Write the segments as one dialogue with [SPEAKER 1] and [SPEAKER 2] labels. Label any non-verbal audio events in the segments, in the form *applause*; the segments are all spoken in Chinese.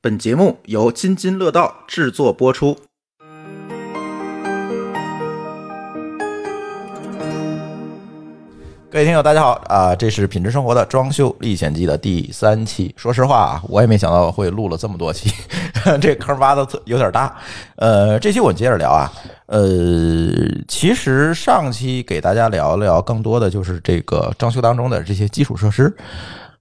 [SPEAKER 1] 本节目由津津乐道制作播出。
[SPEAKER 2] 各位听友，大家好啊、这是《品质生活的装修历险记》的第三期。说实话啊，我也没想到会录了这么多期， *laughs* 这坑挖的有点大。呃，这期我接着聊啊，呃，其实上期给大家聊聊更多的就是这个装修当中的这些基础设施。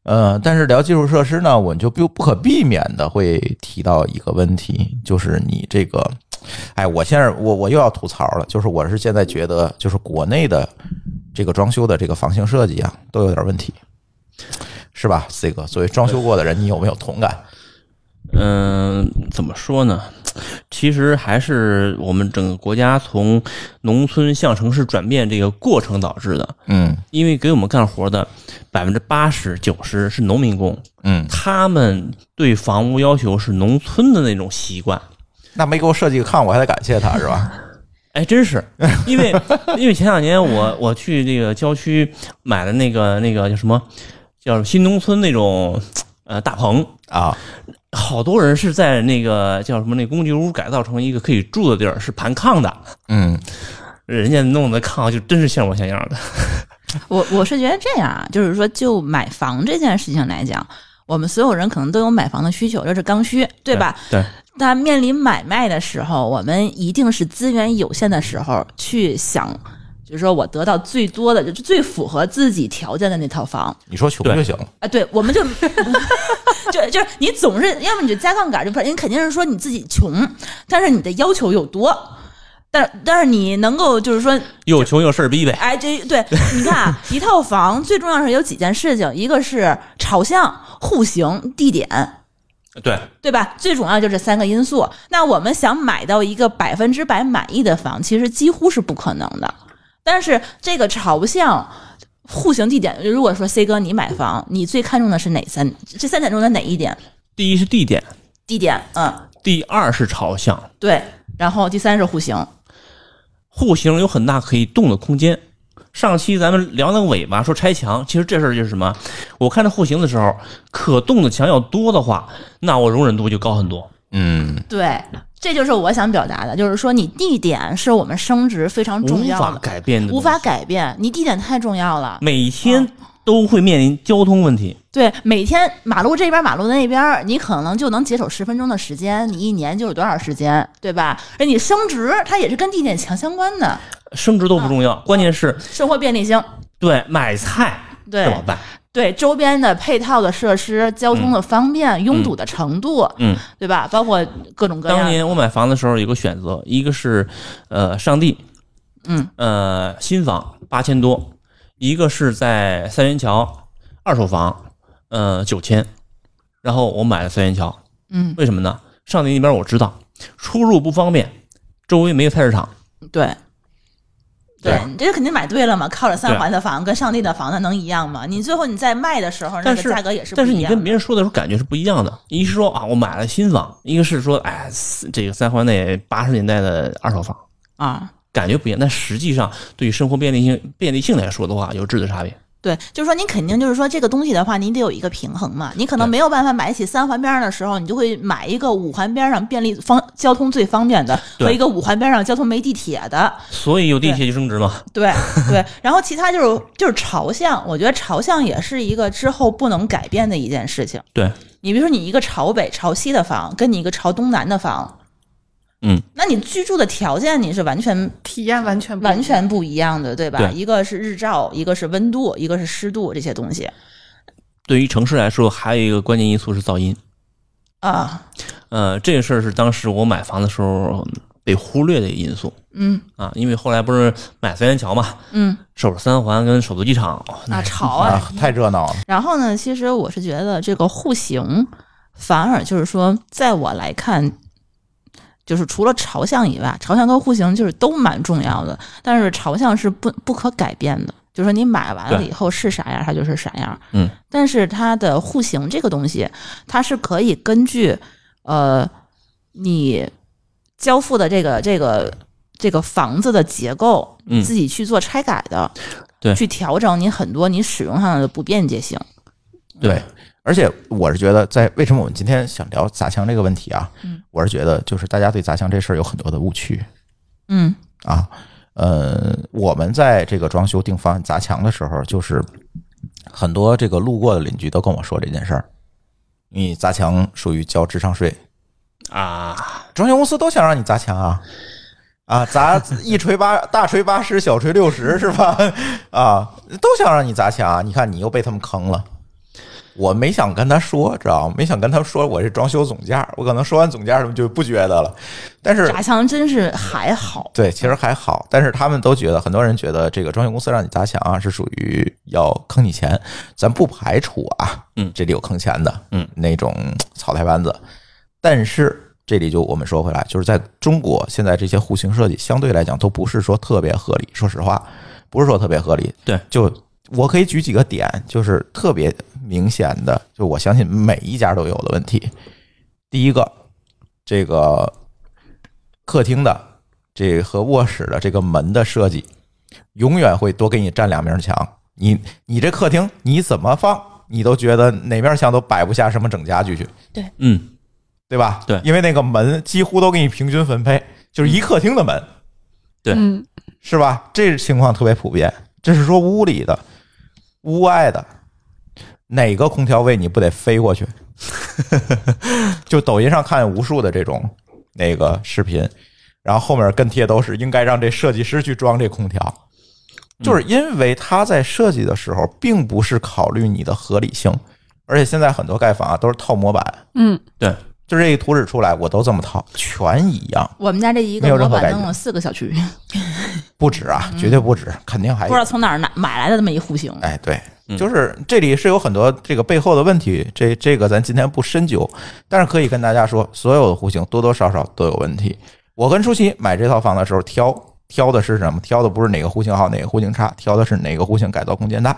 [SPEAKER 2] 呃，但是聊基础设施呢，我们就不不可避免的会提到一个问题，就是你这个，哎，我现在我我又要吐槽了，就是我是现在觉得，就是国内的这个装修的这个房型设计啊，都有点问题，是吧？C 哥，作为装修过的人，你有没有同感？
[SPEAKER 3] 嗯，怎么说呢？其实还是我们整个国家从农村向城市转变这个过程导致的。
[SPEAKER 2] 嗯
[SPEAKER 3] 因为给我们干活的百分之八十九十是农民工，
[SPEAKER 2] 嗯，
[SPEAKER 3] 他们对房屋要求是农村的那种习惯。
[SPEAKER 2] 那没给我设计个炕，我还得感谢他是吧？
[SPEAKER 3] 哎，真是，因为因为前两年我我去这个郊区买了那个那个叫什么，叫新农村那种呃大棚，
[SPEAKER 2] 啊，
[SPEAKER 3] 好多人是在那个叫什么那公寓屋改造成一个可以住的地儿，是盘炕的，
[SPEAKER 2] 嗯
[SPEAKER 3] 人家弄的炕就真是像模像样的。
[SPEAKER 4] 我我是觉得这样啊，就是说，就买房这件事情来讲，我们所有人可能都有买房的需求，这是刚需， *laughs* 对吧？？
[SPEAKER 3] 对，
[SPEAKER 4] 那面临买卖的时候，我们一定是资源有限的时候去想，就是说我得到最多的，就是最符合自己条件的那套房
[SPEAKER 2] 你说穷
[SPEAKER 3] 对
[SPEAKER 2] 就行了，
[SPEAKER 4] 啊。对，我们就 *laughs* 就就是你总是，要么你就加杠杆，就你肯定是说你自己穷，但是你的要求又多。但但是你能够就是说
[SPEAKER 3] 又穷又事儿逼呗。
[SPEAKER 4] 哎，这对，你看啊，一套房最重要是有几件事情，一个是朝向、户型、地点，
[SPEAKER 3] 对，
[SPEAKER 4] 对吧？最重要就这三个因素。那我们想买到一个百分之百满意的房，其实几乎是不可能的。但是这个朝向、户型、地点，如果说 C 哥你买房，你最看重的是哪三？这三点中的哪一点？
[SPEAKER 3] 第一是地点，
[SPEAKER 4] 地点，嗯，
[SPEAKER 3] 第二是朝向，
[SPEAKER 4] 对。然后第三是户型，
[SPEAKER 3] 户型有很大可以动的空间。上期咱们聊那个尾巴说拆墙，其实这事儿就是什么？我看这户型的时候，可动的墙要多的话，那我容忍度就高很多。
[SPEAKER 2] 嗯
[SPEAKER 4] 对。这就是我想表达的，就是说你地点是我们升值非常重
[SPEAKER 3] 无
[SPEAKER 4] 要的，
[SPEAKER 3] 法改变的东
[SPEAKER 4] 无
[SPEAKER 3] 西，
[SPEAKER 4] 法改变，你地点太重要了。
[SPEAKER 3] 每天都会面临交通问题。
[SPEAKER 4] 对，每天马路这边马路那边，你可能就能节省十分钟的时间，你一年就有多少时间，对吧？而你升值，它也是跟地点强相关的，
[SPEAKER 3] 升值都不重要，
[SPEAKER 4] 嗯
[SPEAKER 3] 关键是
[SPEAKER 4] 生活便利性，
[SPEAKER 3] 对买菜
[SPEAKER 4] 对
[SPEAKER 3] 怎么办？
[SPEAKER 4] 对周边的配套的设施、交通的方便、拥堵的程度，
[SPEAKER 3] 嗯，
[SPEAKER 4] 对吧？包括各种各
[SPEAKER 3] 当
[SPEAKER 4] 样，
[SPEAKER 3] 年我买房的时候有个选择，一个是呃上地，
[SPEAKER 4] 嗯，
[SPEAKER 3] 呃新房八千多，一个是在三元桥二手房，呃九千，然后我买了三元桥，
[SPEAKER 4] 嗯，
[SPEAKER 3] 为什么呢？上地那边我知道出入不方便，周围没有菜市场，
[SPEAKER 4] 对。
[SPEAKER 2] 对
[SPEAKER 4] 对，你这肯定买对了嘛？靠着三
[SPEAKER 3] 对
[SPEAKER 4] 环的房跟上地的房，那能一样吗？你最后你在卖的时候，那
[SPEAKER 3] 但
[SPEAKER 4] 个
[SPEAKER 3] 是
[SPEAKER 4] 价格也是不
[SPEAKER 3] 但
[SPEAKER 4] 一样的。
[SPEAKER 3] 是你跟别人说的时候感觉是不一样的，一是说啊我买了新房，一个是说哎这个三环内八十年代的二手房。
[SPEAKER 4] 啊，
[SPEAKER 3] 感觉不一样，但实际上对于生活便利性便利性来说的话，有质的差别。
[SPEAKER 4] 对，就是说你肯定就是说这个东西的话，你得有一个平衡嘛。你可能
[SPEAKER 3] 对
[SPEAKER 4] 没有办法买起三环边上的时候，你就会买一个五环边上便利方交通最方便的和
[SPEAKER 3] 对
[SPEAKER 4] 一个五环边上交通没地铁的。
[SPEAKER 3] 所以有地铁就升值嘛。
[SPEAKER 4] 对对，然后其他就是就是朝向，我觉得朝向也是一个之后不能改变的一件事情。
[SPEAKER 3] 对，
[SPEAKER 4] 你比如说你一个朝北朝西的房，跟你一个朝东南的房，
[SPEAKER 3] 嗯，
[SPEAKER 4] 那你居住的条件你是完全
[SPEAKER 5] 体验完全不一样
[SPEAKER 4] 完全不一样的，对吧？
[SPEAKER 3] 对
[SPEAKER 4] 一个是日照，一个是温度，一个是湿度这些东西
[SPEAKER 3] 对于城市来说，还有一个关键因素是噪音。
[SPEAKER 4] 啊，
[SPEAKER 3] 呃，这个事儿是当时我买房的时候被忽略的一个因素
[SPEAKER 4] 嗯。
[SPEAKER 3] 啊，因为后来不是买三元桥嘛，
[SPEAKER 4] 嗯
[SPEAKER 3] 首尔三环跟首都机场，哦那
[SPEAKER 4] 啊，吵
[SPEAKER 2] 啊
[SPEAKER 4] 啊。，
[SPEAKER 2] 太热闹了，
[SPEAKER 4] 然后呢，其实我是觉得这个户型，反而就是说，在我来看，就是除了朝向以外，朝向跟户型就是都蛮重要的，但是朝向是不不可改变的。就是说你买完了
[SPEAKER 3] 对
[SPEAKER 4] 以后是啥样，它就是啥样。
[SPEAKER 3] 嗯，
[SPEAKER 4] 但是它的户型这个东西，它是可以根据呃你交付的这个这个这个房子的结构，
[SPEAKER 3] 嗯
[SPEAKER 4] 自己去做拆改的，
[SPEAKER 3] 对
[SPEAKER 4] 去调整你很多你使用上的不便捷性。
[SPEAKER 3] 对。
[SPEAKER 2] 而且我是觉得在，为什么我们今天想聊砸墙这个问题啊？
[SPEAKER 4] 嗯，
[SPEAKER 2] 我是觉得就是大家对砸墙这事儿有很多的误区
[SPEAKER 4] 嗯
[SPEAKER 2] 啊。呃，我们在这个装修定方案砸墙的时候，就是很多这个路过的邻居都跟我说这件事儿，你砸墙属于交智商税，
[SPEAKER 3] 啊，
[SPEAKER 2] 装修公司都想让你砸墙啊。啊，砸一锤八，大锤八十，小锤六十，是吧？啊，都想让你砸墙，你看你又被他们坑了。我没想跟他说，知道吗？没想跟他说我是装修总价，我可能说完总价他们就不觉得了。但是
[SPEAKER 4] 砸墙真是还好，
[SPEAKER 2] 对，其实还好，但是他们都觉得，很多人觉得这个装修公司让你砸墙啊，是属于要坑你钱。咱不排除啊，
[SPEAKER 3] 嗯
[SPEAKER 2] 这里有坑钱的，
[SPEAKER 3] 嗯，
[SPEAKER 2] 那种草台班子。但是这里就我们说回来，就是在中国现在这些户型设计相对来讲都不是说特别合理，说实话，不是说特别合理。
[SPEAKER 3] 对，
[SPEAKER 2] 就我可以举几个点，就是特别明显的，就我相信每一家都有的问题。第一个，这个客厅的这和卧室的这个门的设计，永远会多给你占两面墙。你你这客厅你怎么放，你都觉得哪面墙都摆不下什么整家具去，
[SPEAKER 3] 嗯，
[SPEAKER 2] 对吧？
[SPEAKER 3] 对
[SPEAKER 2] 因为那个门几乎都给你平均分配，就是一客厅的门，
[SPEAKER 3] 对
[SPEAKER 5] 嗯，
[SPEAKER 2] 是吧？这情况特别普遍。这是说屋里的、屋外的，哪个空调位你不得飞过去？ *laughs* 就抖音上看无数的这种那个视频，然后后面跟贴都是应该让这设计师去装这空调，就是因为他在设计的时候并不是考虑你的合理性，而且现在很多盖房啊都是套模板，
[SPEAKER 5] 嗯，
[SPEAKER 3] 对，
[SPEAKER 2] 就这一图纸出来我都这么套，全一样，
[SPEAKER 4] 我们家这一
[SPEAKER 2] 没
[SPEAKER 4] 个
[SPEAKER 2] 有
[SPEAKER 4] 模
[SPEAKER 2] 任何
[SPEAKER 4] 板
[SPEAKER 2] 改
[SPEAKER 4] 能
[SPEAKER 2] 进
[SPEAKER 4] 有四个小区，
[SPEAKER 2] 不止啊，绝对不止，肯定还
[SPEAKER 4] 不
[SPEAKER 2] 有
[SPEAKER 4] 知。道从哪儿拿买来的这么一户型。
[SPEAKER 2] 哎，对，就是这里是有很多这个背后的问题，这这个咱今天不深究，但是可以跟大家说，所有的户型多多少少都有问题。我跟舒淇买这套房的时候挑挑的是什么？挑的不是哪个户型好，哪个户型差，挑的是哪个户型改造空间大。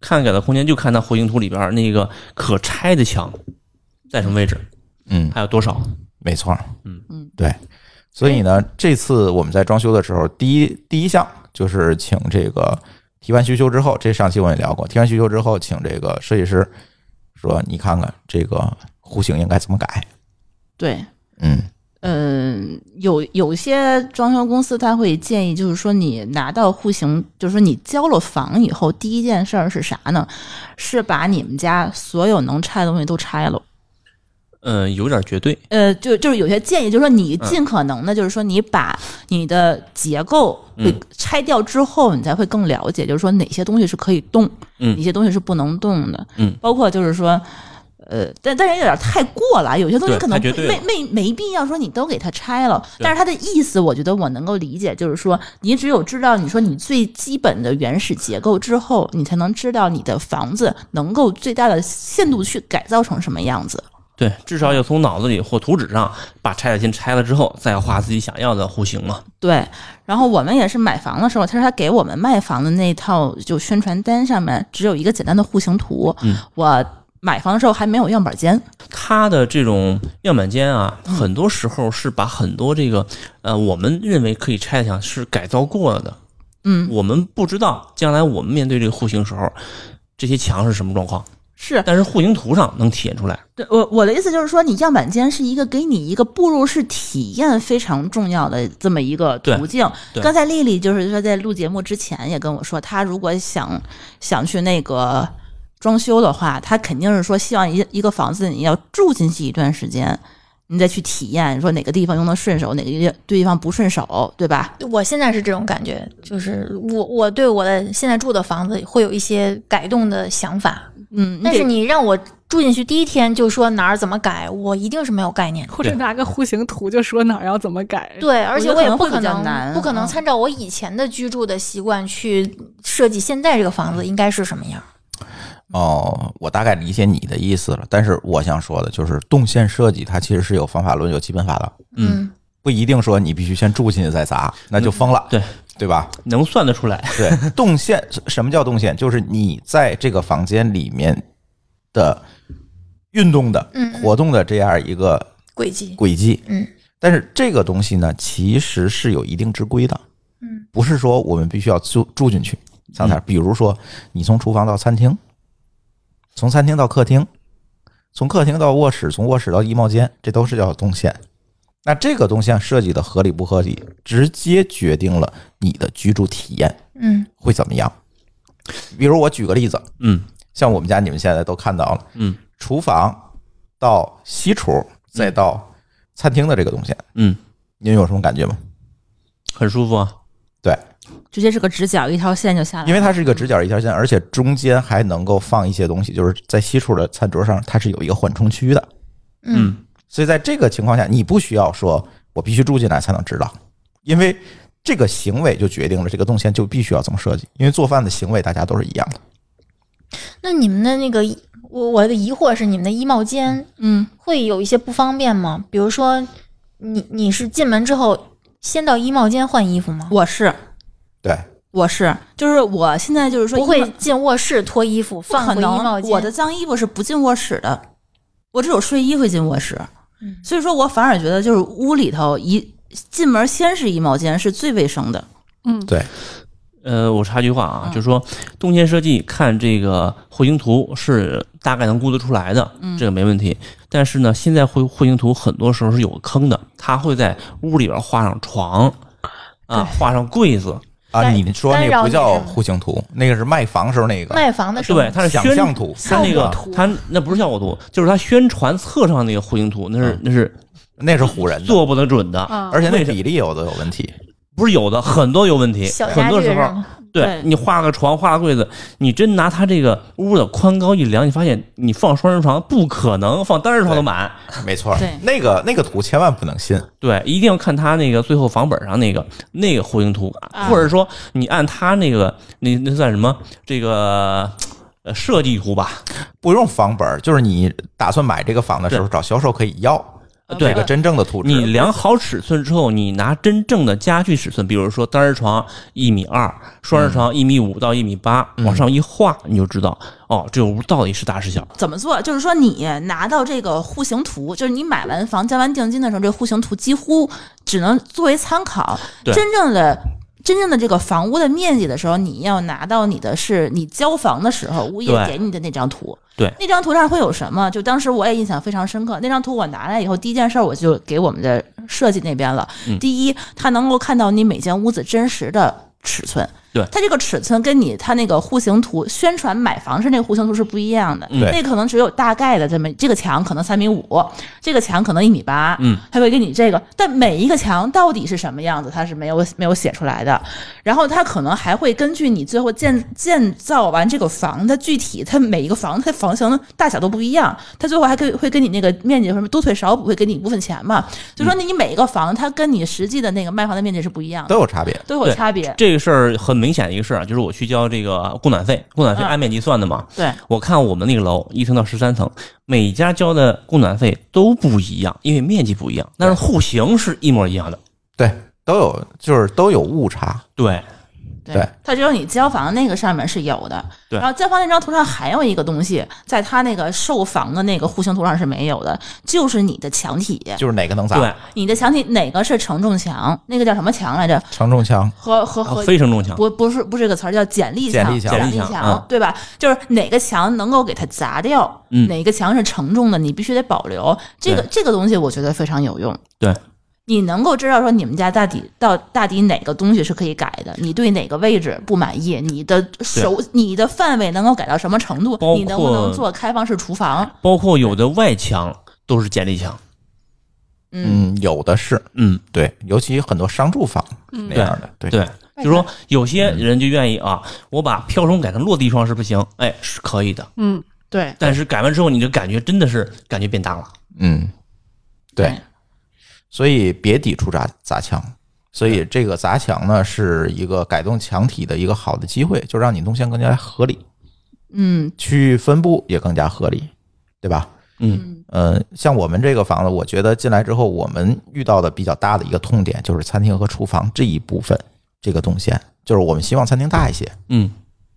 [SPEAKER 3] 看改造空间就看它户型图里边儿那个可拆的墙在什么位置，
[SPEAKER 2] 嗯，
[SPEAKER 3] 还有多少，
[SPEAKER 2] 没错，
[SPEAKER 3] 嗯
[SPEAKER 4] 嗯，
[SPEAKER 2] 对。所以呢，这次我们在装修的时候，第一第一项就是请这个提完需求之后，这上期我也聊过，提完需求之后，请这个设计师说，你看看这个户型应该怎么改。
[SPEAKER 4] 对，
[SPEAKER 2] 嗯，
[SPEAKER 4] 嗯，有有些装修公司他会建议，就是说你拿到户型，就是说你交了房以后，第一件事儿是啥呢？是把你们家所有能拆的东西都拆了。
[SPEAKER 3] 嗯、有点绝对，
[SPEAKER 4] 呃，就就是有些建议，就是说你
[SPEAKER 3] 嗯
[SPEAKER 4] 尽可能的，就是说你把你的结构会
[SPEAKER 3] 嗯
[SPEAKER 4] 拆掉之后，你才会更了解，就是说哪些东西是可以动，
[SPEAKER 3] 嗯
[SPEAKER 4] 哪些东西是不能动的，
[SPEAKER 3] 嗯，
[SPEAKER 4] 包括就是说。呃，但但是有点太过了，啊有些东西
[SPEAKER 3] 对
[SPEAKER 4] 可能
[SPEAKER 3] 太绝
[SPEAKER 4] 不
[SPEAKER 3] 对
[SPEAKER 4] 没
[SPEAKER 3] 了
[SPEAKER 4] 没没必要说你都给它拆了。
[SPEAKER 3] 对
[SPEAKER 4] 但是他的意思，我觉得我能够理解，就是说你只有知道你说你最基本的原始结构之后，你才能知道你的房子能够最大的限度去改造成什么样子。
[SPEAKER 3] 对，至少要从脑子里或图纸上把拆的先拆了之后，再画自己想要的户型嘛。
[SPEAKER 4] 对，然后我们也是买房的时候，他说他给我们卖房的那套就宣传单上面只有一个简单的户型图。
[SPEAKER 3] 嗯，
[SPEAKER 4] 我买房的时候还没有样板间。
[SPEAKER 3] 它的这种样板间啊，很多时候是把很多这个呃，我们认为可以拆的墙是改造过的。
[SPEAKER 4] 嗯，
[SPEAKER 3] 我们不知道将来我们面对这个户型时候，这些墙是什么状况，
[SPEAKER 4] 是
[SPEAKER 3] 但是户型图上能体现出来。
[SPEAKER 4] 对我我的意思就是说，你样板间是一个给你一个步入式体验非常重要的这么一个途径。
[SPEAKER 3] 对对
[SPEAKER 4] 刚才丽丽就是说在录节目之前也跟我说，她如果想想去那个装修的话，她肯定是说希望一一个房子你要住进去一段时间。你再去体验，说哪个地方用的顺手，哪个地地方不顺手，对吧？
[SPEAKER 6] 我现在是这种感觉，就是我我对我的现在住的房子会有一些改动的想法，
[SPEAKER 4] 嗯，
[SPEAKER 6] 但
[SPEAKER 4] 得
[SPEAKER 6] 是你让我住进去第一天就说哪儿怎么改，我一定是没有概念的。
[SPEAKER 5] 或者拿个户型图就说哪儿要怎么改，
[SPEAKER 6] 对，而且
[SPEAKER 4] 觉得
[SPEAKER 6] 我
[SPEAKER 4] 可
[SPEAKER 6] 也
[SPEAKER 4] 能
[SPEAKER 6] 不
[SPEAKER 4] 会比
[SPEAKER 6] 可
[SPEAKER 4] 较
[SPEAKER 6] 能
[SPEAKER 4] 难
[SPEAKER 6] 不可能
[SPEAKER 4] 嗯
[SPEAKER 6] 参照我以前的居住的习惯去设计现在这个房子应该是什么样。
[SPEAKER 2] 哦，我大概理解你的意思了，但是我想说的就是，动线设计它其实是有方法论、有基本法的，
[SPEAKER 3] 嗯
[SPEAKER 6] 嗯，
[SPEAKER 2] 不一定说你必须先住进去再砸，那就疯了，
[SPEAKER 3] 对
[SPEAKER 2] 对吧？
[SPEAKER 3] 能算得出来。
[SPEAKER 2] 对，动线什么叫动线？就是你在这个房间里面的运动的
[SPEAKER 6] 嗯、嗯
[SPEAKER 2] 活动的这样一个
[SPEAKER 6] 轨迹，
[SPEAKER 2] 轨迹。
[SPEAKER 6] 嗯，
[SPEAKER 2] 但是这个东西呢，其实是有一定之规的。
[SPEAKER 6] 嗯，
[SPEAKER 2] 不是说我们必须要住住进去。上哪儿？比如说，你从厨房到餐厅，从餐厅到客厅，从客厅到卧室，从卧室到衣帽间，这都是叫动线。那这个动线设计的合理不合理，直接决定了你的居住体验
[SPEAKER 6] 嗯
[SPEAKER 2] 会怎么样。比如我举个例子，
[SPEAKER 3] 嗯
[SPEAKER 2] 像我们家你们现在都看到了，
[SPEAKER 3] 嗯，
[SPEAKER 2] 厨房到西厨再到餐厅的这个动线，
[SPEAKER 3] 嗯，
[SPEAKER 2] 你们有什么感觉吗？
[SPEAKER 3] 很舒服啊。
[SPEAKER 2] 对，
[SPEAKER 4] 直接是个直角，一条线就下来
[SPEAKER 6] 嗯
[SPEAKER 4] 了。
[SPEAKER 2] 因为它是一个直角一条线，而且中间还能够放一些东西，就是在西厨的餐桌上，它是有一个缓冲区的。
[SPEAKER 6] 嗯
[SPEAKER 2] 所以在这个情况下，你不需要说我必须住进来才能知道，因为这个行为就决定了这个动线就必须要这么设计。因为做饭的行为大家都是一样的，
[SPEAKER 6] 那你们的那个，我我的疑惑是，你们的衣帽间
[SPEAKER 4] 嗯，
[SPEAKER 6] 会有一些不方便吗？比如说，你你是进门之后先到衣帽间换衣服吗？
[SPEAKER 4] 我是
[SPEAKER 2] 对，
[SPEAKER 4] 我是，就是我现在就是说
[SPEAKER 6] 不
[SPEAKER 4] 衣
[SPEAKER 6] 会
[SPEAKER 4] 帽
[SPEAKER 6] 进卧室脱衣服
[SPEAKER 4] 不
[SPEAKER 6] 放
[SPEAKER 4] 可
[SPEAKER 6] 回衣帽
[SPEAKER 4] 能，
[SPEAKER 6] 间。
[SPEAKER 4] 我的脏衣服是不进卧室的，我只有睡衣会进卧室。
[SPEAKER 6] 嗯
[SPEAKER 4] 所以说我反而觉得就是屋里头一进门先是衣帽间是最卫生的。
[SPEAKER 5] 嗯，
[SPEAKER 2] 对，
[SPEAKER 3] 呃，我插句话啊，
[SPEAKER 4] 嗯
[SPEAKER 3] 就是说动线设计看这个户型图是大概能估得出来的，这个没问题。但是呢，现在户户型图很多时候是有坑的，它会在屋里边画上床啊，画上柜子，
[SPEAKER 2] 啊，
[SPEAKER 6] 干
[SPEAKER 2] 你说那
[SPEAKER 6] 干扰
[SPEAKER 2] 个不
[SPEAKER 6] 你
[SPEAKER 2] 叫
[SPEAKER 6] 是吗
[SPEAKER 2] 户型图，那个是卖房时候那个
[SPEAKER 6] 卖房的时候，
[SPEAKER 3] 对，它是
[SPEAKER 2] 想
[SPEAKER 3] 宣
[SPEAKER 2] 象图
[SPEAKER 3] 它那
[SPEAKER 5] 效
[SPEAKER 3] 个
[SPEAKER 5] 果图
[SPEAKER 3] 它那不是效果图，就是它宣传册上那个户型图，那是那是
[SPEAKER 2] 那是唬人的，
[SPEAKER 3] 做不得准的，
[SPEAKER 5] 啊，
[SPEAKER 2] 而且那
[SPEAKER 3] 为什
[SPEAKER 2] 比例有的有问
[SPEAKER 4] *laughs*
[SPEAKER 2] 题。
[SPEAKER 3] 不是有的很多有问题，
[SPEAKER 6] 小
[SPEAKER 3] 很
[SPEAKER 6] 家
[SPEAKER 3] 多
[SPEAKER 6] 具啊
[SPEAKER 3] 时
[SPEAKER 6] 是
[SPEAKER 3] 候
[SPEAKER 6] 吗？
[SPEAKER 3] 对
[SPEAKER 4] 对
[SPEAKER 3] 你画个床，画个柜子，你真拿它这个屋的宽高一量，你发现你放双人床不可能放单人床都满，
[SPEAKER 2] 没错儿
[SPEAKER 4] 对，
[SPEAKER 2] 那个那个图千万不能信。
[SPEAKER 3] 对，一定要看它那个最后房本上那个那个户型图，或者说你按它那个那那算什么这个呃设计图吧，
[SPEAKER 2] 不用房本儿，就是你打算买这个房的时候找销售可以要
[SPEAKER 3] 对
[SPEAKER 2] 这个真正的图纸。
[SPEAKER 3] 你量好尺寸之后，你拿真正的家具尺寸，比如说单人床一米二，双人床一米五到一米八，往上一画，你就知道哦，这个屋到底是大是小。
[SPEAKER 4] 怎么做？就是说你拿到这个户型图，就是你买完房交完定金的时候，这户型图几乎只能作为参考。
[SPEAKER 3] 对
[SPEAKER 4] 真正的。真正的这个房屋的面积的时候，你要拿到你的是你交房的时候物业
[SPEAKER 3] 对
[SPEAKER 4] 给你的那张图。
[SPEAKER 3] 对
[SPEAKER 4] 那张图上会有什么？就当时我也印象非常深刻。那张图我拿来以后，第一件事儿我就给我们的设计那边了。
[SPEAKER 3] 嗯
[SPEAKER 4] 第一，它能够看到你每间屋子真实的尺寸。
[SPEAKER 3] 对
[SPEAKER 4] 它这个尺寸跟你它那个户型图宣传买房时那个户型图是不一样的。
[SPEAKER 3] 嗯
[SPEAKER 2] 对
[SPEAKER 4] 那可能只有大概的这么，这个墙可能三米五，这个墙可能一米八。
[SPEAKER 3] 嗯，
[SPEAKER 4] 它会给你这个，但每一个墙到底是什么样子，它是没有没有写出来的。然后它可能还会根据你最后建建造完这个房，它具体它每一个房它房型大小都不一样，它最后还可以会跟你那个面积有什么多退少补，会给你一部分钱嘛。就说你每一个房，它跟你实际的那个卖房的面积是不一样的，
[SPEAKER 2] 都有差别。
[SPEAKER 4] 都有
[SPEAKER 3] 对
[SPEAKER 4] 差别。
[SPEAKER 3] 这个事儿很明显的一个事儿啊，就是我去交这个供暖费，供暖费
[SPEAKER 4] 嗯
[SPEAKER 3] 按面积算的嘛。
[SPEAKER 4] 对，
[SPEAKER 3] 我看我们那个楼一层到十三层，每家交的供暖费都不一样，因为面积不一样，但是户型是一模一样的。
[SPEAKER 2] 对，都有就是都有误差。
[SPEAKER 3] 对，
[SPEAKER 2] 对，
[SPEAKER 4] 它只有你交房那个上面是有的，
[SPEAKER 3] 对
[SPEAKER 4] 然后交房那张图上还有一个东西，在它那个售房的那个户型图上是没有的，就是你的墙体，
[SPEAKER 2] 就是哪个能砸？
[SPEAKER 3] 对，
[SPEAKER 4] 你的墙体哪个是承重墙，那个叫什么墙来着？
[SPEAKER 2] 承重墙
[SPEAKER 4] 和和和。
[SPEAKER 3] 啊非承重墙。
[SPEAKER 4] 不不是不是这个词儿叫剪力
[SPEAKER 2] 剪
[SPEAKER 4] 墙，
[SPEAKER 2] 力墙
[SPEAKER 3] 剪力墙嗯
[SPEAKER 4] 对吧？就是哪个墙能够给它砸掉，
[SPEAKER 3] 嗯
[SPEAKER 4] 哪个墙是承重的，你必须得保留。这个
[SPEAKER 3] 对
[SPEAKER 4] 这个东西我觉得非常有用。
[SPEAKER 3] 对，
[SPEAKER 4] 你能够知道说你们家大底到大底哪个东西是可以改的，你对哪个位置不满意，你的手你的范围能够改到什么程度
[SPEAKER 3] 包，括
[SPEAKER 4] 你能不能做开放式厨房？
[SPEAKER 3] 包括有的外墙都是剪力墙。
[SPEAKER 4] 嗯，
[SPEAKER 2] 嗯，有的是，
[SPEAKER 3] 嗯，
[SPEAKER 2] 对，尤其很多商住房
[SPEAKER 4] 嗯
[SPEAKER 2] 那样的，对，
[SPEAKER 3] 对，就是说有些人就愿意啊，我把飘窗改成落地窗是不行，哎，是可以的。
[SPEAKER 5] 嗯，
[SPEAKER 4] 对，
[SPEAKER 3] 但是改完之后，你就感觉真的是感觉变大了。
[SPEAKER 2] 嗯，对
[SPEAKER 4] 对，
[SPEAKER 2] 所以别抵触砸砸墙。所以这个砸墙呢，是一个改动墙体的一个好的机会，就让你动线更加合理，
[SPEAKER 4] 嗯，
[SPEAKER 2] 区域分布也更加合理，对吧？
[SPEAKER 3] 嗯
[SPEAKER 2] 呃，像我们这个房子，我觉得进来之后，我们遇到的比较大的一个痛点就是餐厅和厨房这一部分这个动线，就是我们希望餐厅大一些，
[SPEAKER 3] 嗯，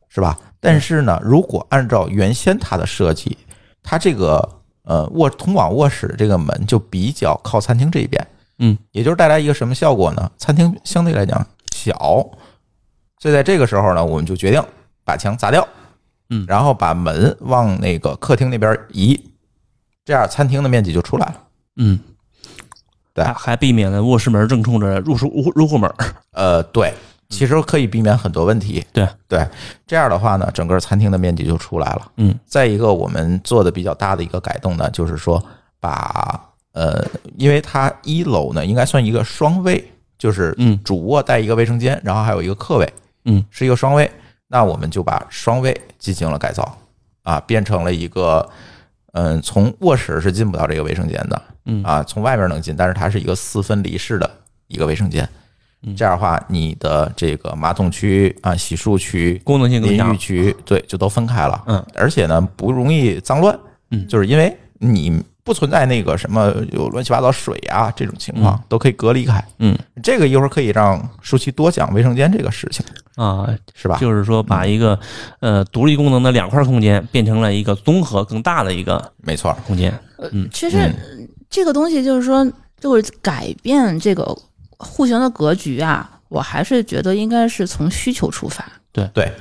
[SPEAKER 2] 是吧？但是呢，如果按照原先它的设计，它这个呃卧通往卧室这个门就比较靠餐厅这一边，
[SPEAKER 3] 嗯，
[SPEAKER 2] 也就是带来一个什么效果呢？餐厅相对来讲小，所以在这个时候呢，我们就决定把墙砸掉，
[SPEAKER 3] 嗯
[SPEAKER 2] 然后把门往那个客厅那边移，这样餐厅的面积就出来了。
[SPEAKER 3] 嗯，
[SPEAKER 2] 对
[SPEAKER 3] 还还避免了卧室门正冲着入室入入户门儿。
[SPEAKER 2] 呃，对，其实可以避免很多问题。
[SPEAKER 3] 对
[SPEAKER 2] 对，这样的话呢，整个餐厅的面积就出来了。
[SPEAKER 3] 嗯，
[SPEAKER 2] 再一个，我们做的比较大的一个改动呢，就是说把呃，因为它一楼呢应该算一个双卫，就是
[SPEAKER 3] 嗯
[SPEAKER 2] 主卧带一个卫生间，然后还有一个客卫，
[SPEAKER 3] 嗯，
[SPEAKER 2] 是一个双卫。那我们就把双卫进行了改造，啊，变成了一个。嗯，从卧室是进不到这个卫生间的，
[SPEAKER 3] 嗯
[SPEAKER 2] 啊，从外面能进，但是它是一个四分离式的一个卫生间，
[SPEAKER 3] 嗯
[SPEAKER 2] 这样的话，你的这个马桶区啊、洗漱区、
[SPEAKER 3] 功能性更
[SPEAKER 2] 淋浴
[SPEAKER 3] 强。
[SPEAKER 2] 区，对，就都分开了。
[SPEAKER 3] 嗯，
[SPEAKER 2] 而且呢，不容易脏乱。
[SPEAKER 3] 嗯
[SPEAKER 2] 就是因为你不存在那个什么有乱七八糟水啊这种情况，都可以隔离开。
[SPEAKER 3] 嗯
[SPEAKER 2] 这个一会儿可以让舒淇多讲卫生间这个事情，
[SPEAKER 3] 啊，
[SPEAKER 2] 是吧？
[SPEAKER 3] 就是说把一个呃独立功能的两块空间变成了一个综合更大的一个
[SPEAKER 2] 没错，
[SPEAKER 3] 空间。
[SPEAKER 4] 其实
[SPEAKER 3] 嗯
[SPEAKER 4] 这个东西就是说，就是改变这个户型的格局啊，我还是觉得应该是从需求出发。
[SPEAKER 2] 对，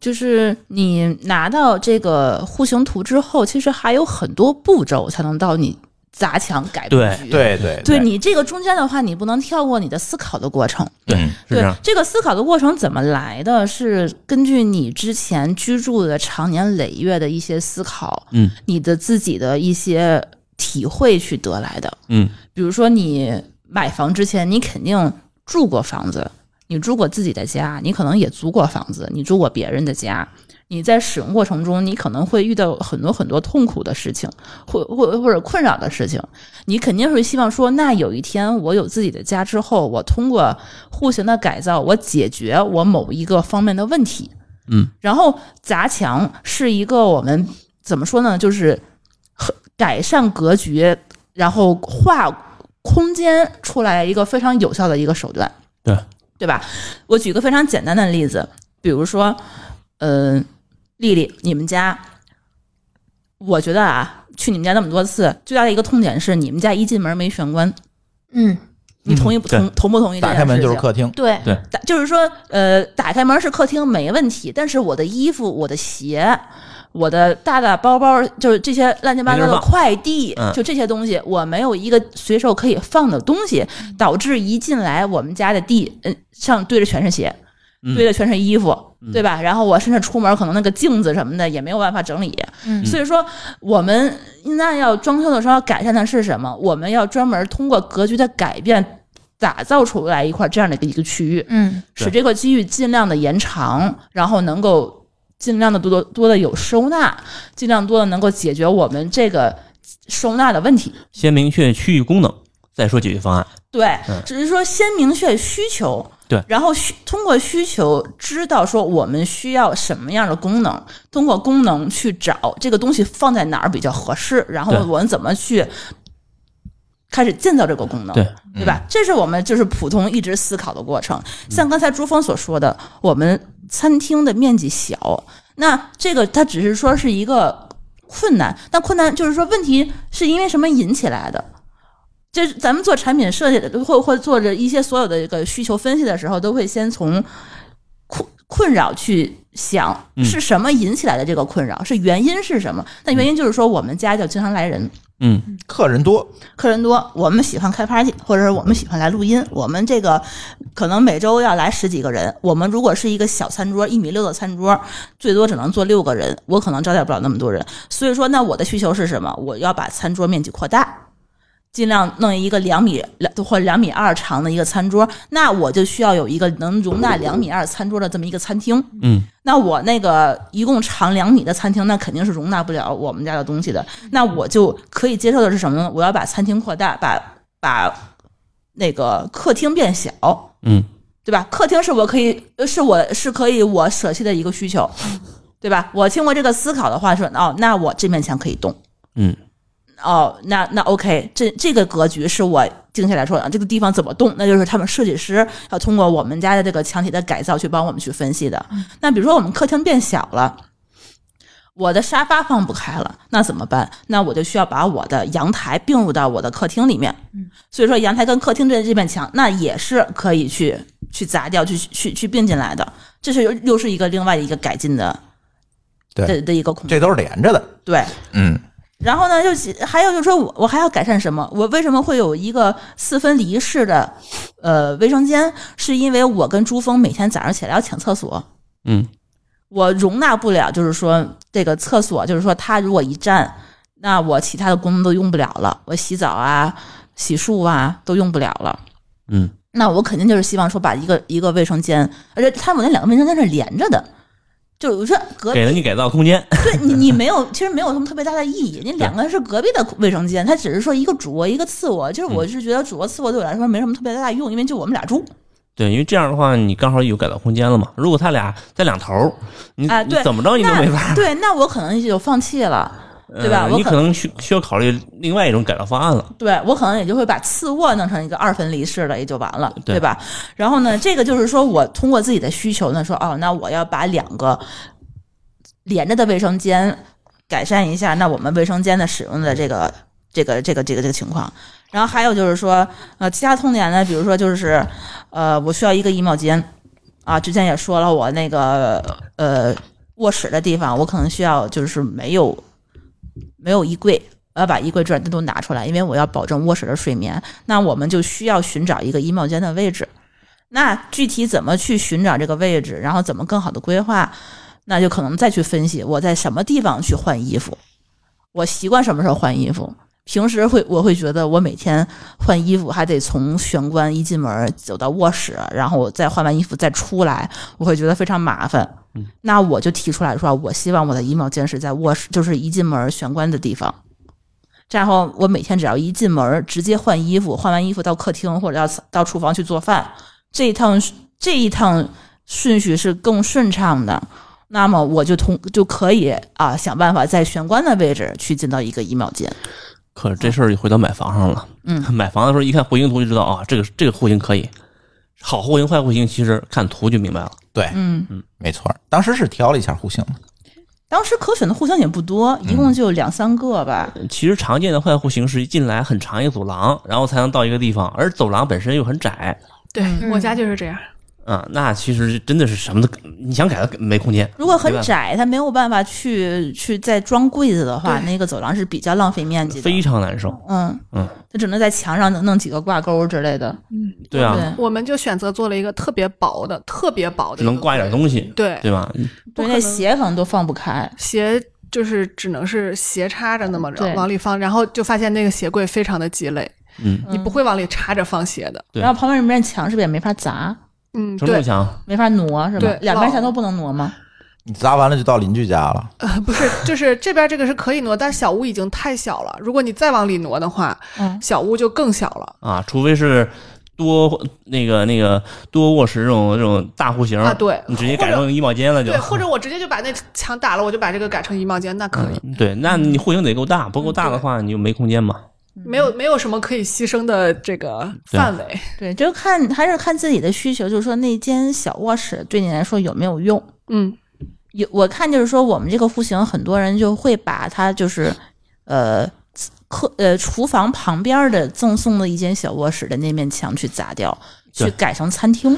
[SPEAKER 4] 就是你拿到这个户型图之后，其实还有很多步骤才能到你砸墙改布
[SPEAKER 3] 对
[SPEAKER 4] 局。
[SPEAKER 2] 对对
[SPEAKER 4] 对你这个中间的话，你不能跳过你的思考的过程。
[SPEAKER 2] 对嗯
[SPEAKER 3] 是这样
[SPEAKER 4] 对，这个思考的过程怎么来的？是根据你之前居住的长年累月的一些思考，
[SPEAKER 3] 嗯，
[SPEAKER 4] 你的自己的一些体会去得来的。
[SPEAKER 3] 嗯
[SPEAKER 4] 比如说，你买房之前，你肯定住过房子，你住过自己的家，你可能也租过房子，你住过别人的家。你在使用过程中，你可能会遇到很多很多痛苦的事情，或或或者困扰的事情。你肯定是希望说，那有一天我有自己的家之后，我通过户型的改造，我解决我某一个方面的问题。
[SPEAKER 3] 嗯，
[SPEAKER 4] 然后砸墙是一个我们怎么说呢，就是很改善格局，然后画空间出来一个非常有效的一个手段。
[SPEAKER 3] 对，
[SPEAKER 4] 对吧？我举个非常简单的例子，比如说，嗯、丽丽，你们家，我觉得啊，去你们家那么多次，最大的一个痛点是你们家一进门没玄关，
[SPEAKER 6] 嗯，
[SPEAKER 4] 你同意不
[SPEAKER 3] 嗯对
[SPEAKER 4] 同、同不同意这
[SPEAKER 2] 打
[SPEAKER 4] 件事情？
[SPEAKER 2] 开门就是客厅。
[SPEAKER 6] 对
[SPEAKER 3] 对
[SPEAKER 4] 打就是说，呃，打开门是客厅没问题，但是我的衣服、我的鞋、我的大大包包，就是这些乱七八糟
[SPEAKER 3] 没地
[SPEAKER 4] 的
[SPEAKER 3] 儿放
[SPEAKER 4] 快递，
[SPEAKER 3] 嗯
[SPEAKER 4] 就这些东西，我没有一个随手可以放的东西，导致一进来我们家的地，嗯、上堆着全是鞋，
[SPEAKER 3] 嗯
[SPEAKER 4] 堆着全是衣服，对吧？然后我甚至出门可能那个镜子什么的也没有办法整理，
[SPEAKER 6] 嗯
[SPEAKER 4] 所以说我们那要装修的时候要改善的是什么？我们要专门通过格局的改变。打造出来一块这样的一个一个区域，
[SPEAKER 6] 嗯
[SPEAKER 3] 对
[SPEAKER 4] 使这个机遇尽量的延长，然后能够尽量的多多多的有收纳，尽量多的能够解决我们这个收纳的问题。
[SPEAKER 3] 先明确区域功能，再说解决方案。
[SPEAKER 4] 对
[SPEAKER 3] 嗯，
[SPEAKER 4] 只是说先明确需求，
[SPEAKER 3] 对
[SPEAKER 4] 然后需通过需求知道说我们需要什么样的功能，通过功能去找这个东西放在哪儿比较合适，然后
[SPEAKER 3] 对
[SPEAKER 4] 我们怎么去开始建造这个功能，
[SPEAKER 3] 对嗯
[SPEAKER 4] 对吧？这是我们就是普通一直思考的过程。像刚才朱峰所说的，我们餐厅的面积小，那这个它只是说是一个困难，那困难就是说问题是因为什么引起来的？就是咱们做产品设计的或或做着一些所有的一个需求分析的时候，都会先从困困扰去想
[SPEAKER 3] 嗯
[SPEAKER 4] 是什么引起来的这个困扰，是原因是什么？那原因就是说我们家就经常来人，
[SPEAKER 3] 嗯
[SPEAKER 2] 客人多，
[SPEAKER 4] 客人多，我们喜欢开 party，或者是我们喜欢来录音。我们这个可能每周要来十几个人。我们如果是一个小餐桌，一米六的餐桌，最多只能坐六个人，我可能招待不了那么多人。所以说，那我的需求是什么？我要把餐桌面积扩大。尽量弄一个两米两或两米二长的一个餐桌，那我就需要有一个能容纳两米二餐桌的这么一个餐厅。
[SPEAKER 3] 嗯，
[SPEAKER 4] 那我那个一共长两米的餐厅，那肯定是容纳不了我们家的东西的。那我就可以接受的是什么呢？我要把餐厅扩大，把把那个客厅变小，
[SPEAKER 3] 嗯，
[SPEAKER 4] 对吧？客厅是我可以，呃是我是可以我舍弃的一个需求，对吧？我经过这个思考的话说，哦，那我这面墙可以动，
[SPEAKER 3] 嗯，
[SPEAKER 4] 哦，那那 OK，这这个格局是我定下来说，啊这个地方怎么动，那就是他们设计师要通过我们家的这个墙体的改造去帮我们去分析的。那比如说我们客厅变小了。我的沙发放不开了，那怎么办？那我就需要把我的阳台并入到我的客厅里面。所以说阳台跟客厅这这面墙，那也是可以去去砸掉、去去去并进来的。这是又又是一个另外一个改进的
[SPEAKER 2] 对
[SPEAKER 4] 的的一个恐惧。
[SPEAKER 2] 这都是连着的。
[SPEAKER 4] 对，
[SPEAKER 2] 嗯，
[SPEAKER 4] 然后呢，就是还有就是说我我还要改善什么？我为什么会有一个四分离式的呃卫生间？是因为我跟朱峰每天早上起来要抢厕所，
[SPEAKER 3] 嗯，
[SPEAKER 4] 我容纳不了，就是说这个厕所，就是说他如果一占，那我其他的功能都用不了了，我洗澡啊、洗漱啊都用不了了。
[SPEAKER 3] 嗯，
[SPEAKER 4] 那我肯定就是希望说把一个一个卫生间，而且他们那两个卫生间是连着的。就是我说隔壁
[SPEAKER 3] 给了你改造空间，
[SPEAKER 4] 对你，你没有，其实没有什么特别大的意义。那两个是隔壁的卫生间，它只是说一个主卧，一个次卧。就是我是觉得主卧次卧对我来说没什么特别大的用，因为就我们俩住。
[SPEAKER 3] 对，因为这样的话你刚好有改造空间了嘛。如果他俩在两头儿，你、
[SPEAKER 4] 啊
[SPEAKER 3] 你
[SPEAKER 4] 对
[SPEAKER 3] 怎么着你都
[SPEAKER 4] 那
[SPEAKER 3] 没法，
[SPEAKER 4] 对，那我可能就放弃了。对吧
[SPEAKER 3] 呃
[SPEAKER 4] 我
[SPEAKER 3] 你
[SPEAKER 4] 可
[SPEAKER 3] 可能需需要考虑另外一种改造方案了。
[SPEAKER 4] 对我可能也就会把次卧弄成一个二分离式的，也就完了，
[SPEAKER 3] 对
[SPEAKER 4] 对吧？然后呢，这个就是说我通过自己的需求呢，说哦，那我要把两个连着的卫生间改善一下，那我们卫生间的使用的这个这个这个这个这个情况。然后还有就是说，呃，其他痛点呢，比如说就是，呃，我需要一个衣帽间，啊，之前也说了，我那个呃卧室的地方，我可能需要就是没有没有衣柜，我要把衣柜这都拿出来，因为我要保证卧室的睡眠。那我们就需要寻找一个衣帽间的位置。那具体怎么去寻找这个位置，然后怎么更好的规划，那就可能再去分析我在什么地方去换衣服，我习惯什么时候换衣服。平时会我会觉得我每天换衣服还得从玄关一进门走到卧室，然后我再换完衣服再出来，我会觉得非常麻烦。那我就提出来说，我希望我的衣帽间是在卧室，就是一进门玄关的地方。然后我每天只要一进门，直接换衣服，换完衣服到客厅或者要到厨房去做饭，这一趟这一趟顺序是更顺畅的。那么我就通就可以啊，想办法在玄关的位置去进到一个衣帽间。
[SPEAKER 3] 可是这事儿就回到买房上了。
[SPEAKER 4] 嗯，
[SPEAKER 3] 买房的时候一看户型图就知道啊，这个这个户型可以，好户型坏户型其实看图就明白了。
[SPEAKER 2] 对，
[SPEAKER 4] 嗯，
[SPEAKER 2] 没错儿。当时是挑了一下户型的，
[SPEAKER 4] 当时可选的户型也不多，一共就两三个吧。
[SPEAKER 3] 其实常见的坏户型是一进来很长一个走廊，然后才能到一个地方，而走廊本身又很窄
[SPEAKER 5] 对
[SPEAKER 6] 嗯
[SPEAKER 5] 我家就是这样，
[SPEAKER 3] 啊，那其实真的是什么都你想改都没空间。
[SPEAKER 4] 如果很
[SPEAKER 3] 没办法
[SPEAKER 4] 窄，它没有办法去去再装柜子的话，
[SPEAKER 5] 对
[SPEAKER 4] 那个走廊是比较浪费面积的。
[SPEAKER 3] 非常难受。
[SPEAKER 4] 嗯
[SPEAKER 3] 嗯，
[SPEAKER 4] 它只能在墙上弄弄几个挂钩之类的。
[SPEAKER 5] 嗯
[SPEAKER 3] 对啊，
[SPEAKER 4] 对
[SPEAKER 5] 我们就选择做了一个特别薄的、特别薄的
[SPEAKER 3] 只
[SPEAKER 5] 一个柜子，
[SPEAKER 3] 能挂一点东西，
[SPEAKER 5] 对，
[SPEAKER 3] 对吧？嗯
[SPEAKER 5] 不
[SPEAKER 4] 对，
[SPEAKER 5] 可
[SPEAKER 4] 那
[SPEAKER 5] 能
[SPEAKER 4] 鞋可能都放不开。
[SPEAKER 5] 鞋就是只能是斜插着那么着
[SPEAKER 4] 对
[SPEAKER 5] 往里放，然后就发现那个鞋柜非常的鸡肋，
[SPEAKER 3] 嗯，
[SPEAKER 5] 你不会往里插着放鞋的。
[SPEAKER 3] 对
[SPEAKER 4] 然后旁边那面墙是不是也没法砸，
[SPEAKER 5] 嗯，
[SPEAKER 3] 承重
[SPEAKER 5] 对，
[SPEAKER 3] 墙
[SPEAKER 4] 没法挪是吧
[SPEAKER 5] 对？
[SPEAKER 4] 两边墙都不能挪吗？
[SPEAKER 2] 你砸完了就到邻居家了。
[SPEAKER 5] 呃，不是， *laughs* 就是这边这个是可以挪，但是小屋已经太小了，如果你再往里挪的话，
[SPEAKER 4] 嗯，
[SPEAKER 5] 小屋就更小了。
[SPEAKER 3] 啊，除非是多那个那个多卧室这种这种大户型
[SPEAKER 5] 啊对
[SPEAKER 3] 你直接
[SPEAKER 5] 或者
[SPEAKER 3] 改成衣帽间了就
[SPEAKER 5] 对，。或者我直接就把那墙打了，我就把这个改成衣帽间，那可以，
[SPEAKER 3] 嗯对，那你户型得够大，不够大的话你就没空间嘛。
[SPEAKER 5] 没有没有什么可以牺牲的这个范围。
[SPEAKER 4] 嗯对，就看还是看自己的需求，就是说那间小卧室对你来说有没有用。
[SPEAKER 5] 嗯，
[SPEAKER 4] 有我看就是说我们这个户型，很多人就会把它就是呃客呃厨房旁边的赠送的一间小卧室的那面墙去砸掉，去
[SPEAKER 3] 对
[SPEAKER 4] 改成餐厅，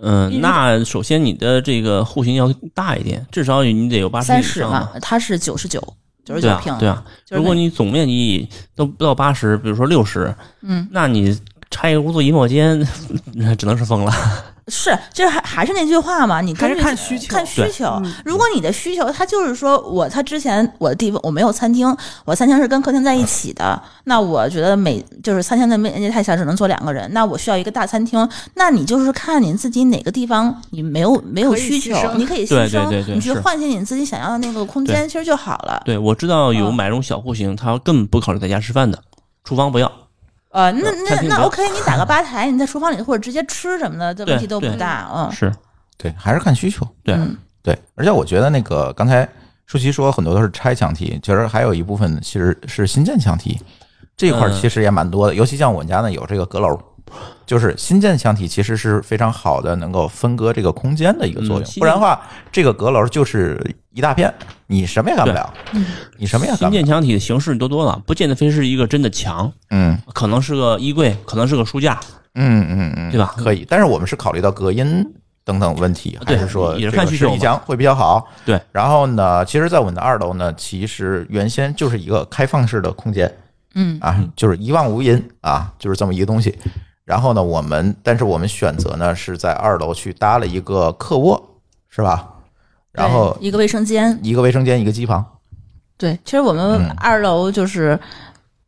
[SPEAKER 3] 嗯，那首先你的这个户型要大一点，至少你得有八十
[SPEAKER 4] 三
[SPEAKER 3] 以
[SPEAKER 4] 十
[SPEAKER 3] 上
[SPEAKER 4] 嘛
[SPEAKER 3] 嘛。，
[SPEAKER 4] 它是九十九九十
[SPEAKER 3] 对
[SPEAKER 4] 九
[SPEAKER 3] 啊
[SPEAKER 4] 平，，
[SPEAKER 3] 对啊。
[SPEAKER 4] 就是
[SPEAKER 3] 如果
[SPEAKER 4] 那
[SPEAKER 3] 你总面积都不到八十，比如说六十，
[SPEAKER 4] 嗯，
[SPEAKER 3] 那你拆一个屋做衣帽间，那只能是疯了。
[SPEAKER 4] 是，这还还是那句话嘛，你
[SPEAKER 5] 还是
[SPEAKER 4] 根据
[SPEAKER 5] 看需求嗯
[SPEAKER 4] 看需
[SPEAKER 3] 对
[SPEAKER 4] 求。如果你的需求，它就是说我，它之前我的地方我没有餐厅，我餐厅是跟客厅在一起的，那我觉得每就是餐厅的面积太小，只能坐两个人，那我需要一个大餐厅，那你就是看你自己哪个地方你没有没有
[SPEAKER 5] 可以
[SPEAKER 4] 需
[SPEAKER 5] 牺
[SPEAKER 4] 求，
[SPEAKER 5] 牲
[SPEAKER 4] 你可以
[SPEAKER 3] 对
[SPEAKER 4] 牺
[SPEAKER 3] 对
[SPEAKER 4] 牲，
[SPEAKER 3] 对对
[SPEAKER 4] 你去
[SPEAKER 3] 是
[SPEAKER 4] 唤醒你自己想要的那个空
[SPEAKER 3] 对
[SPEAKER 4] 间，其实就好了。
[SPEAKER 3] 对，我知道有
[SPEAKER 4] 嗯
[SPEAKER 3] 买这种小户型，他根本不考虑在家吃饭的，厨房不要。
[SPEAKER 4] 呃，那
[SPEAKER 3] 餐
[SPEAKER 4] 那
[SPEAKER 3] 厅
[SPEAKER 4] 那
[SPEAKER 3] 比较
[SPEAKER 4] OK，你打个吧台，你在厨房里或者直接吃什么的，这问
[SPEAKER 3] 对
[SPEAKER 4] 题都不
[SPEAKER 3] 对
[SPEAKER 4] 大。嗯，
[SPEAKER 3] 是，
[SPEAKER 2] 对，还是看需求。
[SPEAKER 3] 对，
[SPEAKER 4] 嗯
[SPEAKER 2] 对，而且我觉得那个刚才舒淇说很多都是拆墙体，其实还有一部分其实是新建墙体，这一块儿
[SPEAKER 3] 嗯
[SPEAKER 2] 其实也蛮多的。尤其像我们家呢有这个阁楼，就是新建墙体其实是非常好的，能够分割这个空间的一个作
[SPEAKER 3] 嗯
[SPEAKER 2] 用。
[SPEAKER 3] 新
[SPEAKER 2] 不然的话，这个阁楼就是一大片，你什么也干不了，你什么也
[SPEAKER 3] 新
[SPEAKER 2] 干不
[SPEAKER 3] 建
[SPEAKER 2] 了。
[SPEAKER 3] 墙体的形式多多了，不见得非是一个真的墙，
[SPEAKER 2] 嗯
[SPEAKER 3] 可能是个衣柜，可能是个书架，
[SPEAKER 2] 嗯嗯嗯，
[SPEAKER 3] 对吧
[SPEAKER 2] 可以，但是我们是考虑到隔音等等问题，还
[SPEAKER 3] 对
[SPEAKER 2] 是说
[SPEAKER 3] 也是
[SPEAKER 2] 这
[SPEAKER 3] 看
[SPEAKER 2] 个
[SPEAKER 3] 需
[SPEAKER 2] 十
[SPEAKER 3] 求
[SPEAKER 2] 一
[SPEAKER 3] 嘛
[SPEAKER 2] 墙会比较好？
[SPEAKER 3] 对。
[SPEAKER 2] 然后呢，其实，在我们的二楼呢，其实原先就是一个开放式的空间，
[SPEAKER 4] 嗯
[SPEAKER 2] 啊，就是一望无垠啊，就是这么一个东西。然后呢，我们但是我们选择呢是在二楼去搭了一个客卧，是吧？然后
[SPEAKER 4] 对一个卫生间，
[SPEAKER 2] 一个卫生间，一个机房，
[SPEAKER 4] 对，其实我们
[SPEAKER 2] 嗯
[SPEAKER 4] 二楼就是、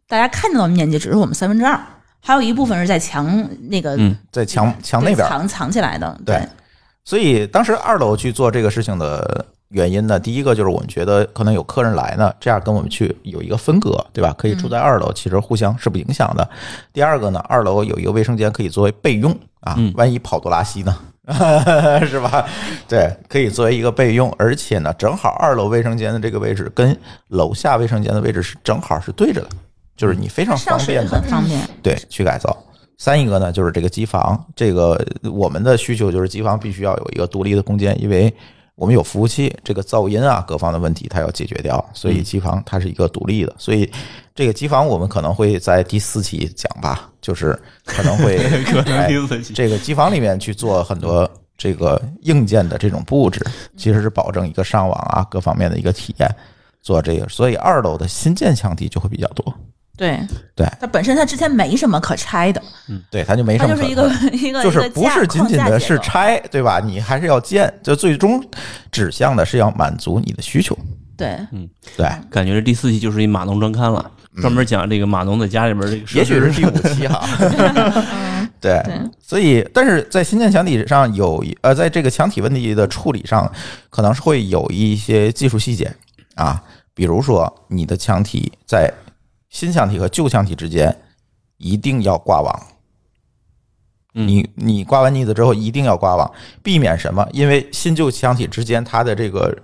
[SPEAKER 4] 大家看到的面积只是我们三分之二，还有一部分是在墙那个
[SPEAKER 3] 嗯
[SPEAKER 2] 在墙墙那边
[SPEAKER 4] 对。藏藏起来的，
[SPEAKER 2] 对所以当时二楼去做这个事情的原因呢，第一个就是我们觉得可能有客人来呢，这样跟我们去有一个分隔，对吧？可以住在二楼，其实互相是不影响的。第二个呢，二楼有一个卫生间可以作为备用啊
[SPEAKER 3] 嗯，
[SPEAKER 2] 万一跑肚拉稀呢， *laughs* 是吧？对，可以作为一个备用，而且呢，正好二楼卫生间的这个位置跟楼下卫生间的位置是正好是对着的，就是你非常方
[SPEAKER 4] 上水
[SPEAKER 2] 便的
[SPEAKER 4] 很方便。
[SPEAKER 2] 对，去改造。三一个呢，就是这个机房，这个我们的需求就是机房必须要有一个独立的空间，因为我们有服务器，这个噪音啊各方的问题它要解决掉，所
[SPEAKER 3] 嗯
[SPEAKER 2] 以机房它是一个独立的，所以这个机房我们可能会在第四期讲吧，就是可能会
[SPEAKER 3] *laughs* 可能
[SPEAKER 2] 哎
[SPEAKER 3] 第四期
[SPEAKER 2] 这个机房里面去做很多这个硬件的这种布置，其实是保证一个上网啊各方面的一个体验，做这个，所以二楼的新建墙体就会比较多，
[SPEAKER 4] 对
[SPEAKER 2] 对
[SPEAKER 4] 它本身它之前没什么可拆的，
[SPEAKER 2] 对，它就没什
[SPEAKER 4] 它
[SPEAKER 2] 么
[SPEAKER 4] 就
[SPEAKER 2] 可
[SPEAKER 4] 是一个一个
[SPEAKER 2] 就是不是仅仅的是，
[SPEAKER 4] 一个架框架结构
[SPEAKER 2] 拆，对吧？你还是要建，就最终指向的是要满足你的需求，
[SPEAKER 4] 对，
[SPEAKER 2] 对。
[SPEAKER 3] 感觉这第四期就是一码农专刊了，专门讲这个码农在家里边这个设
[SPEAKER 2] 嗯也许
[SPEAKER 3] 施。
[SPEAKER 2] 是第五期哈，对，所以但是在新建墙体上有一呃，在这个墙体问题的处理上，可能是会有一些技术细节啊，比如说你的墙体在新墙体和旧墙体之间一定要挂网，
[SPEAKER 3] 嗯
[SPEAKER 2] 你你挂完腻子之后一定要挂网，避免什么？因为新旧腔体之间它的这个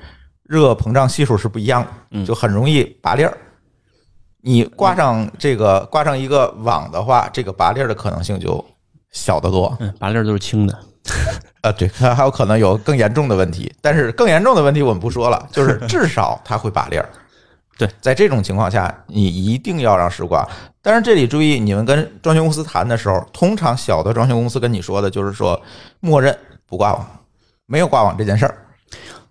[SPEAKER 2] 热膨胀系数是不一样的，就很容易拔粒儿。你挂上这个挂上一个网的话，这个拔粒儿的可能性就小得多。
[SPEAKER 3] 嗯，拔粒儿都是轻的，
[SPEAKER 2] 啊，对，它还有可能有更严重的问题，但是更严重的问题我们不说了，就是
[SPEAKER 3] *laughs*
[SPEAKER 2] 至少它会拔粒儿。
[SPEAKER 3] 对，
[SPEAKER 2] 在这种情况下，你一定要让试挂。但是这里注意，你们跟装修公司谈的时候，通常小的装修公司跟你说的就是说，默认不挂网，没有挂网这件事儿。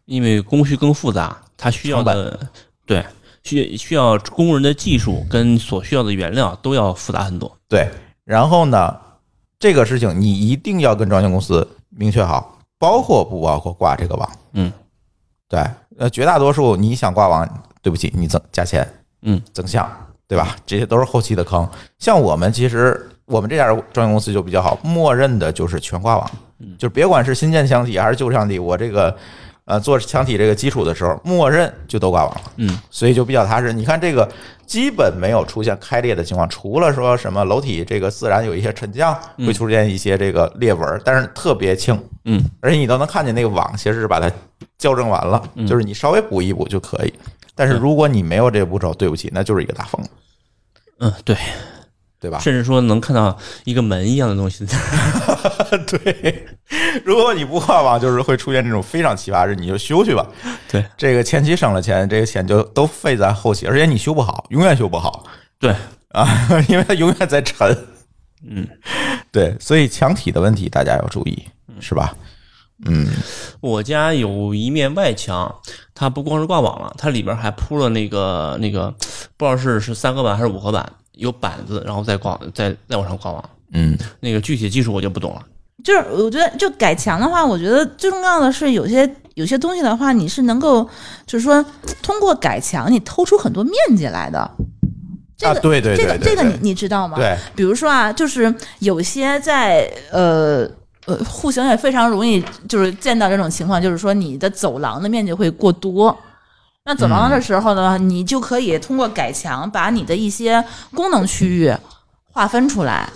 [SPEAKER 3] 因为工序更复杂，它需要的对需需要工人的技术跟所需要的原料都要复杂很多。
[SPEAKER 2] 对，然后呢，这个事情你一定要跟装修公司明确好，包括不包括挂这个网。
[SPEAKER 3] 嗯，
[SPEAKER 2] 对，呃，绝大多数你想挂网，对不起，你增加钱，
[SPEAKER 3] 嗯，
[SPEAKER 2] 增项，对吧？这些都是后期的坑。像我们其实我们这家装修公司就比较好，默认的就是全挂网，
[SPEAKER 3] 嗯
[SPEAKER 2] 就是别管是新建墙体还是旧墙体，我这个。呃，做墙体这个基础的时候，默认就都挂网了，
[SPEAKER 3] 嗯，
[SPEAKER 2] 所以就比较踏实。你看这个基本没有出现开裂的情况，除了说什么楼体这个自然有一些沉降，会出现一些这个裂纹，但是特别轻，
[SPEAKER 3] 嗯，
[SPEAKER 2] 而且你都能看见那个网其实是把它校正完了，
[SPEAKER 3] 嗯
[SPEAKER 2] 就是你稍微补一补就可以。但是如果你没有这个步骤，对不起，那就是一个大缝，
[SPEAKER 3] 嗯，对，
[SPEAKER 2] 啊对吧？
[SPEAKER 3] 甚至说能看到一个门一样的东西。 *laughs*
[SPEAKER 2] 对， *laughs* 如果你不挂网，就是会出现这种非常奇葩的事，你就修去吧。
[SPEAKER 3] 对
[SPEAKER 2] 这个前期省了钱，这个钱就都费在后期，而且你修不好，永远修不好
[SPEAKER 3] 对，
[SPEAKER 2] 啊， *laughs* 因为它永远在沉。嗯， *laughs* 对，所以墙体的问题大家要注意，是吧？嗯，
[SPEAKER 3] 我家有一面外墙，它不光是挂网了，它里边还铺了那个那个，不知道是是三合板还是五合板，有板子，然后再挂再再往上挂网。
[SPEAKER 2] 嗯，
[SPEAKER 3] 那个具体技术我就不懂了。
[SPEAKER 4] 就是我觉得就改墙的话，我觉得最重要的是有些有些东西的话，你是能够就是说通过改墙你偷出很多面积来的。这
[SPEAKER 2] 啊，
[SPEAKER 4] 个、
[SPEAKER 2] 对对对对，
[SPEAKER 4] 这个这个
[SPEAKER 2] 对
[SPEAKER 4] 你你知道吗？
[SPEAKER 2] 对，
[SPEAKER 4] 比如说啊，就是有些在呃。呃，户型也非常容易，就是见到这种情况，就是说你的走廊的面积会过多。那走廊的时候呢，你就可以通过改墙把你的一些功能区域划分出来。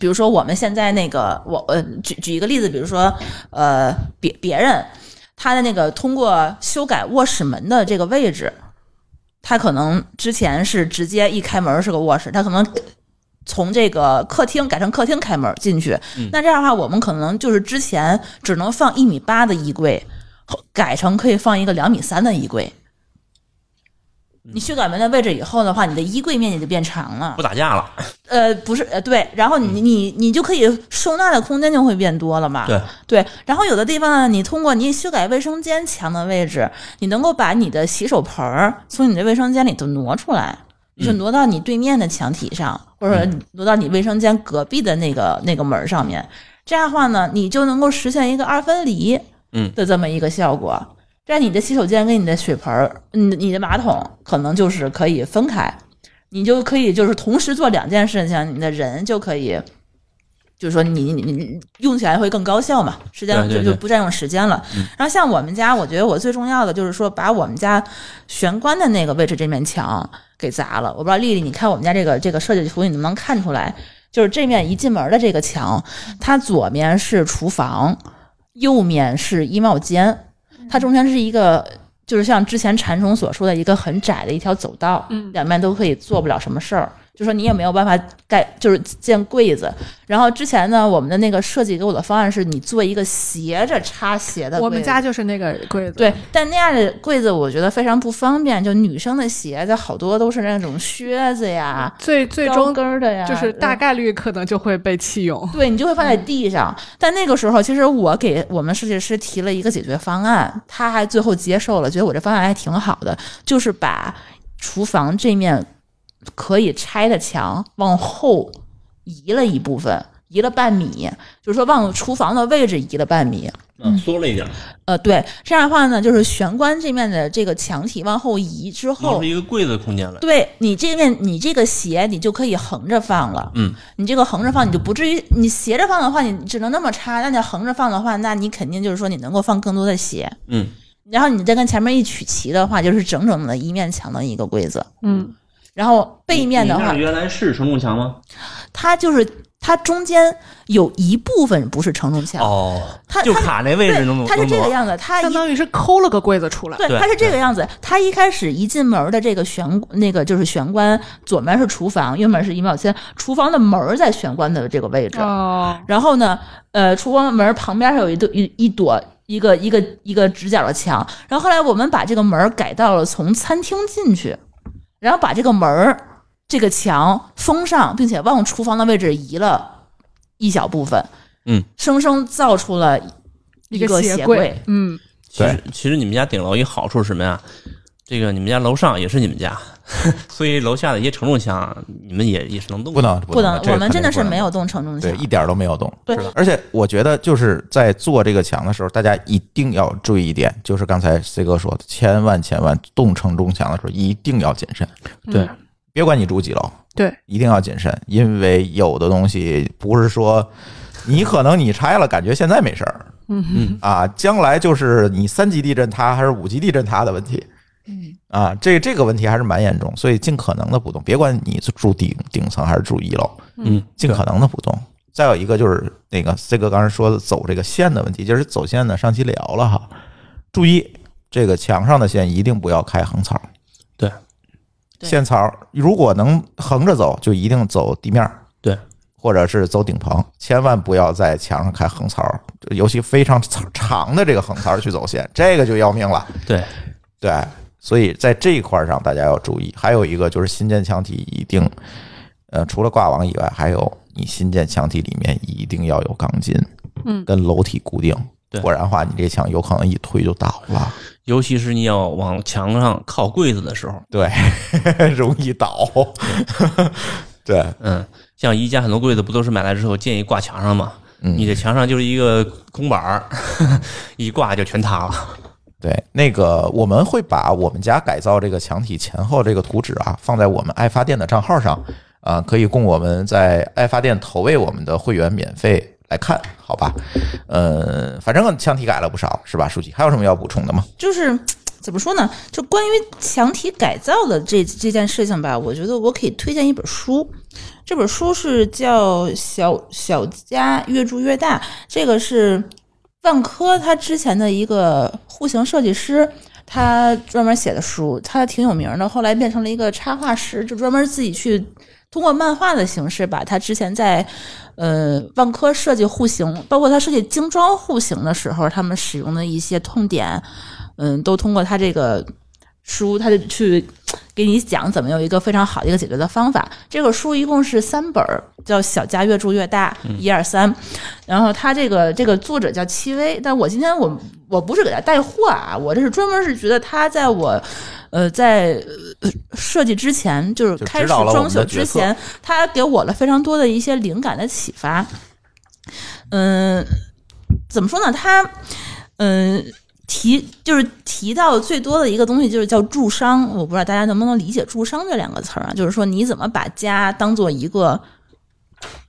[SPEAKER 4] 比如说我们现在那个，我呃举举一个例子，比如说呃别别人他的那个通过修改卧室门的这个位置，他可能之前是直接一开门是个卧室，他可能从这个客厅改成客厅开门进去。
[SPEAKER 3] 嗯
[SPEAKER 4] 那这样的话，我们可能就是之前只能放一米八的衣柜，后改成可以放一个两米三的衣柜。你修改门的位置以后的话，你的衣柜面积就变长
[SPEAKER 2] *laughs*
[SPEAKER 3] 嗯
[SPEAKER 4] 了
[SPEAKER 3] 不。打架了，嗯
[SPEAKER 4] 呃，不是，呃，对，然后你你你就可以收纳的空间就会变多了嘛。
[SPEAKER 3] 对
[SPEAKER 4] 对，然后有的地方呢，你通过你修改卫生间墙的位置，你能够把你的洗手盆儿从你的卫生间里头挪出来，就挪到你对面的墙体上，或者挪到你卫生间隔壁的那个那个门儿上面。这样的话呢，你就能够实现一个二分离，
[SPEAKER 1] 嗯
[SPEAKER 4] 的这么一个效果。这样你的洗手间跟你的水盆儿，你的你的马桶可能就是可以分开，你就可以就是同时做两件事情，你的人就可以，就是说你你你用起来会更高效嘛，时间
[SPEAKER 3] 对对
[SPEAKER 4] 就
[SPEAKER 3] 对嗯
[SPEAKER 4] 就不占用时间了。然后像我们家，我觉得我最重要的就是说把我们家玄关的那个位置这面墙给砸了。我不知道丽丽，你看我们家这个这个设计图，你能不能看出来？就是这面一进门的这个墙，
[SPEAKER 5] 嗯
[SPEAKER 4] 它左面是厨房，右面是衣帽间，
[SPEAKER 5] 嗯
[SPEAKER 4] 它中间是一个，就是像之前馋虫所说的一个很窄的一条走道，
[SPEAKER 5] 嗯
[SPEAKER 4] 两面都可以做不了什么事儿，就说你也没有办法盖，就是建柜子。然后之前呢，我们的那个设计给我的方案是你做一个斜着插斜的柜子，
[SPEAKER 5] 我们家就是那个柜子，
[SPEAKER 4] 对，但那样的柜子我觉得非常不方便，就女生的鞋子好多都是那种靴子呀、
[SPEAKER 5] 最最
[SPEAKER 4] 高
[SPEAKER 5] 终
[SPEAKER 4] 跟儿的呀，
[SPEAKER 5] 就是大
[SPEAKER 4] 嗯
[SPEAKER 5] 概率可能就会被弃用。
[SPEAKER 4] 对你就会放在地上。但那个时候，其实我给我们设计师提了一个解决方案，他还最后接受了，觉得我这方案还挺好的，就是把厨房这面可以拆的墙往后移了一部分。移了半米，就是说往厨房的位置移了半米。
[SPEAKER 3] 嗯，缩了一点，
[SPEAKER 4] 呃，对，这样的话呢，就是玄关这面的这个墙体往后移之
[SPEAKER 3] 挪
[SPEAKER 4] 后
[SPEAKER 3] 出，一个柜子的空间来。
[SPEAKER 4] 对你这面，你这个鞋你就可以横着放了。
[SPEAKER 1] 嗯，
[SPEAKER 4] 你这个横着放，你就不至于你斜着放的话，你只能那么插；那你横着放的话，那你肯定就是说你能够放更多的鞋。
[SPEAKER 1] 嗯，
[SPEAKER 4] 然后你再跟前面一取齐的话，就是整整的一面墙的一个柜子。
[SPEAKER 5] 嗯，
[SPEAKER 4] 然后背面的
[SPEAKER 3] 你那
[SPEAKER 4] 话
[SPEAKER 3] 儿，原来是承重墙吗？
[SPEAKER 4] 它就是它中间有一部分不是承重墙，
[SPEAKER 3] 哦，
[SPEAKER 4] 它
[SPEAKER 3] 就
[SPEAKER 4] 它
[SPEAKER 3] 卡那位
[SPEAKER 4] 对
[SPEAKER 3] 置能挪，
[SPEAKER 4] 它是这个
[SPEAKER 3] 能挪
[SPEAKER 4] 样子，它
[SPEAKER 5] 相
[SPEAKER 4] 一
[SPEAKER 5] 当于是抠了个柜子出来。
[SPEAKER 4] 对，
[SPEAKER 3] 对
[SPEAKER 4] 它是这个样子。它一开始一进门的这个玄那个就是玄关，左面是厨房，右面是衣帽间。厨房的门儿在玄关的这个位置。
[SPEAKER 5] 哦，
[SPEAKER 4] 然后呢，呃，厨房门旁边还有一朵一一朵一个一个一个直角的墙。然后后来我们把这个门儿改到了从餐厅进去，然后把这个门儿这个墙封上，并且往厨房的位置移了一小部分。
[SPEAKER 1] 嗯，
[SPEAKER 4] 生生造出了一
[SPEAKER 5] 个
[SPEAKER 4] 鞋
[SPEAKER 5] 柜，嗯，
[SPEAKER 3] 其实其实你们家顶楼一好处是什么呀？这个你们家楼上也是你们家， *laughs* 所以楼下的一些承重墙你们也也是能动
[SPEAKER 2] 不
[SPEAKER 3] 的。
[SPEAKER 2] 能
[SPEAKER 4] 不能，
[SPEAKER 2] 这个
[SPEAKER 4] 我们
[SPEAKER 2] 肯
[SPEAKER 4] 真的
[SPEAKER 2] 定
[SPEAKER 4] 是
[SPEAKER 2] 不能
[SPEAKER 4] 没有动承重墙
[SPEAKER 2] 对，，一点儿都没有动。
[SPEAKER 4] 对，
[SPEAKER 2] 而且我觉得就是在做这个墙的时候，大家一定要注意一点，就是刚才 C 哥说的，千万千万动承重墙的时候一定要谨慎，
[SPEAKER 3] 对，
[SPEAKER 4] 嗯
[SPEAKER 2] 别管你住几楼，
[SPEAKER 5] 嗯对，
[SPEAKER 2] 一定要谨慎，因为有的东西不是说你可能你拆了，感觉现在没事儿，嗯啊，将来就是你三级地震塌还是五级地震塌的问题。啊，这这个问题还是蛮严重，所以尽可能的不动，别管你是住顶顶层还是住一楼，
[SPEAKER 1] 嗯，
[SPEAKER 2] 尽可能的不动。再有一个就是那个 C 哥刚才说的走这个线的问题，就是走线呢，上期聊了哈，注意这个墙上的线一定不要开横槽，
[SPEAKER 3] 对，
[SPEAKER 4] 对
[SPEAKER 2] 线槽如果能横着走，就一定走地面，
[SPEAKER 3] 对，
[SPEAKER 2] 或者是走顶棚，千万不要在墙上开横槽，尤其非常长的这个横槽去走线，这个就要命了。
[SPEAKER 3] 对，
[SPEAKER 2] 对，所以在这一块儿上大家要注意。还有一个就是新建墙体一定，呃，除了挂网以外，还有你新建墙体里面一定要有钢筋，
[SPEAKER 5] 嗯
[SPEAKER 2] 跟楼体固定，
[SPEAKER 3] 对
[SPEAKER 2] 不然的话你这墙有可能一推就倒了，
[SPEAKER 3] 尤其是你要往墙上靠柜子的时候，
[SPEAKER 2] 对， *laughs* 容易倒， *laughs* 对，
[SPEAKER 3] 嗯，像宜家很多柜子不都是买来之后建议挂墙上吗？
[SPEAKER 2] 嗯
[SPEAKER 3] 你的墙上就是一个空板儿， *laughs* 一挂就全塌了。
[SPEAKER 2] 对，那个我们会把我们家改造这个墙体前后这个图纸啊，放在我们爱发电的账号上，啊、可以供我们在爱发电投喂我们的会员免费来看，好吧？呃，反正墙体改了不少，是吧？书记还有什么要补充的吗？
[SPEAKER 4] 就是怎么说呢？就关于墙体改造的这这件事情吧，我觉得我可以推荐一本书。这本书是叫《小小家越住越大》，这个是万科他之前的一个户型设计师，他专门写的书，他挺有名的。后来变成了一个插画师，就专门自己去通过漫画的形式，把他之前在呃万科设计户型，包括他设计精装户型的时候，他们使用的一些痛点，嗯，都通过他这个书，他就去给你讲怎么有一个非常好的一个解决的方法。这个书一共是三本儿，叫《小家越住越大》
[SPEAKER 2] 嗯
[SPEAKER 4] 一二三。然后他这个这个作者叫戚薇，但我今天我我不是给他带货啊，我这是专门是觉得他在我呃在呃设计之前，就是
[SPEAKER 2] 就
[SPEAKER 4] 开
[SPEAKER 2] 指
[SPEAKER 4] 始
[SPEAKER 2] 导了我
[SPEAKER 4] 装
[SPEAKER 2] 们
[SPEAKER 4] 修
[SPEAKER 2] 的角
[SPEAKER 4] 之
[SPEAKER 2] 色
[SPEAKER 4] 前，他给我了非常多的一些灵感的启发。嗯，怎么说呢？他嗯。提就是提到最多的一个东西，就是叫住商。我不知道大家能不能理解“住商”这两个词儿啊，就是说你怎么把家当做一个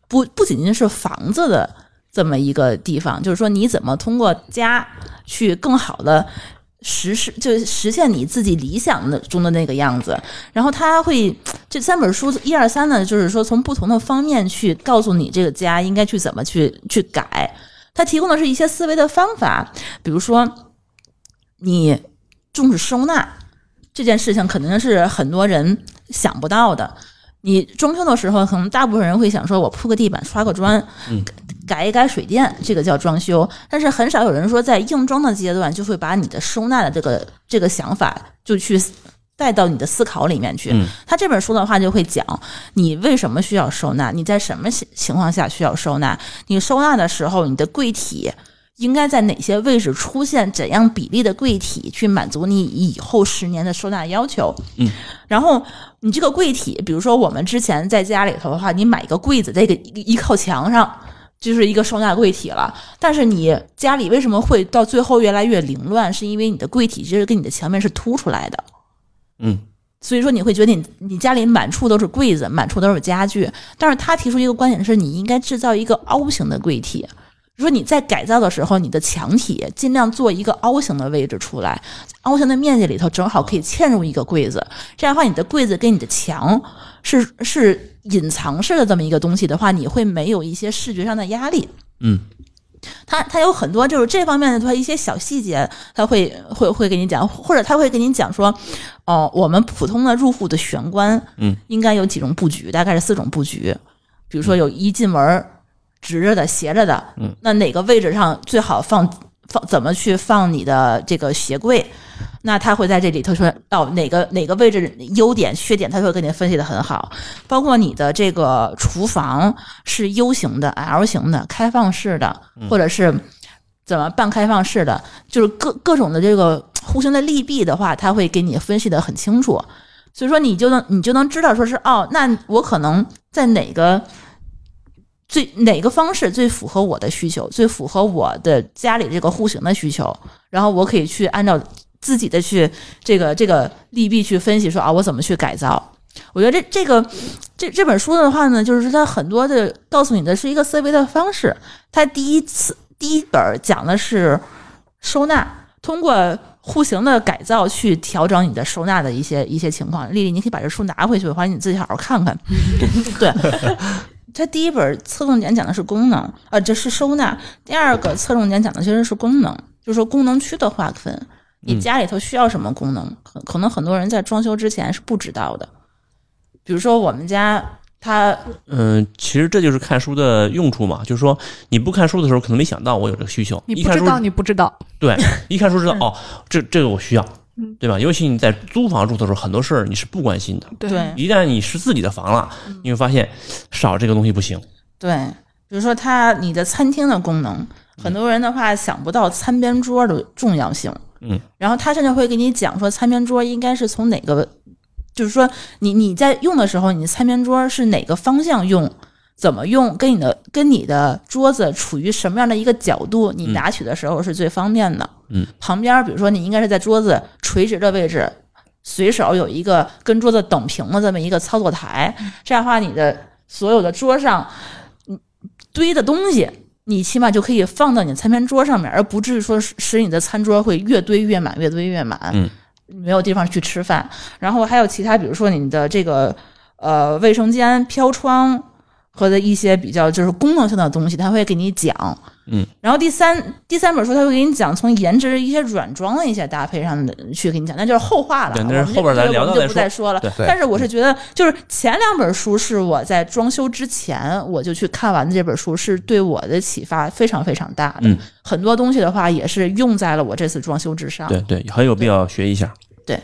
[SPEAKER 4] 不不仅仅是房子的这么一个地方，就是说你怎么通过家去更好的实施，就是实现你自己理想的中的那个样子。然后他会这三本书一二三呢，就是说从不同的方面去告诉你这个家应该去怎么去去改。他提供的是一些思维的方法，比如说你重视收纳这件事情，肯定是很多人想不到的。你装修的时候，可能大部分人会想说，我铺个地板，刷个砖，改一改水电，这个叫装修。但是很少有人说，在硬装的阶段，就会把你的收纳的这个这个想法就去带到你的思考里面去。
[SPEAKER 3] 嗯
[SPEAKER 4] 他这本书的话就会讲，你为什么需要收纳，你在什么情情况下需要收纳，你收纳的时候，你的柜体。应该在哪些位置出现怎样比例的柜体，去满足你以后十年的收纳要求？
[SPEAKER 3] 嗯，
[SPEAKER 4] 然后你这个柜体，比如说我们之前在家里头的话，你买一个柜子，这个一靠墙上就是一个收纳柜体了。但是你家里为什么会到最后越来越凌乱？是因为你的柜体就是跟你的墙面是凸出来的。
[SPEAKER 3] 嗯，
[SPEAKER 4] 所以说你会觉得你你家里满处都是柜子，满处都是家具。但是他提出一个观点是，你应该制造一个凹形的柜体。说你在改造的时候，你的墙体尽量做一个凹形的位置出来，凹形的面积里头正好可以嵌入一个柜子。这样的话，你的柜子跟你的墙是是隐藏式的这么一个东西的话，你会没有一些视觉上的压力。
[SPEAKER 3] 嗯，
[SPEAKER 4] 他他有很多就是这方面的他一些小细节，他会会会给你讲，或者他会给你讲说，哦，我们普通的入户的玄关，
[SPEAKER 3] 嗯，
[SPEAKER 4] 应该有几种布局，大概是四种布局，比如说有一进门儿直着的、斜着的，
[SPEAKER 3] 嗯，
[SPEAKER 4] 那哪个位置上最好放放怎么去放你的这个鞋柜？那他会在这里头说哦，哪个哪个位置优点、缺点，他会给你分析的很好。包括你的这个厨房是 U 型的、L 型的、开放式的，或者是怎么半开放式的，就是各各种的这个户型的利弊的话，他会给你分析的很清楚。所以说，你就能你就能知道，说是哦，那我可能在哪个最哪个方式最符合我的需求，最符合我的家里这个户型的需求，然后我可以去按照自己的去这个这个利弊去分析说啊，我怎么去改造。我觉得这这个这这本书的话呢，就是它很多的告诉你的是一个思维的方式。它第一次第一本儿讲的是收纳，通过户型的改造去调整你的收纳的一些一些情况。丽丽，你可以把这书拿回去，或者你自己好好看看。对，它第一本侧重点讲的是功能，呃，这是收纳；第二个侧重点讲的其实是功能，就是说功能区的划分。你家里头需要什么功能？可可能很多人在装修之前是不知道的。比如说我们家，它
[SPEAKER 3] 嗯，其实这就是看书的用处嘛，就是说你不看书的时候，可能没想到我有这个需求。
[SPEAKER 5] 你
[SPEAKER 3] 一
[SPEAKER 5] 不
[SPEAKER 3] 看
[SPEAKER 5] 知
[SPEAKER 3] 书，
[SPEAKER 5] 道，嗯你不知道，
[SPEAKER 3] 对，一看书知道哦，这这个我需要，
[SPEAKER 5] 嗯
[SPEAKER 3] 对吧？尤其你在租房住的时候，很多事儿你是不关心的。
[SPEAKER 4] 对
[SPEAKER 3] 一旦你是自己的房了，
[SPEAKER 5] 嗯
[SPEAKER 3] 你会发现少这个东西不行。
[SPEAKER 4] 对，比如说它你的餐厅的功能，很多人的话想不到餐边桌的重要性。
[SPEAKER 3] 嗯，
[SPEAKER 4] 然后他甚至会给你讲说，餐边桌应该是从哪个，就是说你你在用的时候，你的餐边桌是哪个方向用。怎么用？跟你的跟你的桌子处于什么样的一个角度，你
[SPEAKER 3] 嗯
[SPEAKER 4] 拿取的时候是最方便的。
[SPEAKER 3] 嗯，
[SPEAKER 4] 旁边儿比如说你应该是在桌子垂直的位置，随手有一个跟桌子等平的这么一个操作台，这样的话你的所有的桌上嗯堆的东西，你起码就可以放到你的餐边桌上面，而不至于说使使你的餐桌会越堆越满，越堆越满，
[SPEAKER 3] 嗯
[SPEAKER 4] 没有地方去吃饭。然后还有其他，比如说你的这个呃卫生间、飘窗和的一些比较就是功能性的东西，他会给你讲。
[SPEAKER 3] 嗯，
[SPEAKER 4] 然后第三第三本书，他会给你讲从颜值一些软装的一些搭配上的去给你讲，那就是后话了。
[SPEAKER 3] 对
[SPEAKER 4] 我
[SPEAKER 3] 那
[SPEAKER 4] 们
[SPEAKER 3] 是后边
[SPEAKER 4] 就
[SPEAKER 3] 咱聊
[SPEAKER 4] 我们
[SPEAKER 3] 到再
[SPEAKER 4] 就不
[SPEAKER 3] 说
[SPEAKER 4] 再说了。
[SPEAKER 3] 对
[SPEAKER 2] 对
[SPEAKER 4] 但是我是觉得，就是前两本书是我在装修之前我就去看完的这本书，是对我的启发非常非常大的。
[SPEAKER 3] 嗯
[SPEAKER 4] 很多东西的话也是用在了我这次装修之上。
[SPEAKER 3] 对对，很有必要学一下。
[SPEAKER 2] 对，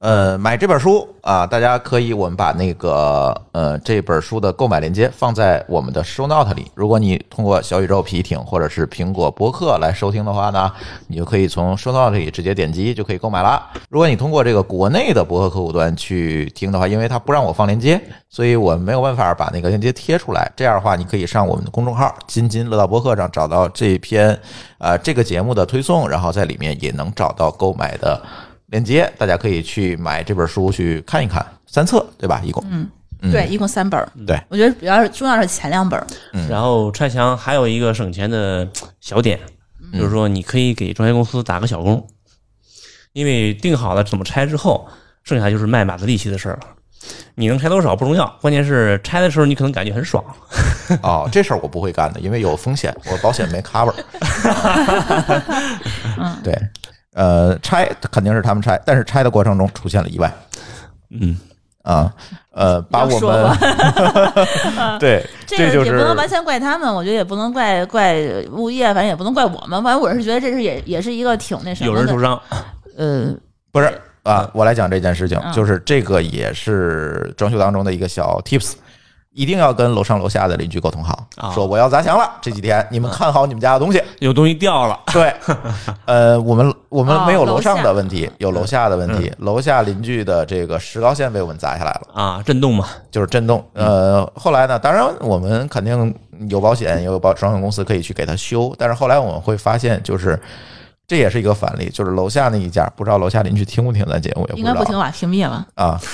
[SPEAKER 2] 呃，买这本书啊，大家可以，我们把那个呃这本书的购买链接放在我们的 show note 里。如果你通过小宇宙皮艇或者是苹果播客来收听的话呢，你就可以从 show note 里直接点击就可以购买啦。如果你通过这个国内的博客客户端去听的话，因为它不让我放链接，所以我没有办法把那个链接贴出来。这样的话，你可以上我们的公众号“津津乐道播客”上找到这篇呃这个节目的推送，然后在里面也能找到购买的。链接，大家可以去买这本书去看一看，三册对吧？一共，嗯，
[SPEAKER 4] 对，一共三本儿。
[SPEAKER 2] 对
[SPEAKER 4] 我觉得比较重要是前两本儿，
[SPEAKER 3] 然后拆墙还有一个省钱的小点，就是说你可以给装修公司打个小工，因为定好了怎么拆之后，剩下就是卖马子力气的事儿了。你能拆多少不重要，关键是拆的时候你可能感觉很爽。
[SPEAKER 2] *laughs* 哦，这事儿我不会干的，因为有风险，我保险没
[SPEAKER 4] *laughs*
[SPEAKER 2] cover。对，呃，拆肯定是他们拆，但是拆的过程中出现了意外
[SPEAKER 3] 嗯，
[SPEAKER 2] 啊，呃，把我
[SPEAKER 4] 要说
[SPEAKER 2] 们 *laughs*
[SPEAKER 4] *laughs*
[SPEAKER 2] 对，
[SPEAKER 4] 这个
[SPEAKER 2] 就
[SPEAKER 4] 也
[SPEAKER 2] 是
[SPEAKER 4] 不能完全怪他们，我觉得也不能怪怪物业，反正也不能怪我们，反正我是觉得这是也也是一个挺那什
[SPEAKER 3] *laughs* 有
[SPEAKER 4] 么
[SPEAKER 3] 人
[SPEAKER 4] 的
[SPEAKER 3] 受，伤，
[SPEAKER 4] 呃，
[SPEAKER 2] 不是啊，我来讲这件事情，
[SPEAKER 4] 嗯
[SPEAKER 2] 就是这个也是装修当中的一个小 tips。一定要跟楼上楼下的邻居沟通好，
[SPEAKER 3] 啊
[SPEAKER 2] 说我要砸墙了，这几天你们看好你们家的东西，
[SPEAKER 3] *laughs* 有东西掉了，
[SPEAKER 2] 对， *laughs* 呃，我们我们
[SPEAKER 4] 哦
[SPEAKER 2] 没有楼
[SPEAKER 4] 楼
[SPEAKER 2] 上
[SPEAKER 4] 下
[SPEAKER 2] 的问题，有楼下嗯的问题。楼下邻居的这个石膏线被我们砸下来了，
[SPEAKER 3] 啊，震动 *laughs* 嘛，
[SPEAKER 2] 就是震动。呃，后来呢，当然我们肯定有保险，也有保装修公司可以去给他修。但是后来我们会发现，就是这也是一个反例，就是楼下那一家，不知道楼下邻居听不听咱节目，也
[SPEAKER 4] 应该
[SPEAKER 2] 知道
[SPEAKER 4] 不听吧，屏蔽了。
[SPEAKER 2] 啊。 *laughs*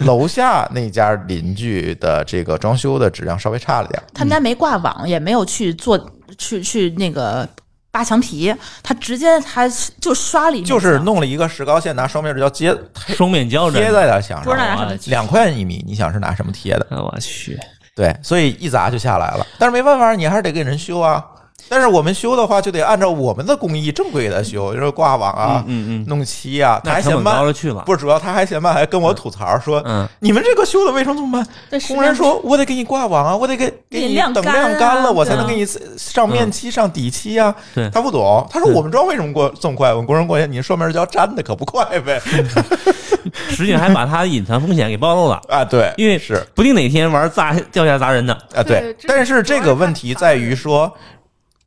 [SPEAKER 2] 楼下那家邻居的这个装修的质量稍微差了点
[SPEAKER 3] 嗯
[SPEAKER 2] 儿，
[SPEAKER 4] 他们家没挂网，也没有去做去去那个扒墙皮，他直接他就刷了一面墙，
[SPEAKER 2] 就是弄了一个石膏线，拿双面胶接
[SPEAKER 3] 双啊面胶
[SPEAKER 2] 贴
[SPEAKER 3] 粘。
[SPEAKER 2] 在他墙
[SPEAKER 4] 不知道
[SPEAKER 2] 上，
[SPEAKER 4] 拿什么
[SPEAKER 3] 我
[SPEAKER 4] 去
[SPEAKER 2] 哎两块钱一米，你想是拿什么贴的？
[SPEAKER 3] 啊我去，
[SPEAKER 2] 对，所以一砸就下来了。但是没办法，你还是得给人修啊。但是我们修的话，就得按照我们的工艺正规的修，就是挂网啊、
[SPEAKER 3] 嗯嗯嗯，
[SPEAKER 2] 弄漆啊。他
[SPEAKER 3] 那
[SPEAKER 2] 还
[SPEAKER 3] 成
[SPEAKER 2] 嫌
[SPEAKER 3] 本高
[SPEAKER 2] 慢，
[SPEAKER 3] 了去了。
[SPEAKER 2] 不是主要他还嫌慢，还跟我吐槽说：“
[SPEAKER 3] 嗯，
[SPEAKER 2] 你们这个修的为什么这么慢？”
[SPEAKER 4] 对时
[SPEAKER 2] 工人
[SPEAKER 4] 间
[SPEAKER 2] 说：“我得给你挂网啊，我得给给
[SPEAKER 4] 给你
[SPEAKER 2] 你
[SPEAKER 4] 晾
[SPEAKER 2] 等
[SPEAKER 4] 干啊
[SPEAKER 2] 晾干了，我才
[SPEAKER 4] 对啊
[SPEAKER 2] 能给你上面漆、上底漆啊。”
[SPEAKER 3] 嗯对
[SPEAKER 2] 他不懂，他说：“
[SPEAKER 3] 对
[SPEAKER 2] 我们装为什么过这么快？我们工人过去，你双面胶粘的可不快呗。
[SPEAKER 3] 嗯实际上还把他的隐藏风险给暴露了”，
[SPEAKER 2] 啊，对，
[SPEAKER 3] 因为
[SPEAKER 2] 是
[SPEAKER 3] 不定哪天玩砸掉下砸人呢。
[SPEAKER 2] 啊，
[SPEAKER 5] 对
[SPEAKER 2] 对，
[SPEAKER 5] 这
[SPEAKER 2] 但
[SPEAKER 5] 个
[SPEAKER 2] 是
[SPEAKER 5] 主
[SPEAKER 2] 这
[SPEAKER 5] 要
[SPEAKER 2] 个
[SPEAKER 5] 是
[SPEAKER 2] 问
[SPEAKER 5] 看
[SPEAKER 2] 题
[SPEAKER 5] 法
[SPEAKER 2] 在
[SPEAKER 5] 律
[SPEAKER 2] 于说，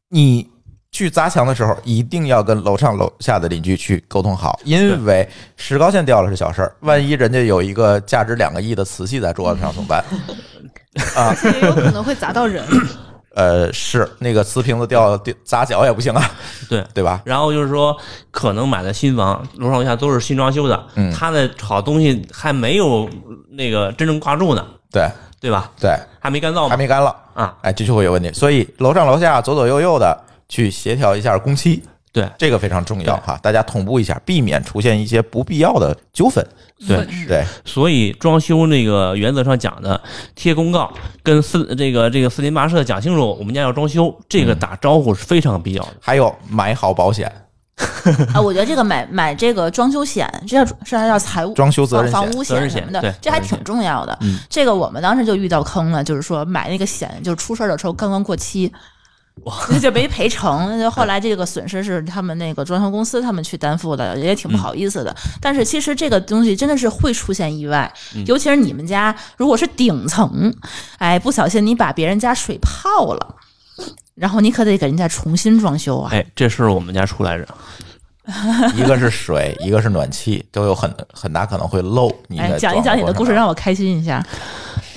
[SPEAKER 2] 你去砸墙的时候，一定要跟楼上楼下的邻居去沟通好，因为石膏线掉了是小事儿，万一人家有一个价值两个亿的瓷器在桌子上怎么办？
[SPEAKER 5] 而且也有可能会砸到人。
[SPEAKER 2] 呃，是那个瓷瓶子掉了，掉砸脚也不行啊，
[SPEAKER 3] 对，
[SPEAKER 2] *laughs* 对吧？
[SPEAKER 3] 然后就是说，可能买的新房，楼上楼下都是新装修的，
[SPEAKER 2] 嗯
[SPEAKER 3] 他的好东西还没有那个真正挂住呢，
[SPEAKER 2] 对
[SPEAKER 3] 对吧？
[SPEAKER 2] 对，
[SPEAKER 3] 还没干燥
[SPEAKER 2] 还
[SPEAKER 3] 嘛？
[SPEAKER 2] 没干了，
[SPEAKER 3] 啊，
[SPEAKER 2] 哎，这就会有问题。所以楼上楼下左左右右的去协调一下工期，
[SPEAKER 3] 对
[SPEAKER 2] 这个非常重要哈，大家同步一下，避免出现一些不必要的纠纷。
[SPEAKER 3] 对，
[SPEAKER 2] 对，
[SPEAKER 3] 所以装修那个原则上讲的，贴公告跟四这个这个四邻八舍讲清楚，我们家要装修，这
[SPEAKER 2] 嗯
[SPEAKER 3] 个打招呼是非常必要的。
[SPEAKER 2] 还有买好保
[SPEAKER 4] *laughs*
[SPEAKER 2] 险。
[SPEAKER 4] 啊，我觉得这个买买这个装修险，这叫这还叫财务
[SPEAKER 2] 装修责任
[SPEAKER 4] 房
[SPEAKER 2] 险
[SPEAKER 4] 房屋
[SPEAKER 3] 责任
[SPEAKER 4] 险什么
[SPEAKER 3] 险对
[SPEAKER 4] 的，这还
[SPEAKER 3] 责任
[SPEAKER 4] 挺
[SPEAKER 3] 险嗯
[SPEAKER 4] 重要的。这个我们当时就遇到坑了，就是说买那个险，就是出事儿的时候刚刚过期。那就没赔成，那就
[SPEAKER 3] 哎
[SPEAKER 4] 后来这个损失是他们那个装修公司他们去担负的，也挺
[SPEAKER 3] 嗯
[SPEAKER 4] 不好意思的。但是其实这个东西真的是会出现意外，
[SPEAKER 3] 嗯
[SPEAKER 4] 尤其是你们家如果是顶层，哎，不小心你把别人家水泡了，然后你可得给人家重新装修啊。
[SPEAKER 3] 哎，这事儿我们家出来着，
[SPEAKER 2] 一个是水，一个是暖气，都有很很大可能会漏。你
[SPEAKER 4] 哎，
[SPEAKER 2] 在
[SPEAKER 4] 讲一
[SPEAKER 2] 装
[SPEAKER 4] 讲你的
[SPEAKER 2] 过程
[SPEAKER 4] 故事，
[SPEAKER 2] 当中
[SPEAKER 4] 让我开心一下。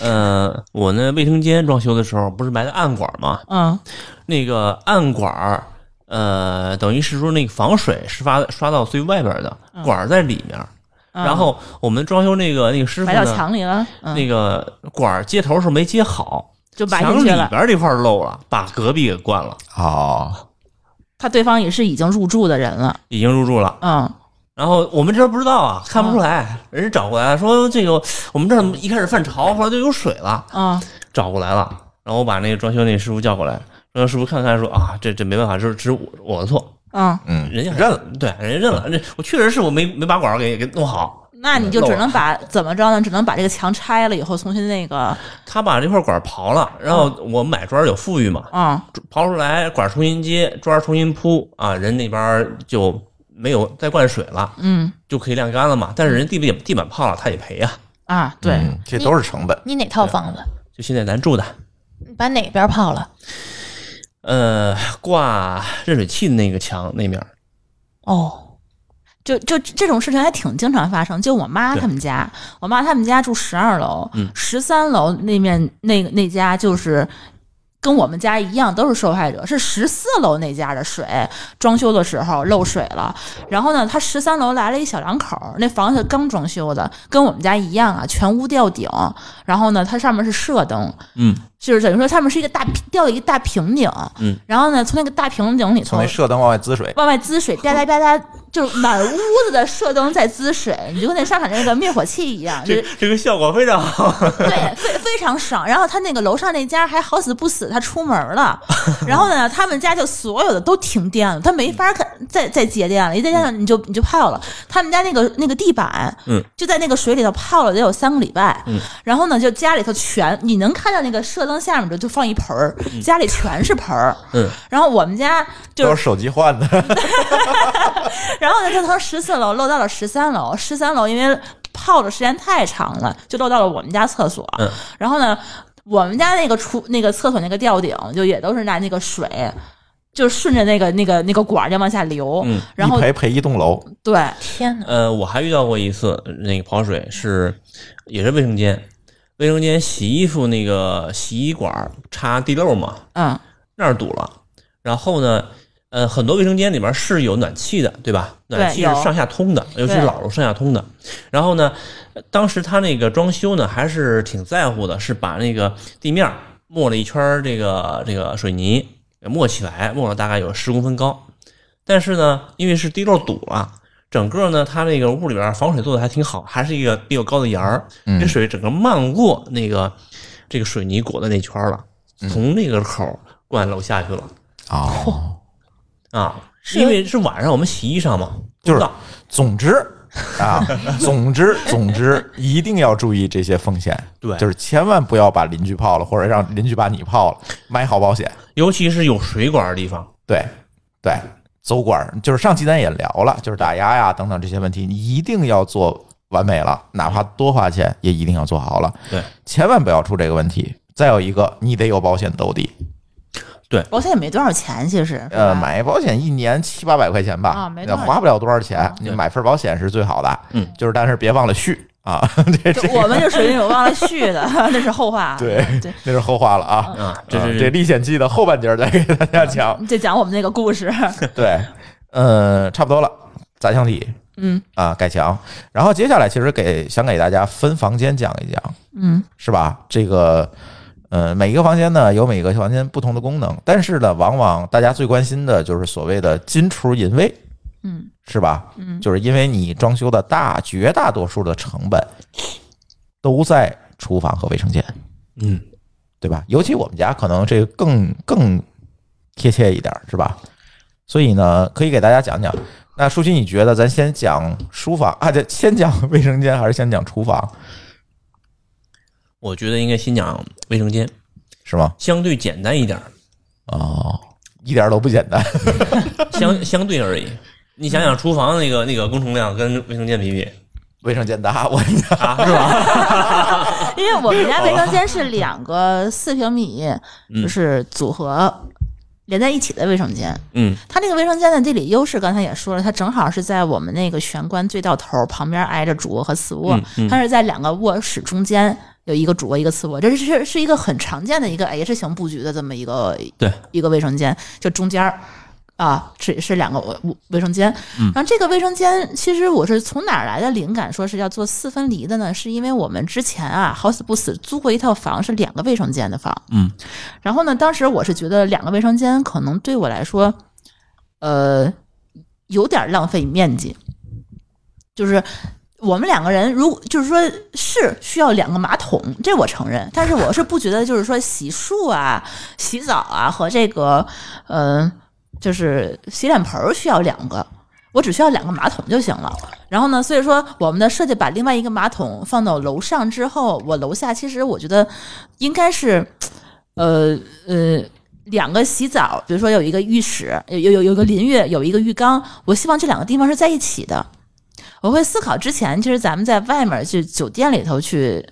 [SPEAKER 3] 呃，我那卫生间装修的时候不是埋的暗管吗？
[SPEAKER 4] 嗯，
[SPEAKER 3] 那个暗管儿，呃，等于是说那个防水是发刷到最外边儿的，管儿在里面儿。
[SPEAKER 4] 嗯
[SPEAKER 3] 然后我们装修那个那个师傅
[SPEAKER 4] 埋到
[SPEAKER 3] 呢，
[SPEAKER 4] 墙里了，嗯，
[SPEAKER 3] 那个管儿接头是没接好，
[SPEAKER 4] 就埋
[SPEAKER 3] 墙
[SPEAKER 4] 进
[SPEAKER 3] 里
[SPEAKER 4] 去
[SPEAKER 3] 边
[SPEAKER 4] 了。
[SPEAKER 3] 儿这块儿漏了，把隔壁给灌了，
[SPEAKER 2] 哦，
[SPEAKER 4] 他对方也是已经入住的人了，
[SPEAKER 3] 已经入住了。
[SPEAKER 4] 嗯，
[SPEAKER 3] 然后我们这不知道啊，看不出来，人家找过来说这个我们这儿怎么一开始泛潮，后来就有水了，
[SPEAKER 4] 嗯，
[SPEAKER 3] 找过来了。然后我把那个装修那师傅叫过来，让师傅看看说啊，这这没办法，这只是我我的错，
[SPEAKER 4] 嗯，
[SPEAKER 2] 嗯，
[SPEAKER 3] 人家还
[SPEAKER 2] 认了，，嗯
[SPEAKER 3] 对，人家认了。这我确实是我没没把管儿给给弄好，
[SPEAKER 4] 那你就只能把怎么着呢？只能把这个墙拆了以后重新那个，
[SPEAKER 3] 他把这块管儿刨了，然后我买砖儿有富裕嘛，
[SPEAKER 4] 嗯，
[SPEAKER 3] 刨出来管儿重新接，砖儿重新铺啊，人那边儿就没有再灌水了，
[SPEAKER 4] 嗯
[SPEAKER 3] 就可以晾干了嘛。但是人家地面地板泡了，他也赔呀、
[SPEAKER 4] 啊，对，
[SPEAKER 2] 嗯，这都是成本。
[SPEAKER 6] 你哪套房子？
[SPEAKER 3] 就现在咱住的，
[SPEAKER 6] 你把哪边泡了？
[SPEAKER 3] 呃，挂热水器的那个墙那面儿，
[SPEAKER 4] 哦。就就这种事情还挺经常发生，就我妈
[SPEAKER 3] 对
[SPEAKER 4] 他们家，我妈他们家住十二楼
[SPEAKER 3] 嗯，
[SPEAKER 4] 十三、楼那面那那家就是跟我们家一样都是受害者，是十四楼那家的水装修的时候漏水了，然后呢，他十三楼来了一小两口儿，那房子刚装修的，跟我们家一样啊，全屋吊顶，然后呢，它上面是射灯，
[SPEAKER 3] 嗯，
[SPEAKER 4] 就是等于说上面是一个大屏吊了一个大平顶，
[SPEAKER 3] 嗯，
[SPEAKER 4] 然后呢，从那个大平顶里头
[SPEAKER 2] 从那射灯往外滋水，
[SPEAKER 4] 往外滋水，吧嗒吧嗒，就是满屋子的射灯在滋水，你就跟那商场那个灭火器一样，就
[SPEAKER 3] 这
[SPEAKER 4] 是
[SPEAKER 3] 这个效果非常好。 *laughs*
[SPEAKER 4] 对，非非常爽。然后他那个楼上那家还好死不死，他出门了，然后呢，他们家就所有的都停电了，他没法看再再节电了，一节电了你就你就泡了。他们家那个那个地板，
[SPEAKER 3] 嗯，
[SPEAKER 4] 就在那个水里头泡了得有三个礼拜，嗯，然后呢，就家里头全你能看到那个射灯下面就就放一盆儿，家里全是盆儿，
[SPEAKER 3] 嗯，
[SPEAKER 4] 然后我们家就是
[SPEAKER 2] 都是手机换的，
[SPEAKER 4] 然后呢，就从十四楼漏到了十三楼，十三楼因为泡的时间太长了，就漏到了我们家厕所。
[SPEAKER 3] 嗯
[SPEAKER 4] 然后呢，我们家那个厨那个厕所那个吊顶，就也都是拿那个水。就顺着那个那个那个管儿就往下流，
[SPEAKER 3] 嗯
[SPEAKER 4] *laughs* 然后
[SPEAKER 2] 一赔赔一栋楼，
[SPEAKER 4] 对，
[SPEAKER 6] 天哪！
[SPEAKER 3] 呃，我还遇到过一次那个跑水是也是卫生间，卫生间洗衣服那个洗衣管儿插地漏嘛，
[SPEAKER 4] 嗯
[SPEAKER 3] 那儿堵了。然后呢，呃，很多卫生间里边是有暖气的，对吧？
[SPEAKER 4] 对
[SPEAKER 3] 暖气是
[SPEAKER 4] 有
[SPEAKER 3] 上下通的，尤其是
[SPEAKER 4] 对
[SPEAKER 3] 老楼上下通的。然后呢，呃当时他那个装修呢还是挺在乎的，是把那个地面儿抹了一圈儿这个这个水泥，给抹起来，抹了大概有十公分高。但是呢，因为是地漏堵了。整个呢，它那个屋里边防水做的还挺好，还是一个比较高的檐儿，
[SPEAKER 2] 嗯
[SPEAKER 3] 这水整个漫过那个这个水泥裹的那圈儿了，从那个口儿灌楼下去了。
[SPEAKER 2] 哦，
[SPEAKER 3] 啊，
[SPEAKER 6] 是
[SPEAKER 3] 因为是晚上我们洗衣裳嘛，
[SPEAKER 2] 就是
[SPEAKER 3] 不知道
[SPEAKER 2] 总之啊，总之 *laughs* 总之，一定要注意这些风险，
[SPEAKER 3] 对
[SPEAKER 2] 就是千万不要把邻居泡了，或者让邻居把你泡了，买好保险，
[SPEAKER 3] 尤其是有水管的地方，
[SPEAKER 2] 对对，走管儿就是上期咱也聊了，就是打压呀等等这些问题，你一定要做完美了，哪怕多花钱也一定要做好了，
[SPEAKER 3] 对，
[SPEAKER 2] 千万不要出这个问题。再有一个，你得有保险兜底，
[SPEAKER 4] 保险也没多少钱，其实，是
[SPEAKER 2] 呃，
[SPEAKER 4] 吧
[SPEAKER 2] 买保险一年七八百块钱吧，
[SPEAKER 4] 啊没
[SPEAKER 2] 那
[SPEAKER 4] 多少
[SPEAKER 2] 花不了多少钱
[SPEAKER 4] 啊，
[SPEAKER 2] 你
[SPEAKER 3] 对
[SPEAKER 2] 买份保险是最好的。
[SPEAKER 3] 嗯，
[SPEAKER 2] 就是但是别忘了续啊， *laughs* 这
[SPEAKER 4] *laughs* 就
[SPEAKER 2] 这
[SPEAKER 4] 我们就属于那种忘了续
[SPEAKER 2] *laughs*
[SPEAKER 4] 的，那是后话。
[SPEAKER 2] 对
[SPEAKER 4] 对，
[SPEAKER 2] 那是后话了啊。
[SPEAKER 3] 啊，
[SPEAKER 2] 啊
[SPEAKER 3] 这
[SPEAKER 2] 这
[SPEAKER 3] 是
[SPEAKER 2] 历险记的后半截儿再给大家讲。
[SPEAKER 4] 就讲我们那个故
[SPEAKER 2] *laughs*
[SPEAKER 4] 事，
[SPEAKER 2] 对，呃，差不多了，砸墙体
[SPEAKER 4] 嗯
[SPEAKER 2] 啊，改墙。然后接下来其实给想给大家分房间讲一讲，
[SPEAKER 4] 嗯，
[SPEAKER 2] 是吧？这个。呃，每一个房间呢有每个房间不同的功能，但是呢，往往大家最关心的就是所谓的金厨银卫，
[SPEAKER 4] 嗯
[SPEAKER 2] 是吧？
[SPEAKER 4] 嗯
[SPEAKER 2] 就是因为你装修的大绝大多数的成本都在厨房和卫生间，
[SPEAKER 3] 嗯，
[SPEAKER 2] 对吧？尤其我们家可能这个更更贴切一点，是吧？所以呢，可以给大家讲讲。那舒淇，你觉得咱先讲书房啊？这先讲卫生间还是先讲厨房？
[SPEAKER 3] 我觉得应该先讲卫生间，
[SPEAKER 2] 是吗？
[SPEAKER 3] 相对简单一点儿，
[SPEAKER 2] 哦，一点儿都不简单。 *laughs*
[SPEAKER 3] 相相对而已。你想想厨房那个那个工程量跟卫生间比比
[SPEAKER 2] 卫生间大，我跟你讲
[SPEAKER 3] 啊，是吧？
[SPEAKER 4] 因为我们家卫生间是两个四平米，
[SPEAKER 2] 嗯
[SPEAKER 4] 就是组合连在一起的卫生间。
[SPEAKER 3] 嗯，
[SPEAKER 4] 它那个卫生间的地理优势，刚才也说了，它正好是在我们那个玄关最到头，旁边挨着主卧和次卧，
[SPEAKER 3] 嗯嗯
[SPEAKER 4] 它是在两个卧室中间。有一个主卧，一个次卧，这是是是一个很常见的一个哎 H 型布局的这么一个
[SPEAKER 3] 对
[SPEAKER 4] 一个卫生间，就中间儿啊，是是两个卫卫生间。
[SPEAKER 3] 嗯
[SPEAKER 4] 然后这个卫生间，其实我是从哪儿来的灵感，说是要做四分离的呢？是因为我们之前啊，好死不死租过一套房，是两个卫生间的房。
[SPEAKER 3] 嗯，
[SPEAKER 4] 然后呢，当时我是觉得两个卫生间可能对我来说，呃，有点浪费面积，就是。我们两个人，如就是说是需要两个马桶，这我承认，但是我是不觉得就是说洗漱啊、洗澡啊和这个，嗯、就是洗脸盆儿需要两个，我只需要两个马桶就行了。然后呢，所以说我们的设计把另外一个马桶放到楼上之后，我楼下其实我觉得应该是，呃呃，两个洗澡，比如说有一个浴室，有有有有一个淋浴，有一个浴缸，我希望这两个地方是在一起的。我会思考之前，其实咱们在外面去酒店里头去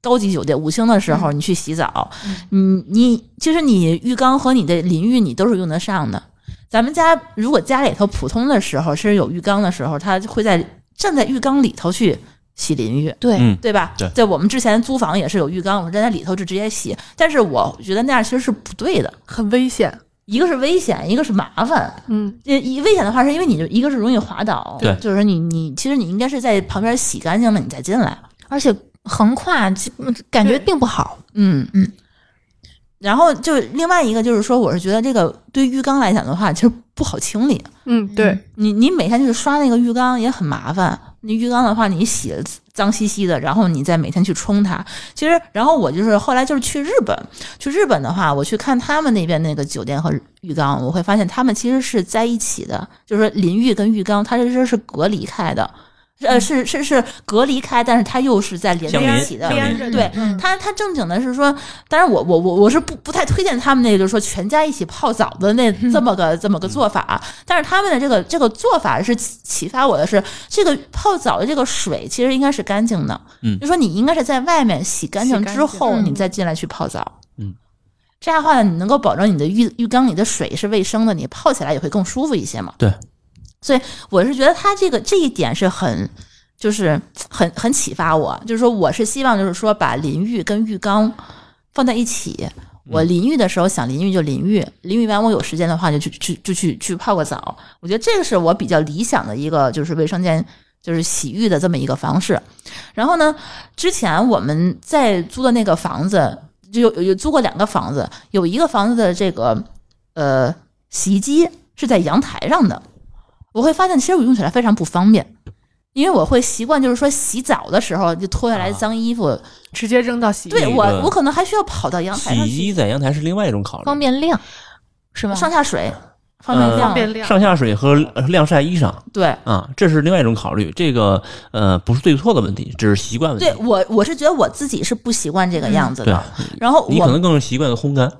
[SPEAKER 4] 高级酒店五星的时候，你去洗澡，嗯，你其实你浴缸和你的淋浴你都是用得上的。咱们家如果家里头普通的时候是有浴缸的时候，他会在站在浴缸里头去洗淋浴，
[SPEAKER 6] 对，
[SPEAKER 3] 嗯，
[SPEAKER 4] 对吧？
[SPEAKER 3] 对
[SPEAKER 4] 在我们之前租房也是有浴缸，我站在里头就直接洗，但是我觉得那样其实是不对的。
[SPEAKER 5] 很危险。
[SPEAKER 4] 一个是危险，一个是麻烦。
[SPEAKER 5] 嗯，
[SPEAKER 4] 呃，一危险的话，是因为你就一个是容易滑倒，
[SPEAKER 3] 对
[SPEAKER 4] 就是你你其实你应该是在旁边洗干净了你再进来。
[SPEAKER 6] 而且横跨嗯感觉
[SPEAKER 5] 对
[SPEAKER 6] 并不好。
[SPEAKER 4] 嗯
[SPEAKER 6] 嗯。
[SPEAKER 4] 然后就另外一个就是说，我是觉得这个对浴缸来讲的话，其实不好清理。
[SPEAKER 5] 嗯，对，
[SPEAKER 4] 你你每天就是刷那个浴缸也很麻烦。那浴缸的话，你洗得脏兮兮的，然后你再每天去冲它。其实，然后我就是后来就是去日本，去日本的话，我去看他们那边那个酒店和浴缸，我会发现他们其实是在一起的，就是说淋浴跟浴缸它其实是隔离开的，呃，是是是隔离开，但是它又是在连在
[SPEAKER 3] 相邻
[SPEAKER 4] 一起的，
[SPEAKER 3] 相邻
[SPEAKER 5] 着
[SPEAKER 4] 对
[SPEAKER 6] 嗯
[SPEAKER 4] 他他正经的是说，当然我我我我是不不太推荐他们那个，就是说全家一起泡澡的那这么个、这么个做法啊、但是他们的这个这个做法是启启发我的是，这个泡澡的这个水其实应该是干净的，
[SPEAKER 3] 嗯
[SPEAKER 4] 就说你应该是在外面洗干净
[SPEAKER 5] 洗干
[SPEAKER 4] 之
[SPEAKER 5] 净
[SPEAKER 4] 后，
[SPEAKER 6] 嗯
[SPEAKER 4] 你再进来去泡澡，
[SPEAKER 3] 嗯。
[SPEAKER 4] 这样的话，你能够保证你的浴浴缸里的水是卫生的，你泡起来也会更舒服一些嘛。
[SPEAKER 3] 对，
[SPEAKER 4] 所以我是觉得他这个这一点是很，就是很很启发我，就是说我是希望就是说把淋浴跟浴缸放在一起。
[SPEAKER 3] 嗯
[SPEAKER 4] 我淋浴的时候想淋浴就淋浴，淋浴完我有时间的话就去去就去去泡个澡。我觉得这个是我比较理想的一个就是卫生间就是洗浴的这么一个方式。然后呢，之前我们在租的那个房子就有有租过两个房子，有一个房子的这个呃洗衣机是在阳台上的，我会发现其实我用起来非常不方便。因为我会习惯，就是说洗澡的时候就脱下来
[SPEAKER 3] 啊
[SPEAKER 4] 脏衣服，
[SPEAKER 5] 直接扔到洗衣机。
[SPEAKER 4] 对
[SPEAKER 3] 那
[SPEAKER 4] 我
[SPEAKER 3] 个
[SPEAKER 4] 我可能还需要跑到阳台
[SPEAKER 3] 洗
[SPEAKER 4] 上
[SPEAKER 3] 衣机
[SPEAKER 4] 去
[SPEAKER 3] 在阳台是另外一种考虑，
[SPEAKER 6] 方便晾是吧？
[SPEAKER 4] 上下水，方便
[SPEAKER 3] 呃
[SPEAKER 4] 晾
[SPEAKER 5] 方便晾。
[SPEAKER 3] 上下水和呃晾晒衣裳
[SPEAKER 4] 对。
[SPEAKER 3] 啊，这是另外一种考虑。这个呃不是对错的问题，只是习惯问题
[SPEAKER 4] 对。我，我是觉得我自己是不习惯这个样子
[SPEAKER 3] 对
[SPEAKER 4] 的。，然后
[SPEAKER 3] 你
[SPEAKER 4] 我
[SPEAKER 3] 可能嗯更习惯烘干。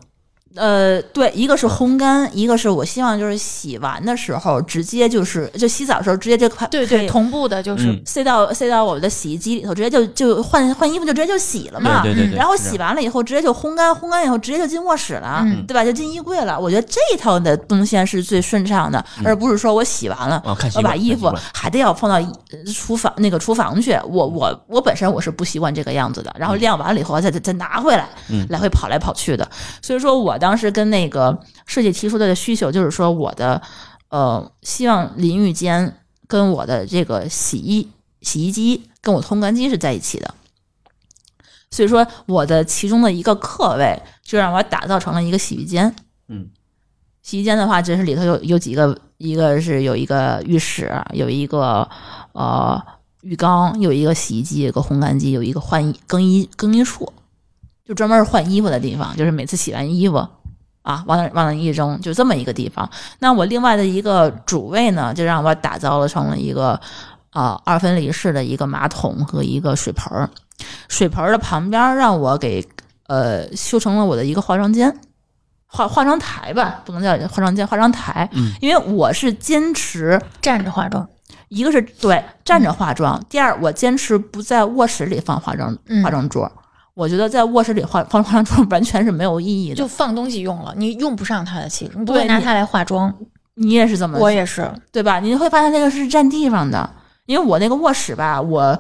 [SPEAKER 4] 呃，对，一个是烘干，一个是我希望就是洗完的时候直接就是就洗澡的时候直接就快
[SPEAKER 6] 对对，同步的就是
[SPEAKER 3] 嗯
[SPEAKER 4] 塞到塞到我的洗衣机里头，直接就就换换衣服就直接就洗了嘛。
[SPEAKER 3] 对对对对。
[SPEAKER 4] 嗯然后
[SPEAKER 3] 是这
[SPEAKER 4] 洗
[SPEAKER 3] 样
[SPEAKER 4] 完了以后，直接就烘干，烘干以后直接就进卧室了，
[SPEAKER 6] 嗯
[SPEAKER 4] 对吧？就进衣柜了。我觉得这一套的动线是最顺畅的，
[SPEAKER 3] 嗯
[SPEAKER 4] 而不是说我洗完了，
[SPEAKER 3] 啊，看习
[SPEAKER 4] 我
[SPEAKER 3] 惯，
[SPEAKER 4] 把衣
[SPEAKER 3] 看习
[SPEAKER 4] 服
[SPEAKER 3] 惯
[SPEAKER 4] 还得要放到呃厨房那个厨房去。我我我本身我是不习惯这个样子的，然后晾完了以后再再再拿回来，
[SPEAKER 3] 嗯
[SPEAKER 4] 来回跑来跑去的。所以说我当时跟那个设计提出的需求就是说，我的呃希望淋浴间跟我的这个洗衣洗衣机跟我烘干机是在一起的。所以说，我的其中的一个客位就让我打造成了一个洗浴间。
[SPEAKER 3] 嗯，
[SPEAKER 4] 洗衣间的话，就是里头有有几个，一个是有一个浴室，有一个呃浴缸，有一个洗衣机，有一个烘干机，有一个换衣更衣更衣处，就专门是换衣服的地方，就是每次洗完衣服啊，往那往那一扔，就这么一个地方。那我另外的一个主卫呢，就让我打造了成了一个呃二分离式的一个马桶和一个水盆儿，水盆儿的旁边儿让我给呃修成了我的一个化妆间。化化妆台吧，不能叫化妆间，化妆台，
[SPEAKER 3] 嗯
[SPEAKER 4] 因为我是坚持，
[SPEAKER 6] 站着化妆。
[SPEAKER 4] 一个是对站着化妆，第二我坚持不在卧室里放化妆
[SPEAKER 6] 嗯
[SPEAKER 4] 化妆桌，我觉得在卧室里化放化妆桌 *laughs* 完全是没有意义的。
[SPEAKER 6] 就放东西用了，你用不上它的，其实你不
[SPEAKER 4] 对
[SPEAKER 6] 会拿
[SPEAKER 4] 你
[SPEAKER 6] 它来化妆。
[SPEAKER 4] 你也是这么，
[SPEAKER 6] 我也是，
[SPEAKER 4] 对吧？你会发现这个是占地方的，因为我那个卧室吧，我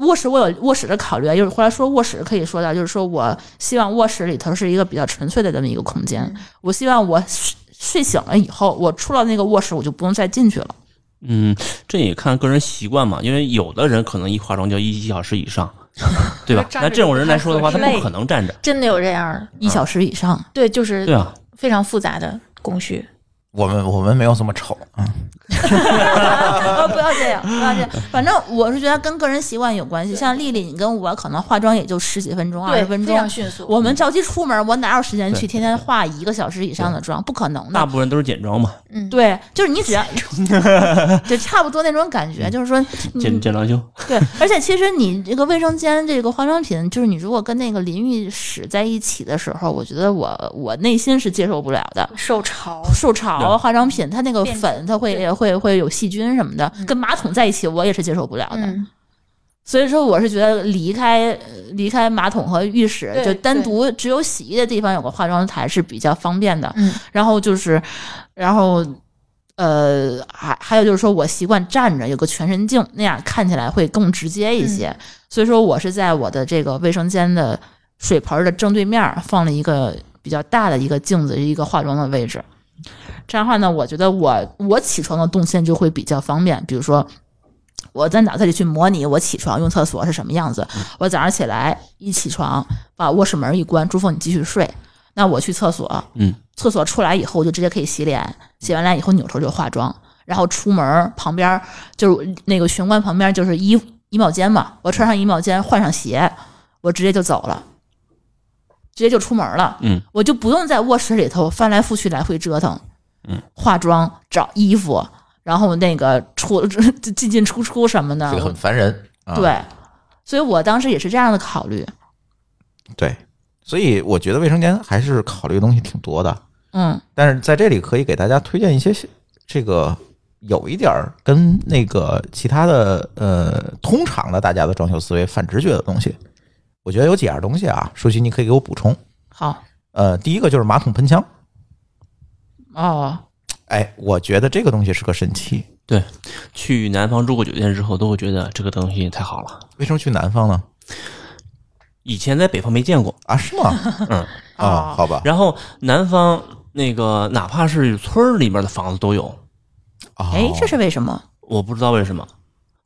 [SPEAKER 4] 卧室我有卧室的考虑，啊，就是后来说卧室可以说到，就是说我希望卧室里头是一个比较纯粹的这么一个空间，
[SPEAKER 6] 嗯
[SPEAKER 4] 我希望我睡睡醒了以后，我出了那个卧室，我就不用再进去了。
[SPEAKER 3] 嗯，这也看个人习惯嘛，因为有的人可能一化妆就要一小时以
[SPEAKER 4] *laughs*
[SPEAKER 3] 上，对吧？
[SPEAKER 5] 站着
[SPEAKER 3] 那这种人来说的话，
[SPEAKER 5] 就
[SPEAKER 3] 他
[SPEAKER 5] 不太
[SPEAKER 6] 合适
[SPEAKER 3] 不可能
[SPEAKER 4] 嗯
[SPEAKER 3] 站着，
[SPEAKER 6] 真的有这样儿，
[SPEAKER 4] 一小时以上，
[SPEAKER 6] 对，就是
[SPEAKER 3] 对啊，
[SPEAKER 6] 非常复杂的工序。
[SPEAKER 2] 我们我们没有这么丑啊，
[SPEAKER 4] *laughs* 哦不要这样，不要这样。反正我是觉得跟个人习惯有关系。像丽丽，你跟我可能化妆也就十几分钟、二
[SPEAKER 6] 对
[SPEAKER 4] 十，分
[SPEAKER 6] 非
[SPEAKER 4] 钟
[SPEAKER 6] 常。迅速。
[SPEAKER 4] 我们着急出门，我哪有时间去
[SPEAKER 2] 对
[SPEAKER 4] 天天化一个小时以上的妆？不可能
[SPEAKER 3] 大
[SPEAKER 4] 的。
[SPEAKER 3] 部分人都是简装嘛，
[SPEAKER 6] 嗯，
[SPEAKER 4] 对，就是你只要，就差不多那种感觉，就是说，
[SPEAKER 3] 简
[SPEAKER 4] 嗯，
[SPEAKER 3] 简装修。
[SPEAKER 4] 对。而且其实你这个卫生间这个化妆品，就是你如果跟那个淋浴室在一起的时候，我觉得我我内心是接受不了的。
[SPEAKER 6] 受潮，
[SPEAKER 4] 受潮
[SPEAKER 3] 对
[SPEAKER 4] 化妆品，它那个
[SPEAKER 6] 变质
[SPEAKER 4] 粉它会会会有细菌什么的，跟马桶在一起我也是接受不了的。
[SPEAKER 6] 嗯，
[SPEAKER 4] 所以说我是觉得离开离开马桶和浴室，
[SPEAKER 6] 对
[SPEAKER 4] 就单独只有洗衣的地方有个化妆台是比较方便的。
[SPEAKER 6] 嗯
[SPEAKER 4] 然后就是，然后呃，还还有就是说我习惯站着，有个全身镜，那样看起来会更直接一些。所以说我是在我的这个卫生间的水盆的正对面儿放了一个比较大的一个镜子，一个化妆的位置。这样的话呢，我觉得我我起床的动线就会比较方便，比如说。我在脑子里去模拟我起床用厕所是什么样子。我早上起来一起床，把卧室门一关，朱峰你继续睡。那我去厕所，
[SPEAKER 3] 嗯，
[SPEAKER 4] 厕所出来以后我就直接可以洗脸，洗完脸以后扭头就化妆，然后出门旁边儿就是那个玄关旁边就是衣衣帽间嘛，我穿上衣帽间，换上鞋，我直接就走了。直接就出门了，
[SPEAKER 3] 嗯，
[SPEAKER 4] 我就不用在卧室里头翻来覆去来回折腾，
[SPEAKER 3] 嗯，
[SPEAKER 4] 化妆找衣服，然后那个出 *laughs* 进进出出什么的，
[SPEAKER 2] 这个很烦人啊。
[SPEAKER 4] 对，所以我当时也是这样的考虑。
[SPEAKER 2] 对，所以我觉得卫生间还是考虑的东西挺多的。
[SPEAKER 4] 嗯，
[SPEAKER 2] 但是在这里可以给大家推荐一些这个有一点儿跟那个其他的呃通常的大家的装修思维反直觉的东西。我觉得有几样东西啊，舒淇你可以给我补充。
[SPEAKER 4] 好，
[SPEAKER 2] 呃，第一个就是马桶喷枪，
[SPEAKER 4] 哦，
[SPEAKER 2] 哎，我觉得这个东西是个神器。
[SPEAKER 3] 对，去南方住过酒店之后，都会觉得这个东西太好了。
[SPEAKER 2] 为什么去南方呢？
[SPEAKER 3] 以前在北方没见过，
[SPEAKER 2] 啊，是吗？
[SPEAKER 3] 嗯，
[SPEAKER 4] 哦
[SPEAKER 2] 啊，好吧，
[SPEAKER 3] 然后南方那个哪怕是村儿里面的房子都有，
[SPEAKER 2] 哦
[SPEAKER 4] 哎，这是为什么？
[SPEAKER 3] 我不知道为什么。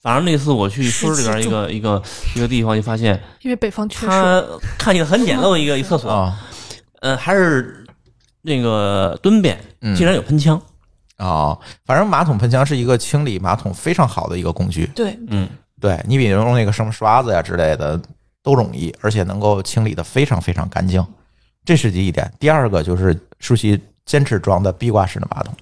[SPEAKER 3] 反正那次我去村儿里边一个一个一个地方，就发现
[SPEAKER 5] 因为北方缺水，
[SPEAKER 3] 它看起来很简陋的一个一厕所，
[SPEAKER 2] 啊
[SPEAKER 3] 呃，还是那个蹲便，
[SPEAKER 2] 嗯
[SPEAKER 3] 竟然有喷枪，
[SPEAKER 2] 啊，反正马桶喷枪是一个清理马桶非常好的一个工具。
[SPEAKER 6] 对，
[SPEAKER 3] 嗯，
[SPEAKER 2] 对你比用那个什么刷子呀之类的都容易，而且能够清理的非常非常干净，这是第一点。第二个就是舒淇坚持装的壁挂式的马桶，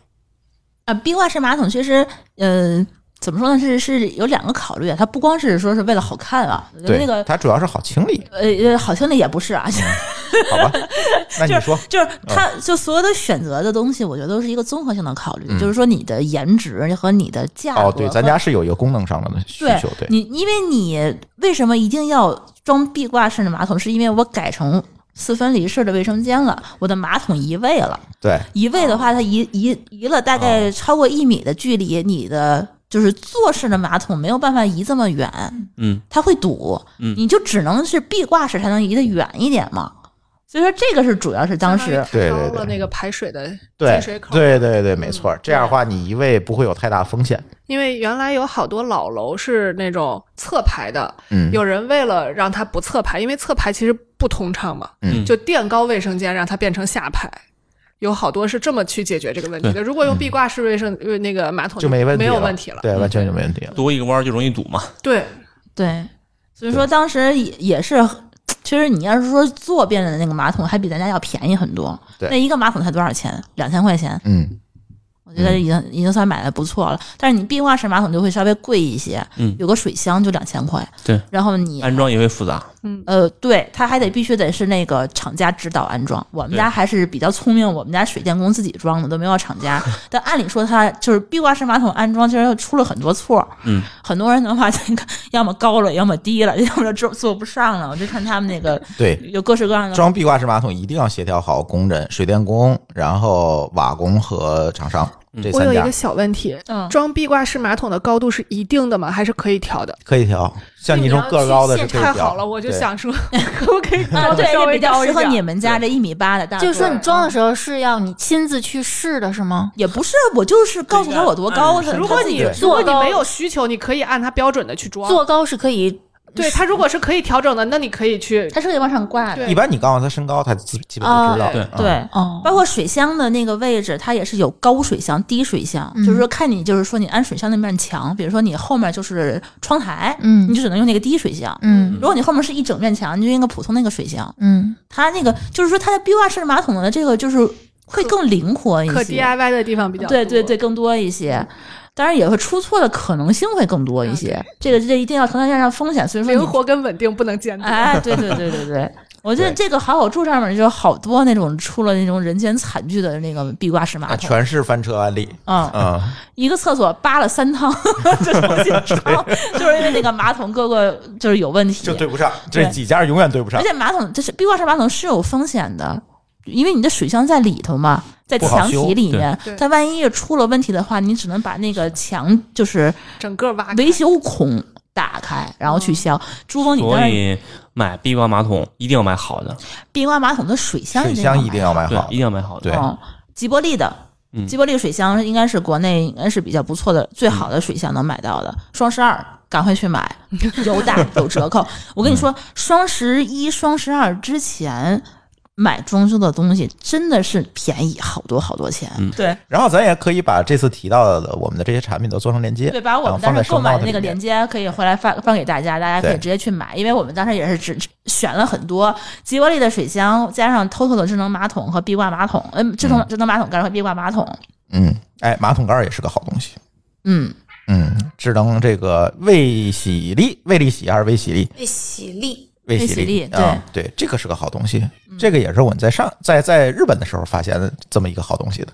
[SPEAKER 4] 啊，壁挂式马桶其实，嗯、怎么说呢？是是有两个考虑啊，它不光是说是为了好看啊，我觉得那个
[SPEAKER 2] 它主要是好清理，
[SPEAKER 4] 呃呃，好听的也不是啊，
[SPEAKER 2] 嗯
[SPEAKER 4] 就
[SPEAKER 2] 好吧？那你说，
[SPEAKER 4] 就是它就所有的选择的东西，我觉得都是一个综合性的考虑，
[SPEAKER 2] 嗯
[SPEAKER 4] 就是说你的颜值和你的价格
[SPEAKER 2] 哦，对，咱
[SPEAKER 4] 和
[SPEAKER 2] 家是有一个功能上的需
[SPEAKER 4] 对
[SPEAKER 2] 求，对，
[SPEAKER 4] 你，因为你为什么一定要装壁挂式的马桶？是因为我改成四分离式的卫生间了，我的马桶移位了。
[SPEAKER 2] 对，
[SPEAKER 4] 移位的话，它移移移了大概超过一米的距离，你的就是坐式的马桶没有办法移这么远，
[SPEAKER 3] 嗯，
[SPEAKER 4] 它会堵，
[SPEAKER 3] 嗯
[SPEAKER 4] 你就只能是壁挂式才能移得远一点嘛。所以说这个是主要是当时
[SPEAKER 5] 相当于
[SPEAKER 2] 对对
[SPEAKER 5] 开
[SPEAKER 2] 对
[SPEAKER 5] 高了那个排水的
[SPEAKER 2] 对
[SPEAKER 5] 进水，口，
[SPEAKER 2] 对，对，对，没错。这样的话，你移位不会有太大风险。
[SPEAKER 5] 因为原来有好多老楼是那种侧排的，
[SPEAKER 2] 嗯，
[SPEAKER 5] 有人为了让它不侧排，因为侧排其实不通畅嘛，
[SPEAKER 2] 嗯
[SPEAKER 5] 就垫高卫生间让它变成下排。有好多是这么去解决这个问题的。如果用壁挂式卫生呃那个马桶
[SPEAKER 2] 嗯就没问题，
[SPEAKER 5] 没有问题了。
[SPEAKER 2] 对，完全就没问题了。
[SPEAKER 3] 嗯多一个弯儿就容易堵嘛。
[SPEAKER 5] 对，
[SPEAKER 4] 对，所以说当时也也是，其实你要是说坐便的那个马桶，还比咱家要便宜很多。
[SPEAKER 2] 对
[SPEAKER 4] 那一个马桶才多少钱？两千块钱，
[SPEAKER 2] 嗯，
[SPEAKER 4] 我觉得已经、已经算买的不错了。但是你壁挂式马桶就会稍微贵一些，
[SPEAKER 3] 嗯
[SPEAKER 4] 有个水箱就两千块，
[SPEAKER 3] 对，
[SPEAKER 4] 然后你
[SPEAKER 3] 安装也会复杂，
[SPEAKER 4] 呃，对，它还得必须得是那个厂家指导安装。我们
[SPEAKER 3] 对
[SPEAKER 4] 家还是比较聪明，我们家水电工自己装的，都没有厂
[SPEAKER 5] *laughs*
[SPEAKER 4] 家。但按理说，它就是壁挂式马桶安装，其实出了很多错。
[SPEAKER 3] 嗯，
[SPEAKER 4] 很多人的话，这个要么高了，要么低了，要么就做不上了。我就看他们那个
[SPEAKER 2] 对，
[SPEAKER 4] 有各式各样的。
[SPEAKER 2] 装壁挂式马桶一定要协调好工人、水电工，然后瓦工和厂商这
[SPEAKER 5] 我有
[SPEAKER 2] 三
[SPEAKER 5] 一
[SPEAKER 2] 家
[SPEAKER 5] 个小问题，
[SPEAKER 4] 嗯
[SPEAKER 5] 装壁挂式马桶的高度是一定的吗？还是可以调的？
[SPEAKER 2] 可以调。像你这种个儿高的是可以
[SPEAKER 5] 太
[SPEAKER 2] 调。
[SPEAKER 5] 好了，我就
[SPEAKER 2] 对
[SPEAKER 5] 想 *laughs* 说，可不可以
[SPEAKER 4] 啊，
[SPEAKER 5] 高
[SPEAKER 4] 对
[SPEAKER 5] 的，稍
[SPEAKER 4] 这
[SPEAKER 5] 微
[SPEAKER 4] 比较
[SPEAKER 5] 高
[SPEAKER 4] 适
[SPEAKER 5] 一
[SPEAKER 4] 合你
[SPEAKER 5] 点？
[SPEAKER 4] 们家这一米八的大个儿。
[SPEAKER 6] 就是说你装的时候是要你亲自去试的，是吗？
[SPEAKER 4] 也不是，我就是告诉他我多高，他
[SPEAKER 5] 嗯如果
[SPEAKER 4] 他自己
[SPEAKER 5] 你
[SPEAKER 4] 就
[SPEAKER 5] 如果
[SPEAKER 6] 做
[SPEAKER 5] 你
[SPEAKER 6] 高
[SPEAKER 5] 没有需求，你可以按它标准的去装。
[SPEAKER 6] 做高是可以
[SPEAKER 5] 对它如果是可以调整的，那你可以去
[SPEAKER 4] 它是可以往上挂的。
[SPEAKER 5] 对
[SPEAKER 2] 一般你告诉他身高，他自基本就知道。
[SPEAKER 5] 哦对
[SPEAKER 2] 啊
[SPEAKER 4] 对，
[SPEAKER 6] 哦，
[SPEAKER 4] 包括水箱的那个位置，它也是有高水箱、低水箱，
[SPEAKER 6] 嗯
[SPEAKER 4] 就是说看你就是说你安水箱那面墙，比如说你后面就是窗台，
[SPEAKER 6] 嗯
[SPEAKER 4] 你就只能用那个低水箱。
[SPEAKER 6] 嗯
[SPEAKER 4] 如果你后面是一整面墙，你就用一个普通那个水箱。
[SPEAKER 6] 嗯
[SPEAKER 4] 它那个就是说它的壁挂式马桶的这个就是会更灵活一
[SPEAKER 5] 可
[SPEAKER 4] 些，
[SPEAKER 5] DIY 的地方比较多
[SPEAKER 4] 对对对，，更多一些。当然也会出错的可能性会更多一些，这个这一定要承担一下风险，所以说
[SPEAKER 5] 灵
[SPEAKER 4] 你
[SPEAKER 5] 活跟稳定不能兼得。
[SPEAKER 4] *laughs* 哎，对对对
[SPEAKER 2] *laughs*
[SPEAKER 4] 对对，我觉得
[SPEAKER 2] 对
[SPEAKER 4] 这个好好住上面就有好多那种出了那种人间惨剧的那个壁挂式马
[SPEAKER 2] 啊，
[SPEAKER 4] 桶，
[SPEAKER 2] 全是翻车
[SPEAKER 4] *laughs*
[SPEAKER 2] 案例
[SPEAKER 4] 嗯，
[SPEAKER 2] 啊！
[SPEAKER 4] 一个厕所扒了三趟 *laughs* 就重新装， *laughs* 就是因为那个马桶各个就是有问题
[SPEAKER 2] 就，对不上，这
[SPEAKER 4] 对
[SPEAKER 2] 几家永远对不上
[SPEAKER 4] 而，且马桶就是壁挂式马桶是有风险的。因为你的水箱在里头嘛，在
[SPEAKER 2] 不好
[SPEAKER 4] 墙
[SPEAKER 2] 修
[SPEAKER 4] 体里面
[SPEAKER 5] 对，对
[SPEAKER 4] 它万一出了问题的话，你只能把那个墙就是
[SPEAKER 5] 整个挖开
[SPEAKER 4] 维修孔打开，然后
[SPEAKER 2] 嗯
[SPEAKER 4] 去消。珠峰，你当
[SPEAKER 3] 所
[SPEAKER 4] 然
[SPEAKER 3] 以买壁挂马桶一定要买好的，
[SPEAKER 4] 壁挂马桶的水箱
[SPEAKER 2] 水箱一定要
[SPEAKER 4] 买
[SPEAKER 2] 买
[SPEAKER 3] 对，
[SPEAKER 2] 好
[SPEAKER 3] 一。定要买好的。
[SPEAKER 2] 对
[SPEAKER 4] 嗯，吉伯利的。
[SPEAKER 3] 嗯
[SPEAKER 4] 吉伯利水箱应该是国内应该是比较不错的、最好的水箱能买到的。双十二赶快去买，有打有折
[SPEAKER 2] *laughs*
[SPEAKER 4] 扣。我跟你说，双十一、双十二之前买装修的东西真的是便宜好多好多钱。
[SPEAKER 3] 嗯
[SPEAKER 4] 对
[SPEAKER 2] 然后咱也可以把这次提到的我们的这些产品都做成链接，
[SPEAKER 4] 对，把我
[SPEAKER 2] 然后
[SPEAKER 4] 们
[SPEAKER 2] 放
[SPEAKER 4] 当
[SPEAKER 2] 在
[SPEAKER 4] 时购买的
[SPEAKER 2] show note
[SPEAKER 4] 那个
[SPEAKER 2] 里面
[SPEAKER 4] 链接可以回来发发给大家，大家可以
[SPEAKER 2] 对
[SPEAKER 4] 直接去买，因为我们当时也是只只选了很多吉伯利的水箱，加上 TOTO 的智能马桶和壁挂马桶，嗯、智能智能马桶盖和壁挂马桶，
[SPEAKER 2] 嗯，哎，马桶盖儿也是个好东西。
[SPEAKER 4] 嗯。
[SPEAKER 2] 嗯，智能这个卫洗力，卫力洗还是卫洗力？
[SPEAKER 6] 被洗力，
[SPEAKER 2] 卫
[SPEAKER 4] 洗
[SPEAKER 2] 力
[SPEAKER 4] 力嗯
[SPEAKER 2] 啊，对，这个是个好东西，这个也是我在上在在日本的时候发现的这么一个好东西的。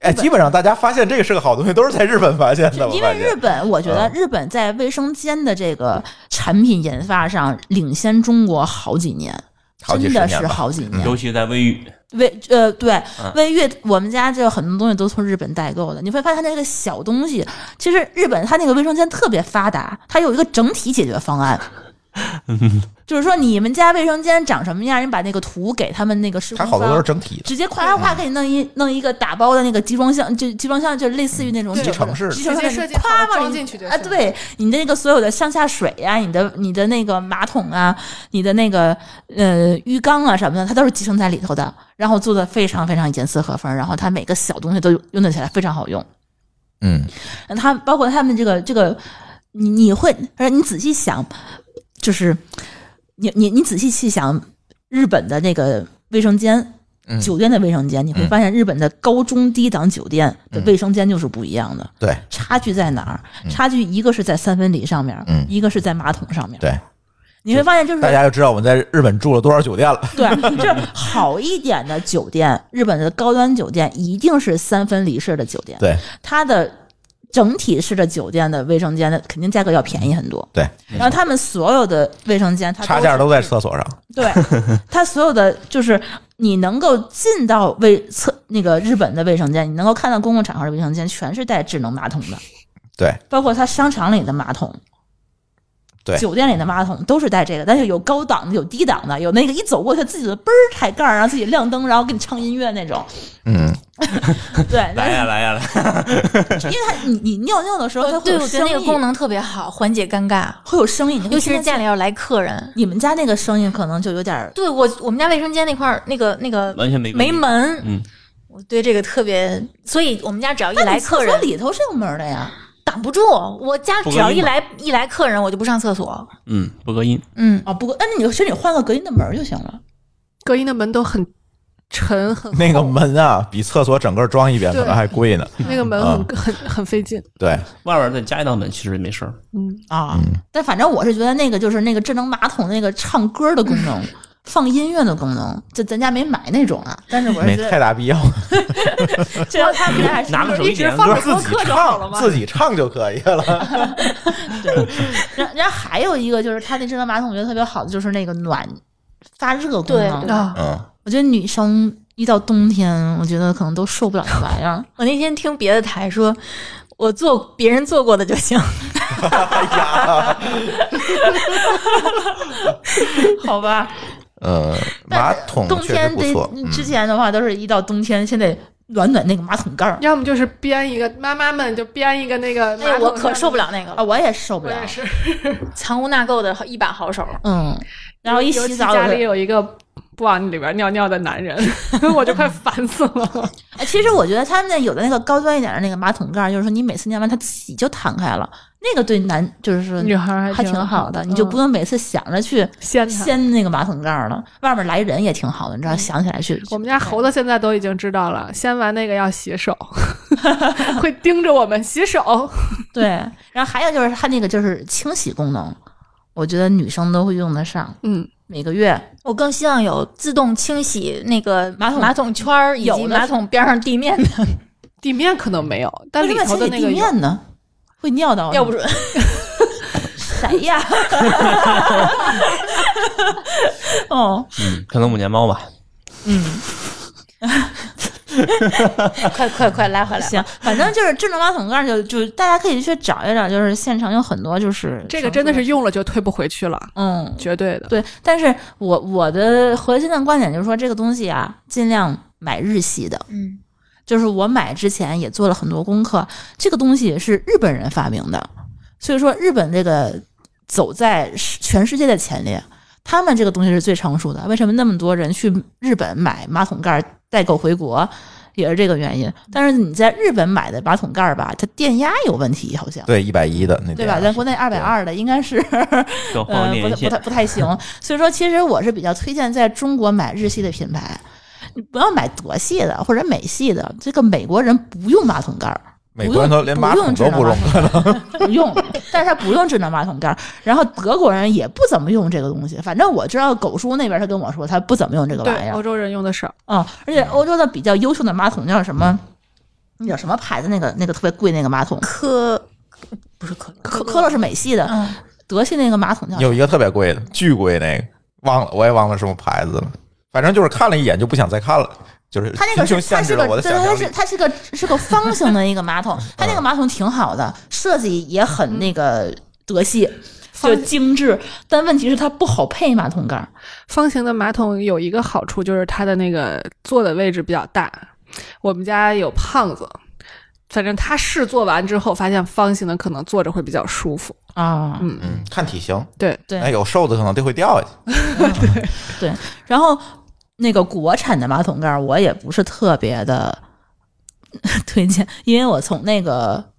[SPEAKER 2] 哎，基本上大家发现这个是个好东西，都是在日本发现的。我
[SPEAKER 4] 因
[SPEAKER 2] 发嗯
[SPEAKER 4] 为
[SPEAKER 2] 现
[SPEAKER 4] 日本，我觉得日本在卫生间的这个产品研发上领先中国好几年，
[SPEAKER 2] 好几
[SPEAKER 4] 真
[SPEAKER 2] 十
[SPEAKER 4] 的
[SPEAKER 2] 年嗯
[SPEAKER 4] 是
[SPEAKER 2] 吧
[SPEAKER 4] 好几年
[SPEAKER 3] 尤。其在卫浴，
[SPEAKER 4] 卫呃对
[SPEAKER 3] 嗯
[SPEAKER 4] 卫浴，我们家就很多东西都从日本代购的。你会发现它那个小东西，其实日本它那个卫生间特别发达，它有一个整体解决方
[SPEAKER 2] *laughs*
[SPEAKER 4] 案。就是说，你们家卫生间长什么样，你把那个图给他们那个施
[SPEAKER 2] 它
[SPEAKER 4] 工
[SPEAKER 2] 好多都是嗯
[SPEAKER 4] 方，
[SPEAKER 2] 整体的。
[SPEAKER 4] 直接夸夸夸给你弄一弄一个打包的那个集装箱，就集装箱就类似于那种
[SPEAKER 5] 对
[SPEAKER 4] 集
[SPEAKER 2] 城市的
[SPEAKER 4] 集成
[SPEAKER 5] 直接
[SPEAKER 4] 式
[SPEAKER 5] 设
[SPEAKER 4] 的
[SPEAKER 5] 计好
[SPEAKER 4] 夸往
[SPEAKER 5] 装
[SPEAKER 4] 里
[SPEAKER 5] 进去就
[SPEAKER 4] 啊，
[SPEAKER 5] 行
[SPEAKER 4] 对你的那个所有的上下水呀、你的你的那个马桶啊，你的那个呃浴缸啊什么的，它都是集成在里头的，然后做的非常非常严丝合缝，然后它每个小东西都用得起来非常好用。
[SPEAKER 2] 嗯，
[SPEAKER 4] 嗯它包括他们这个这个，你你会，而你仔细想，就是你你你仔细去想日本的那个卫生间。
[SPEAKER 2] 嗯
[SPEAKER 4] 酒店的卫生间，你会
[SPEAKER 2] 嗯
[SPEAKER 4] 发现日本的高中低档酒店的
[SPEAKER 2] 嗯
[SPEAKER 4] 卫生间就是不一样的。
[SPEAKER 2] 对
[SPEAKER 4] 差距在哪儿？
[SPEAKER 2] 嗯
[SPEAKER 4] 差距一个是在三分离上面，
[SPEAKER 2] 嗯
[SPEAKER 4] 一个是在马桶上面。
[SPEAKER 2] 对，
[SPEAKER 4] 你会发现就是
[SPEAKER 2] 大家就知道我们在日本住了多少酒店了。
[SPEAKER 4] 对， *laughs* 就是好一点的酒店，日本的高端酒店一定是三分离式的酒店，
[SPEAKER 2] 对
[SPEAKER 4] 它的整体式的酒店的卫生间的肯定价格要便宜很多。
[SPEAKER 2] 对，
[SPEAKER 4] 然后他们所有的卫生间，它
[SPEAKER 2] 差价
[SPEAKER 4] 是
[SPEAKER 2] 都在厕所上。
[SPEAKER 4] 对，它所有的就是你能够进到卫厕那个日本的卫生间，你能够看到公共场合的卫生间全是带智能马桶的。
[SPEAKER 2] 对，
[SPEAKER 4] 包括它商场里的马桶，
[SPEAKER 2] 对
[SPEAKER 4] 酒店里的马桶都是带这个，但是有高档的，有低档的，有那个一走过去自己的嘣儿抬盖儿，然后自己亮灯，然后给你唱音乐那种。
[SPEAKER 2] 嗯，
[SPEAKER 4] 对，
[SPEAKER 3] 来呀来呀来！
[SPEAKER 4] 因为它你你尿尿的时候，它会
[SPEAKER 6] 呃对，
[SPEAKER 4] 有
[SPEAKER 6] 我觉
[SPEAKER 4] 声音，
[SPEAKER 6] 得那个功能特别好，缓解尴尬，
[SPEAKER 4] 会有声音，你会
[SPEAKER 6] 尤其
[SPEAKER 4] 听
[SPEAKER 6] 是
[SPEAKER 4] 得
[SPEAKER 6] 家
[SPEAKER 4] 见
[SPEAKER 6] 里要来客人。
[SPEAKER 4] 你们家那个声音可能就有点儿
[SPEAKER 6] 对我，我们家卫生间那块儿，那个那个
[SPEAKER 3] 完全没
[SPEAKER 6] 没门，
[SPEAKER 3] 嗯，
[SPEAKER 6] 我对这个特别，所以我们家只要一
[SPEAKER 4] 那
[SPEAKER 6] 来
[SPEAKER 4] 你厕
[SPEAKER 6] 客
[SPEAKER 4] 所
[SPEAKER 6] 人，
[SPEAKER 4] 里头是有门儿的呀。
[SPEAKER 6] 挡不住。我家只要一来一来客人，我就不上厕所。
[SPEAKER 3] 嗯，不隔音，
[SPEAKER 6] 嗯，
[SPEAKER 4] 啊，不过，哎，那你其实你换个隔音的门儿就行了。
[SPEAKER 5] 隔音的门都很沉，很
[SPEAKER 2] 那个门啊，比厕所整个装一遍可能还贵
[SPEAKER 4] *laughs*
[SPEAKER 2] 呢。
[SPEAKER 5] 那个门很、
[SPEAKER 4] 啊
[SPEAKER 5] 很很费劲。
[SPEAKER 2] 对，
[SPEAKER 3] 外边再加一道门其实也没事儿。
[SPEAKER 5] 嗯，
[SPEAKER 4] 啊。但反正我是觉得那个就是那个智能马桶那个唱歌的功
[SPEAKER 2] *laughs*
[SPEAKER 4] 能，放音乐的功能，就咱家没买那种啊。但是我是
[SPEAKER 2] 没
[SPEAKER 4] 觉
[SPEAKER 2] 太
[SPEAKER 4] 得，
[SPEAKER 2] 大必要，
[SPEAKER 4] 这要他们家还是
[SPEAKER 3] 拿个手机
[SPEAKER 5] 一直
[SPEAKER 3] 点
[SPEAKER 5] 放
[SPEAKER 3] 歌
[SPEAKER 5] 着播客就好了嘛。
[SPEAKER 2] 自己唱就可以
[SPEAKER 4] *laughs*
[SPEAKER 2] 了。
[SPEAKER 4] 然然后还有一个就是它那智能马桶，我觉得特别好的就是那个暖发热功
[SPEAKER 6] 对
[SPEAKER 4] 能。
[SPEAKER 5] 啊，
[SPEAKER 2] 嗯。
[SPEAKER 4] 我觉得女生一到冬天，我觉得可能都受不了那玩意
[SPEAKER 5] *laughs*
[SPEAKER 4] 儿。
[SPEAKER 6] *laughs* 我那天听别的台说，我做别人做过的
[SPEAKER 4] *laughs*
[SPEAKER 6] 就行。
[SPEAKER 4] 好吧，
[SPEAKER 2] 呃，马桶
[SPEAKER 4] 冬
[SPEAKER 2] 确实
[SPEAKER 4] 天
[SPEAKER 2] 不
[SPEAKER 4] 得
[SPEAKER 2] 错，嗯
[SPEAKER 4] 之前的话都是一到冬天，先得暖暖那个马桶盖儿
[SPEAKER 5] 要么就是编一个，妈妈们就编一个那个。
[SPEAKER 6] 哎，我可受不。了那个
[SPEAKER 4] 啊，
[SPEAKER 6] 了，
[SPEAKER 4] 我也受不
[SPEAKER 5] 我
[SPEAKER 4] 了
[SPEAKER 5] 也。是，
[SPEAKER 6] 藏污纳垢的一把好手。
[SPEAKER 4] 嗯，然后一
[SPEAKER 5] 尤
[SPEAKER 4] 洗
[SPEAKER 5] 其
[SPEAKER 4] 澡
[SPEAKER 5] 家
[SPEAKER 4] 有
[SPEAKER 5] 里
[SPEAKER 4] 的
[SPEAKER 5] 有一个不往里边尿尿的男人，我就快烦死了。
[SPEAKER 4] 哎，其实我觉得他们那有的那个高端一点的那个马桶盖儿，就是说你每次尿完它自己就弹开了，那个对男就是说
[SPEAKER 5] 女孩儿
[SPEAKER 4] 还
[SPEAKER 5] 挺
[SPEAKER 4] 挺好的，你就不
[SPEAKER 5] 嗯
[SPEAKER 4] 用每次想着去
[SPEAKER 5] 掀他。
[SPEAKER 4] 掀那个马桶盖儿了。外面来人也挺好的，你知道，想起来去。
[SPEAKER 5] 嗯我们家猴子现在都已经知道了，掀完那个要洗手， *laughs* 会盯着我们洗
[SPEAKER 4] *laughs*
[SPEAKER 5] 手。
[SPEAKER 4] 对，然后还有就是它那个就是清洗功能，我觉得女生都会用得上，
[SPEAKER 5] 嗯，
[SPEAKER 4] 每个月
[SPEAKER 6] 我更希望有自动清洗那个
[SPEAKER 4] 马桶
[SPEAKER 6] 马桶圈儿以
[SPEAKER 4] 有
[SPEAKER 6] 及
[SPEAKER 4] 的
[SPEAKER 6] 马
[SPEAKER 4] 是
[SPEAKER 6] 桶边上地面的，
[SPEAKER 5] 地面可能没有，但
[SPEAKER 4] 为
[SPEAKER 5] 里
[SPEAKER 4] 什么要
[SPEAKER 5] 头
[SPEAKER 4] 清
[SPEAKER 5] 的
[SPEAKER 4] 洗
[SPEAKER 5] 那个
[SPEAKER 4] 地
[SPEAKER 5] 有。
[SPEAKER 4] 面呢？会尿到
[SPEAKER 6] 要
[SPEAKER 4] *laughs*
[SPEAKER 6] 不准。
[SPEAKER 4] 谁呀？ *laughs* 哦，
[SPEAKER 3] 嗯，可能我们家猫吧。
[SPEAKER 6] 快快快拉回来！
[SPEAKER 4] 行，反正就是智能马桶盖儿就，就大家可以去找一找，就是现成有很多，就是
[SPEAKER 5] 这个真的是用了就退不回去了，
[SPEAKER 4] 嗯，
[SPEAKER 5] 绝对的。
[SPEAKER 4] 对。但是我我的核心的观点就是说，这个东西啊，尽量买日系的。
[SPEAKER 6] 嗯，
[SPEAKER 4] 就是我买之前也做了很多功课，这个东西是日本人发明的，所以说日本这个走在世全世界的前列，他们这个东西是最成熟的。为什么那么多人去日本买马桶盖儿代购回国？也是这个原因，但是你在日本买的马桶盖儿吧，它电压有问题，好像
[SPEAKER 2] 对，一百一的那
[SPEAKER 4] 对吧？
[SPEAKER 2] 点
[SPEAKER 4] 咱
[SPEAKER 2] 儿
[SPEAKER 4] 国内二百二的应该 *laughs* 是，
[SPEAKER 3] 要
[SPEAKER 4] 呃
[SPEAKER 3] 放，电
[SPEAKER 4] 不太
[SPEAKER 3] 源
[SPEAKER 4] 不
[SPEAKER 3] 线
[SPEAKER 4] 太，不太行。所以说，其实我是比较推荐在中国买日系的品牌，你不要买德系的或者美系的。这个美国人不用马桶盖儿，
[SPEAKER 2] 美国人都连马桶都不
[SPEAKER 4] 不
[SPEAKER 2] 用
[SPEAKER 4] 用，不用，但是他不用智能马桶盖儿。然后德国人也不怎么用这个东西，反正我知道狗叔那边他跟我说他不怎么用这个玩意
[SPEAKER 5] 对，欧
[SPEAKER 4] 儿
[SPEAKER 5] 洲人用的少，
[SPEAKER 4] 啊、而且欧洲的比较优秀的马桶叫什么？那叫什么牌子？那个那个特别贵那个马桶，
[SPEAKER 6] 科不是科
[SPEAKER 4] 科科勒是美系的，
[SPEAKER 6] 嗯，
[SPEAKER 4] 德系那个马桶叫什么
[SPEAKER 2] 有一个特别贵的，巨贵那个，忘了，我也忘了什么牌子了。反正就是看了一眼就不想再看了，就是
[SPEAKER 4] 它那个
[SPEAKER 2] 贫穷
[SPEAKER 4] 是它
[SPEAKER 2] 限
[SPEAKER 4] 是
[SPEAKER 2] 制
[SPEAKER 4] 个
[SPEAKER 2] 了我的
[SPEAKER 4] 对，
[SPEAKER 2] 想
[SPEAKER 4] 它
[SPEAKER 2] 象
[SPEAKER 4] 是
[SPEAKER 2] 力。
[SPEAKER 4] 它是个是个方形的一个
[SPEAKER 2] *laughs*
[SPEAKER 4] 马桶，它那个马桶挺好的，设计也很那个德系，就精致。但问题是它不好配马桶盖儿，
[SPEAKER 5] 方形的马桶有一个好处就是它的那个坐的位置比较大。我们家有胖子，反正他试坐完之后发现方形的可能坐着会比较舒服。
[SPEAKER 4] 啊，
[SPEAKER 5] 嗯，
[SPEAKER 2] 嗯，看体型，
[SPEAKER 5] 对，
[SPEAKER 4] 对
[SPEAKER 2] 哎，有瘦的可能就会掉下去。
[SPEAKER 4] 对。然后那个国产的马桶盖儿我也不是特别的 *laughs* 推荐，因为我从那个。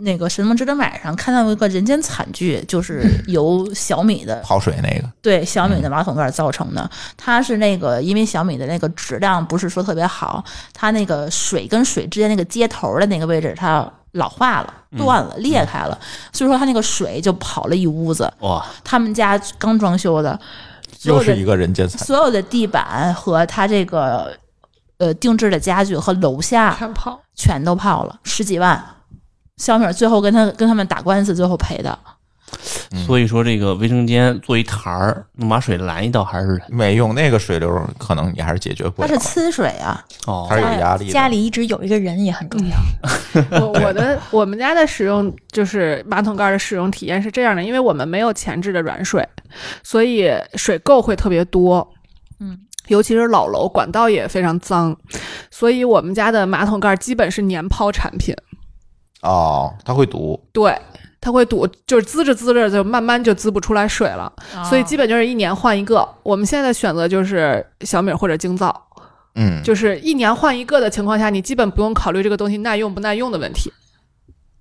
[SPEAKER 4] 那个什么值得买上看到一个人间惨剧，就是
[SPEAKER 2] *laughs*
[SPEAKER 4] 由小米的
[SPEAKER 2] 跑水那个，
[SPEAKER 4] 对小米的马桶盖儿造成的。它是那个，因为小米的那个质量不是说特别好，它那个水跟水之间那个接头儿的那个位置，它老化了、断了、裂开了，所以说它那个水就跑了一屋子。
[SPEAKER 3] 哇，
[SPEAKER 4] 他们家刚装修的，所
[SPEAKER 2] 又
[SPEAKER 4] 有
[SPEAKER 2] 是
[SPEAKER 4] 的
[SPEAKER 2] 一个人间惨。
[SPEAKER 4] 所有的地板和它这个呃定制的家具和楼下
[SPEAKER 5] 看胖。
[SPEAKER 4] 全都泡了，十几万。小米儿最后跟他跟他们打官司，最后赔的。
[SPEAKER 3] 所以说这个卫生间做一台儿，能把水拦一道还是
[SPEAKER 2] 没用，那个水流可能你还是解决不
[SPEAKER 4] 它
[SPEAKER 2] 了
[SPEAKER 4] 是。呲水啊，
[SPEAKER 3] 哦
[SPEAKER 2] 它是有压力的。嗯
[SPEAKER 6] 家里一直有一个人也很重要。
[SPEAKER 5] 我我的我们家的使用就是马桶盖的使用体验是这样的，因为我们没有前置的软水，所以水垢会特别多。
[SPEAKER 4] 嗯，
[SPEAKER 5] 尤其是老楼，管道也非常脏，所以我们家的马桶盖基本是年抛产品。
[SPEAKER 2] 哦，它会堵。
[SPEAKER 5] 对，它会堵，就是滋着滋着就慢慢就滋不出来水了，
[SPEAKER 4] 哦
[SPEAKER 5] 所以基本就是一年换一个。我们现在的选择就是小米或者京造，
[SPEAKER 2] 嗯，
[SPEAKER 5] 就是一年换一个的情况下，你基本不用考虑这个东西耐用不耐用的问题。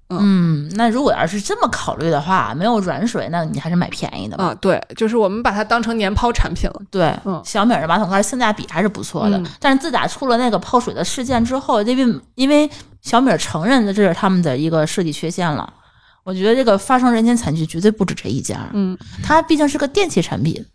[SPEAKER 4] 嗯，那如果要是这么考虑的话，没有软水，那你还是买便宜的吧。
[SPEAKER 5] 啊，对，就是我们把它当成年抛产品了。
[SPEAKER 4] 对，
[SPEAKER 5] 嗯
[SPEAKER 4] 小米儿的马桶盖性价比还是不错的。
[SPEAKER 5] 嗯
[SPEAKER 4] 但是自打出了那个泡水的事件之后，因为因为小米儿承认的这是他们的一个设计缺陷了，我觉得这个发生人间惨剧绝对不止这一家。
[SPEAKER 5] 嗯，
[SPEAKER 4] 它毕竟是个电器产品，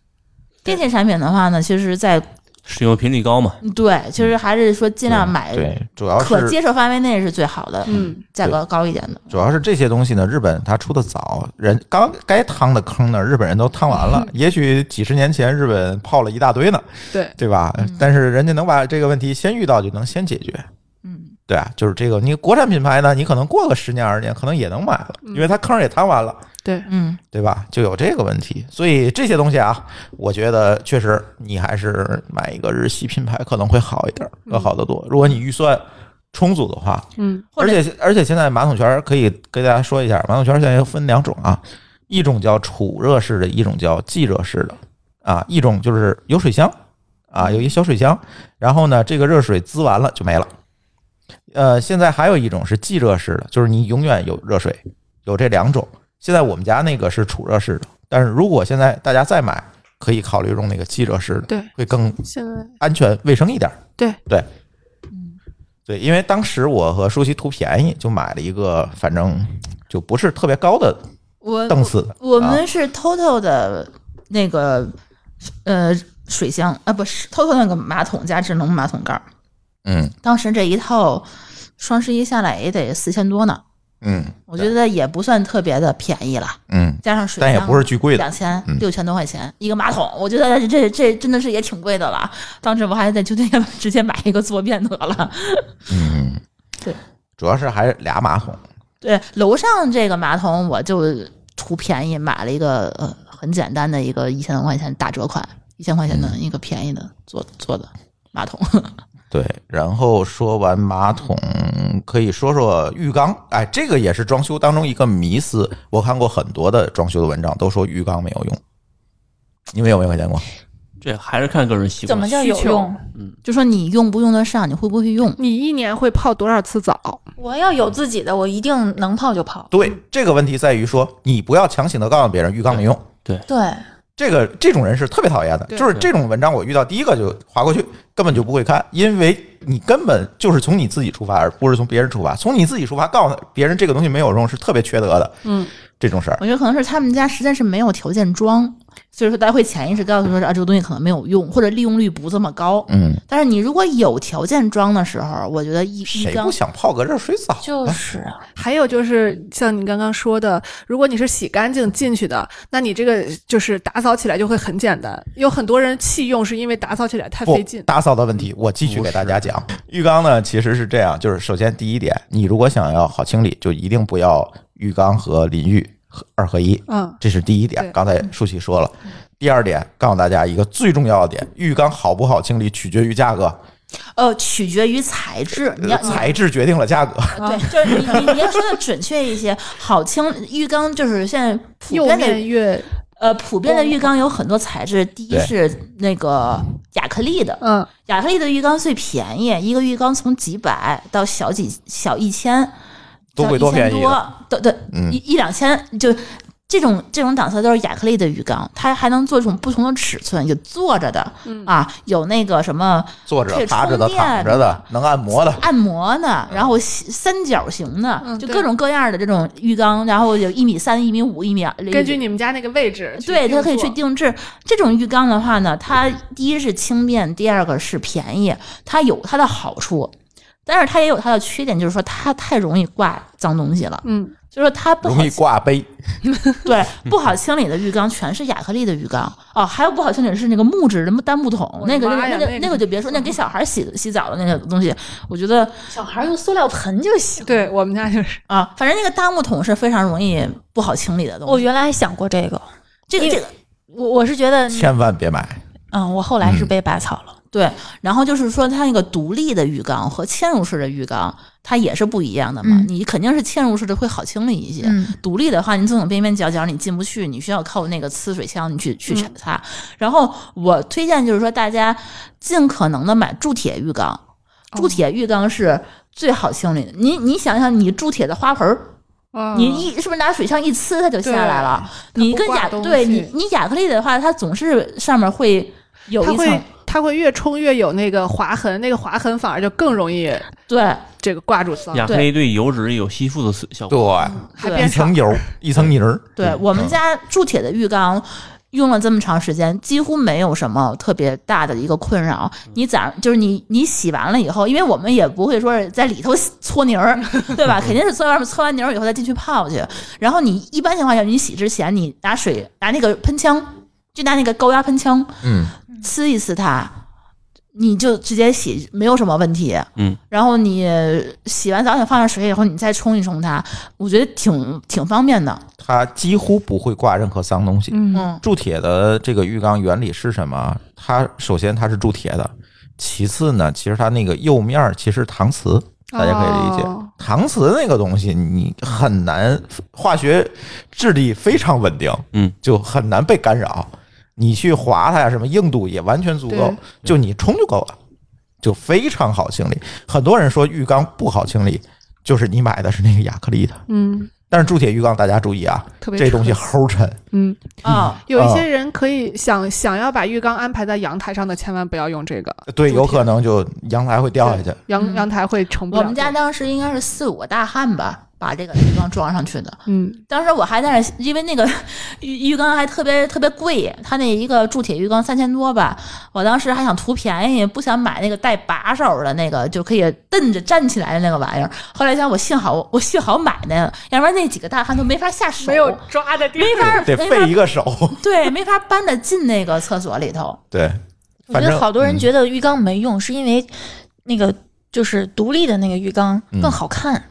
[SPEAKER 4] 电器产品的话呢，其实在嗯
[SPEAKER 3] 使用频率高嘛？
[SPEAKER 4] 对，其实还是说尽量买
[SPEAKER 2] 对，主要
[SPEAKER 4] 可接
[SPEAKER 2] 是
[SPEAKER 4] 受范围内是最好的，
[SPEAKER 5] 嗯，
[SPEAKER 4] 价格高一点的。
[SPEAKER 2] 主要是这些东西呢，日本它出的早，人刚该趟的坑呢，日本人都趟完
[SPEAKER 4] *laughs*
[SPEAKER 2] 了。也许几十年前日本泡了一大堆呢，
[SPEAKER 5] 对，
[SPEAKER 2] 对吧？但是人家能把这个问题先遇到，就能先解决。
[SPEAKER 4] 嗯，
[SPEAKER 2] 对啊，就是这个，你国产品牌呢，你可能过个十年二十年，可能也能买了，因为它坑也摊完了。
[SPEAKER 5] 对，
[SPEAKER 4] 嗯，
[SPEAKER 2] 对吧？就有这个问题，所以这些东西啊，我觉得确实你还是买一个日系品牌可能会好一点，要好得多。如果你预算充足的话，
[SPEAKER 5] 嗯
[SPEAKER 4] 或
[SPEAKER 2] 而
[SPEAKER 4] 者
[SPEAKER 2] 且而且现在马桶泉可以跟大家说一下，马桶泉现在又分两种啊，一种叫储热式的，一种叫即热式的啊，一种就是有水箱啊，有一小水箱，然后呢，这个热水滋完了就没了。呃，现在还有一种是即热式的，就是你永远有热水，有这两种。现在我们家那个是储热式的，但是如果现在大家再买，可以考虑用那个即热式的，
[SPEAKER 5] 对，
[SPEAKER 2] 会更
[SPEAKER 5] 现在
[SPEAKER 2] 安全卫生一点儿。
[SPEAKER 5] 对
[SPEAKER 2] 对，
[SPEAKER 4] 嗯
[SPEAKER 2] 对，因为当时我和舒淇图便宜，就买了一个，反正就不是特别高的
[SPEAKER 4] 我
[SPEAKER 2] 档次的。
[SPEAKER 4] 我
[SPEAKER 2] 啊
[SPEAKER 4] 们是 Toto 的那个呃水箱啊，不是 Toto 那个马桶加智能马桶盖儿。
[SPEAKER 2] 嗯
[SPEAKER 4] 当时这一套双十一下来也得四千多呢，
[SPEAKER 2] 嗯
[SPEAKER 4] 我觉得也不算特别的便宜了，
[SPEAKER 2] 嗯，
[SPEAKER 4] 加上水
[SPEAKER 2] 但也
[SPEAKER 4] 箱
[SPEAKER 2] 不是巨贵的
[SPEAKER 4] 两。千
[SPEAKER 2] 嗯
[SPEAKER 4] 六千多块钱一个马桶，我觉得这这这真的是也挺贵的了。当时我还在酒店直接买一个坐便得了。
[SPEAKER 2] 嗯，
[SPEAKER 4] 对，
[SPEAKER 2] 主要是还是俩马桶。
[SPEAKER 4] 对，楼上这个马桶我就图便宜买了一个呃很简单的一个一千多块钱打折款，一千块钱的
[SPEAKER 2] 嗯
[SPEAKER 4] 一个便宜的做做的马桶。 *laughs*
[SPEAKER 2] 对，然后说完马桶，可以说说浴缸。哎，这个也是装修当中一个迷思。我看过很多的装修的文章，都说浴缸没有用。你们有没有见过？
[SPEAKER 3] 这还是看个人习惯。
[SPEAKER 6] 怎么叫有
[SPEAKER 5] 需求
[SPEAKER 6] 用？
[SPEAKER 4] 就说你用不用得上，你会不会用？
[SPEAKER 5] 你一年会泡多少次澡？
[SPEAKER 6] 我要有自己的，我一定能泡就泡。
[SPEAKER 2] 对，这个问题在于说，你不要强行的告诉别人浴缸没用。
[SPEAKER 6] 对，
[SPEAKER 2] 这个这种人是特别讨厌的，
[SPEAKER 5] 对
[SPEAKER 2] 就是这种文章我遇到第一个就划过去，根本就不会看，因为你根本就是从你自己出发，而不是从别人出发。从你自己出发告诉别人这个东西没有用是特别缺德的
[SPEAKER 5] 嗯，
[SPEAKER 2] 这种事儿。
[SPEAKER 4] 我觉得可能是他们家实在是没有条件装，所以说大家会潜意识告诉说啊这个东西可能没有用，或者利用率不这么高。
[SPEAKER 2] 嗯，
[SPEAKER 4] 但是你如果有条件装的时候，我觉得一一
[SPEAKER 2] 谁
[SPEAKER 4] 缸
[SPEAKER 2] 不想泡个热水澡？
[SPEAKER 6] 就是啊，
[SPEAKER 5] 还有就是像你刚刚说的，如果你是洗干净进去的，那你这个就是打扫起来就会很简单。有很多人弃用是因为打扫起来太
[SPEAKER 2] 不
[SPEAKER 5] 费劲。
[SPEAKER 2] 打扫的问题，我继续给大家讲。浴缸呢，其实是这样，就是首先第一点，你如果想要好清理，就一定不要浴缸和淋浴合二合一。
[SPEAKER 5] 嗯，
[SPEAKER 2] 这是第一点
[SPEAKER 5] 对，
[SPEAKER 2] 刚才
[SPEAKER 4] 嗯
[SPEAKER 2] 舒淇说了。第二点，告诉大家一个最重要的点：浴缸好不好清理取决于价格，
[SPEAKER 4] 呃，取决于材
[SPEAKER 2] 呃
[SPEAKER 4] 质。你要你
[SPEAKER 2] 材质决定了价格。
[SPEAKER 4] 对，就是你你你要说的准确一些，好清浴缸就是现在普
[SPEAKER 5] 右
[SPEAKER 4] 遍的
[SPEAKER 5] 面越
[SPEAKER 4] 呃，普遍的浴缸有很多材质，第一
[SPEAKER 2] 对
[SPEAKER 4] 是那个亚克力的，
[SPEAKER 5] 嗯
[SPEAKER 4] 亚克力的浴缸最便宜，一个浴缸从几百到小几小一千，
[SPEAKER 2] 多贵
[SPEAKER 4] 到
[SPEAKER 2] 多
[SPEAKER 4] 一千
[SPEAKER 2] 便宜
[SPEAKER 4] 多对对，
[SPEAKER 2] 嗯
[SPEAKER 4] 一一两千就。这种这种档次都是亚克力的浴缸，它还能做这种不同的尺寸，有坐着的、
[SPEAKER 5] 嗯
[SPEAKER 4] 啊，有那个什么
[SPEAKER 2] 坐着
[SPEAKER 4] 这、
[SPEAKER 2] 趴着的、
[SPEAKER 4] 充电
[SPEAKER 2] 躺着的，能按摩的，
[SPEAKER 4] 按摩呢，
[SPEAKER 2] 嗯
[SPEAKER 4] 然后三角形的
[SPEAKER 5] 嗯，
[SPEAKER 4] 就
[SPEAKER 5] 对
[SPEAKER 4] 各种各样的这种浴缸，然后有一米三、一米五、一米二，
[SPEAKER 5] 根据你们家那个位置去定做，
[SPEAKER 4] 对，它可以去定制。这种浴缸的话呢，它第一是轻便，第二个是便宜，它有它的好处，但是它也有它的缺点，就是说它太容易挂脏东西了，
[SPEAKER 5] 嗯，
[SPEAKER 4] 就是说它不好
[SPEAKER 2] 容易
[SPEAKER 5] *laughs*
[SPEAKER 2] 挂杯。
[SPEAKER 4] 对不好清理的浴缸全是亚克力的浴缸哦，还有不好清理的是那个木质的单木桶
[SPEAKER 5] 我，的
[SPEAKER 4] 那个
[SPEAKER 5] 哦妈
[SPEAKER 4] 那
[SPEAKER 5] 呀
[SPEAKER 4] 个
[SPEAKER 5] 那个嗯
[SPEAKER 4] 那个就别说，那给小孩洗洗澡的那个东西，我觉得
[SPEAKER 6] 小孩用塑料盆就行。
[SPEAKER 5] 对我们家就是
[SPEAKER 4] 啊，反正那个大木桶是非常容易不好清理的东
[SPEAKER 6] 我
[SPEAKER 5] 哦
[SPEAKER 4] 西。
[SPEAKER 6] 原来想过这个，
[SPEAKER 4] 这个
[SPEAKER 6] 因为
[SPEAKER 4] 这个
[SPEAKER 6] 我我是觉得你，
[SPEAKER 2] 千万别买，
[SPEAKER 6] 嗯，我后来是被拔草了。
[SPEAKER 4] 对，然后就是说它那个独立的浴缸和嵌入式的浴缸，它也是不一样的嘛。
[SPEAKER 6] 嗯
[SPEAKER 4] 你肯定是嵌入式的会好清理一些，
[SPEAKER 6] 嗯
[SPEAKER 4] 独立的话，你总有边边角角你进不去，你需要靠那个呲水枪你去去
[SPEAKER 5] 嗯
[SPEAKER 4] 擦。然后我推荐就是说大家尽可能的买铸铁浴缸，
[SPEAKER 5] 哦
[SPEAKER 4] 铸铁浴缸是最好清理的。你你想想，你铸铁的花盆儿，
[SPEAKER 5] 嗯
[SPEAKER 4] 你一是不是拿水枪一呲它就下来了？
[SPEAKER 5] 对
[SPEAKER 4] 你
[SPEAKER 5] 它不
[SPEAKER 4] 跟
[SPEAKER 5] 挂
[SPEAKER 4] 亚
[SPEAKER 5] 东
[SPEAKER 4] 对
[SPEAKER 5] 西
[SPEAKER 4] 你你亚克力的话，它总是上面会有
[SPEAKER 5] 它
[SPEAKER 4] 一层
[SPEAKER 5] 会它会越冲越有那个划痕，那个划痕反而就更容易
[SPEAKER 4] 对。
[SPEAKER 5] 这个挂住脏，
[SPEAKER 3] 亚克力对油脂有吸附的效
[SPEAKER 2] 对
[SPEAKER 3] 果。，
[SPEAKER 5] 还
[SPEAKER 4] 对
[SPEAKER 2] 一
[SPEAKER 5] 变
[SPEAKER 2] 层
[SPEAKER 5] 长。
[SPEAKER 2] 油，一层泥儿。
[SPEAKER 4] 对我们家铸铁的浴缸。用了这么长时间，几乎没有什么特别大的一个困扰。你早上就是你你洗完了以后，因为我们也不会说是在里头洗搓泥儿，对吧？肯定是搓外面搓完泥儿以后再进去泡去。然后你一般情况下，你洗之前，你拿水拿那个喷枪，就拿那个高压喷枪
[SPEAKER 2] 嗯，
[SPEAKER 4] 呲一呲它，你就直接洗，没有什么问题。
[SPEAKER 3] 嗯，
[SPEAKER 4] 然后你洗完澡你放上水以后，你再冲一冲它，我觉得挺挺方便的。
[SPEAKER 2] 它几乎不会挂任何脏东西。
[SPEAKER 5] 嗯，
[SPEAKER 4] 嗯
[SPEAKER 2] 铸铁的这个浴缸原理是什么？它首先它是铸铁的，其次呢，其实它那个釉面儿其实是搪瓷，大家可以理解。
[SPEAKER 5] 哦
[SPEAKER 2] 搪瓷那个东西你很难，化学质地非常稳定，
[SPEAKER 3] 嗯，
[SPEAKER 2] 就很难被干扰。你去划它呀，什么硬度也完全足够
[SPEAKER 5] 对，
[SPEAKER 2] 就你冲就够了，就非常好清理。很多人说浴缸不好清理，就是你买的是那个亚克力的，
[SPEAKER 5] 嗯
[SPEAKER 2] 但是铸铁浴缸大家注意啊，
[SPEAKER 5] 特别
[SPEAKER 2] 这
[SPEAKER 5] 沉
[SPEAKER 2] 东西齁沉。
[SPEAKER 5] 嗯，
[SPEAKER 4] 啊，
[SPEAKER 5] 有一些
[SPEAKER 2] 啊
[SPEAKER 5] 人可以想想要把浴缸安排在阳台上的，千万不要用这个，
[SPEAKER 2] 呃对，
[SPEAKER 5] 竹
[SPEAKER 2] 有
[SPEAKER 5] 铁
[SPEAKER 2] 可能就阳台会掉下去。
[SPEAKER 5] 阳
[SPEAKER 4] 嗯
[SPEAKER 5] 阳台会承不
[SPEAKER 4] 我
[SPEAKER 5] 了。
[SPEAKER 4] 们家当时应该是四五个大汉吧，把这个浴缸装上去的。
[SPEAKER 5] 嗯，
[SPEAKER 4] 当时我还在那儿，因为那个 *laughs* 浴浴缸还特别特别贵，它那一个铸铁浴缸三千多吧。我当时还想图便宜，不想买那个带把手的那个，就可以蹬着站起来的那个玩意儿。后来想，我幸好我幸好买那个，要不然那几个大汉都没法下手，
[SPEAKER 5] 没有抓的地
[SPEAKER 4] 没法
[SPEAKER 2] 得
[SPEAKER 4] 没
[SPEAKER 2] 费一
[SPEAKER 4] 法
[SPEAKER 2] 个手，
[SPEAKER 4] 对，没法搬着进那个厕所里头。
[SPEAKER 2] *laughs* 对，
[SPEAKER 6] 我
[SPEAKER 2] 反
[SPEAKER 6] 觉
[SPEAKER 2] 正嗯
[SPEAKER 6] 得好多人
[SPEAKER 2] 得
[SPEAKER 6] 觉得浴缸没用，是因为那个就是独立的那个浴缸更好看，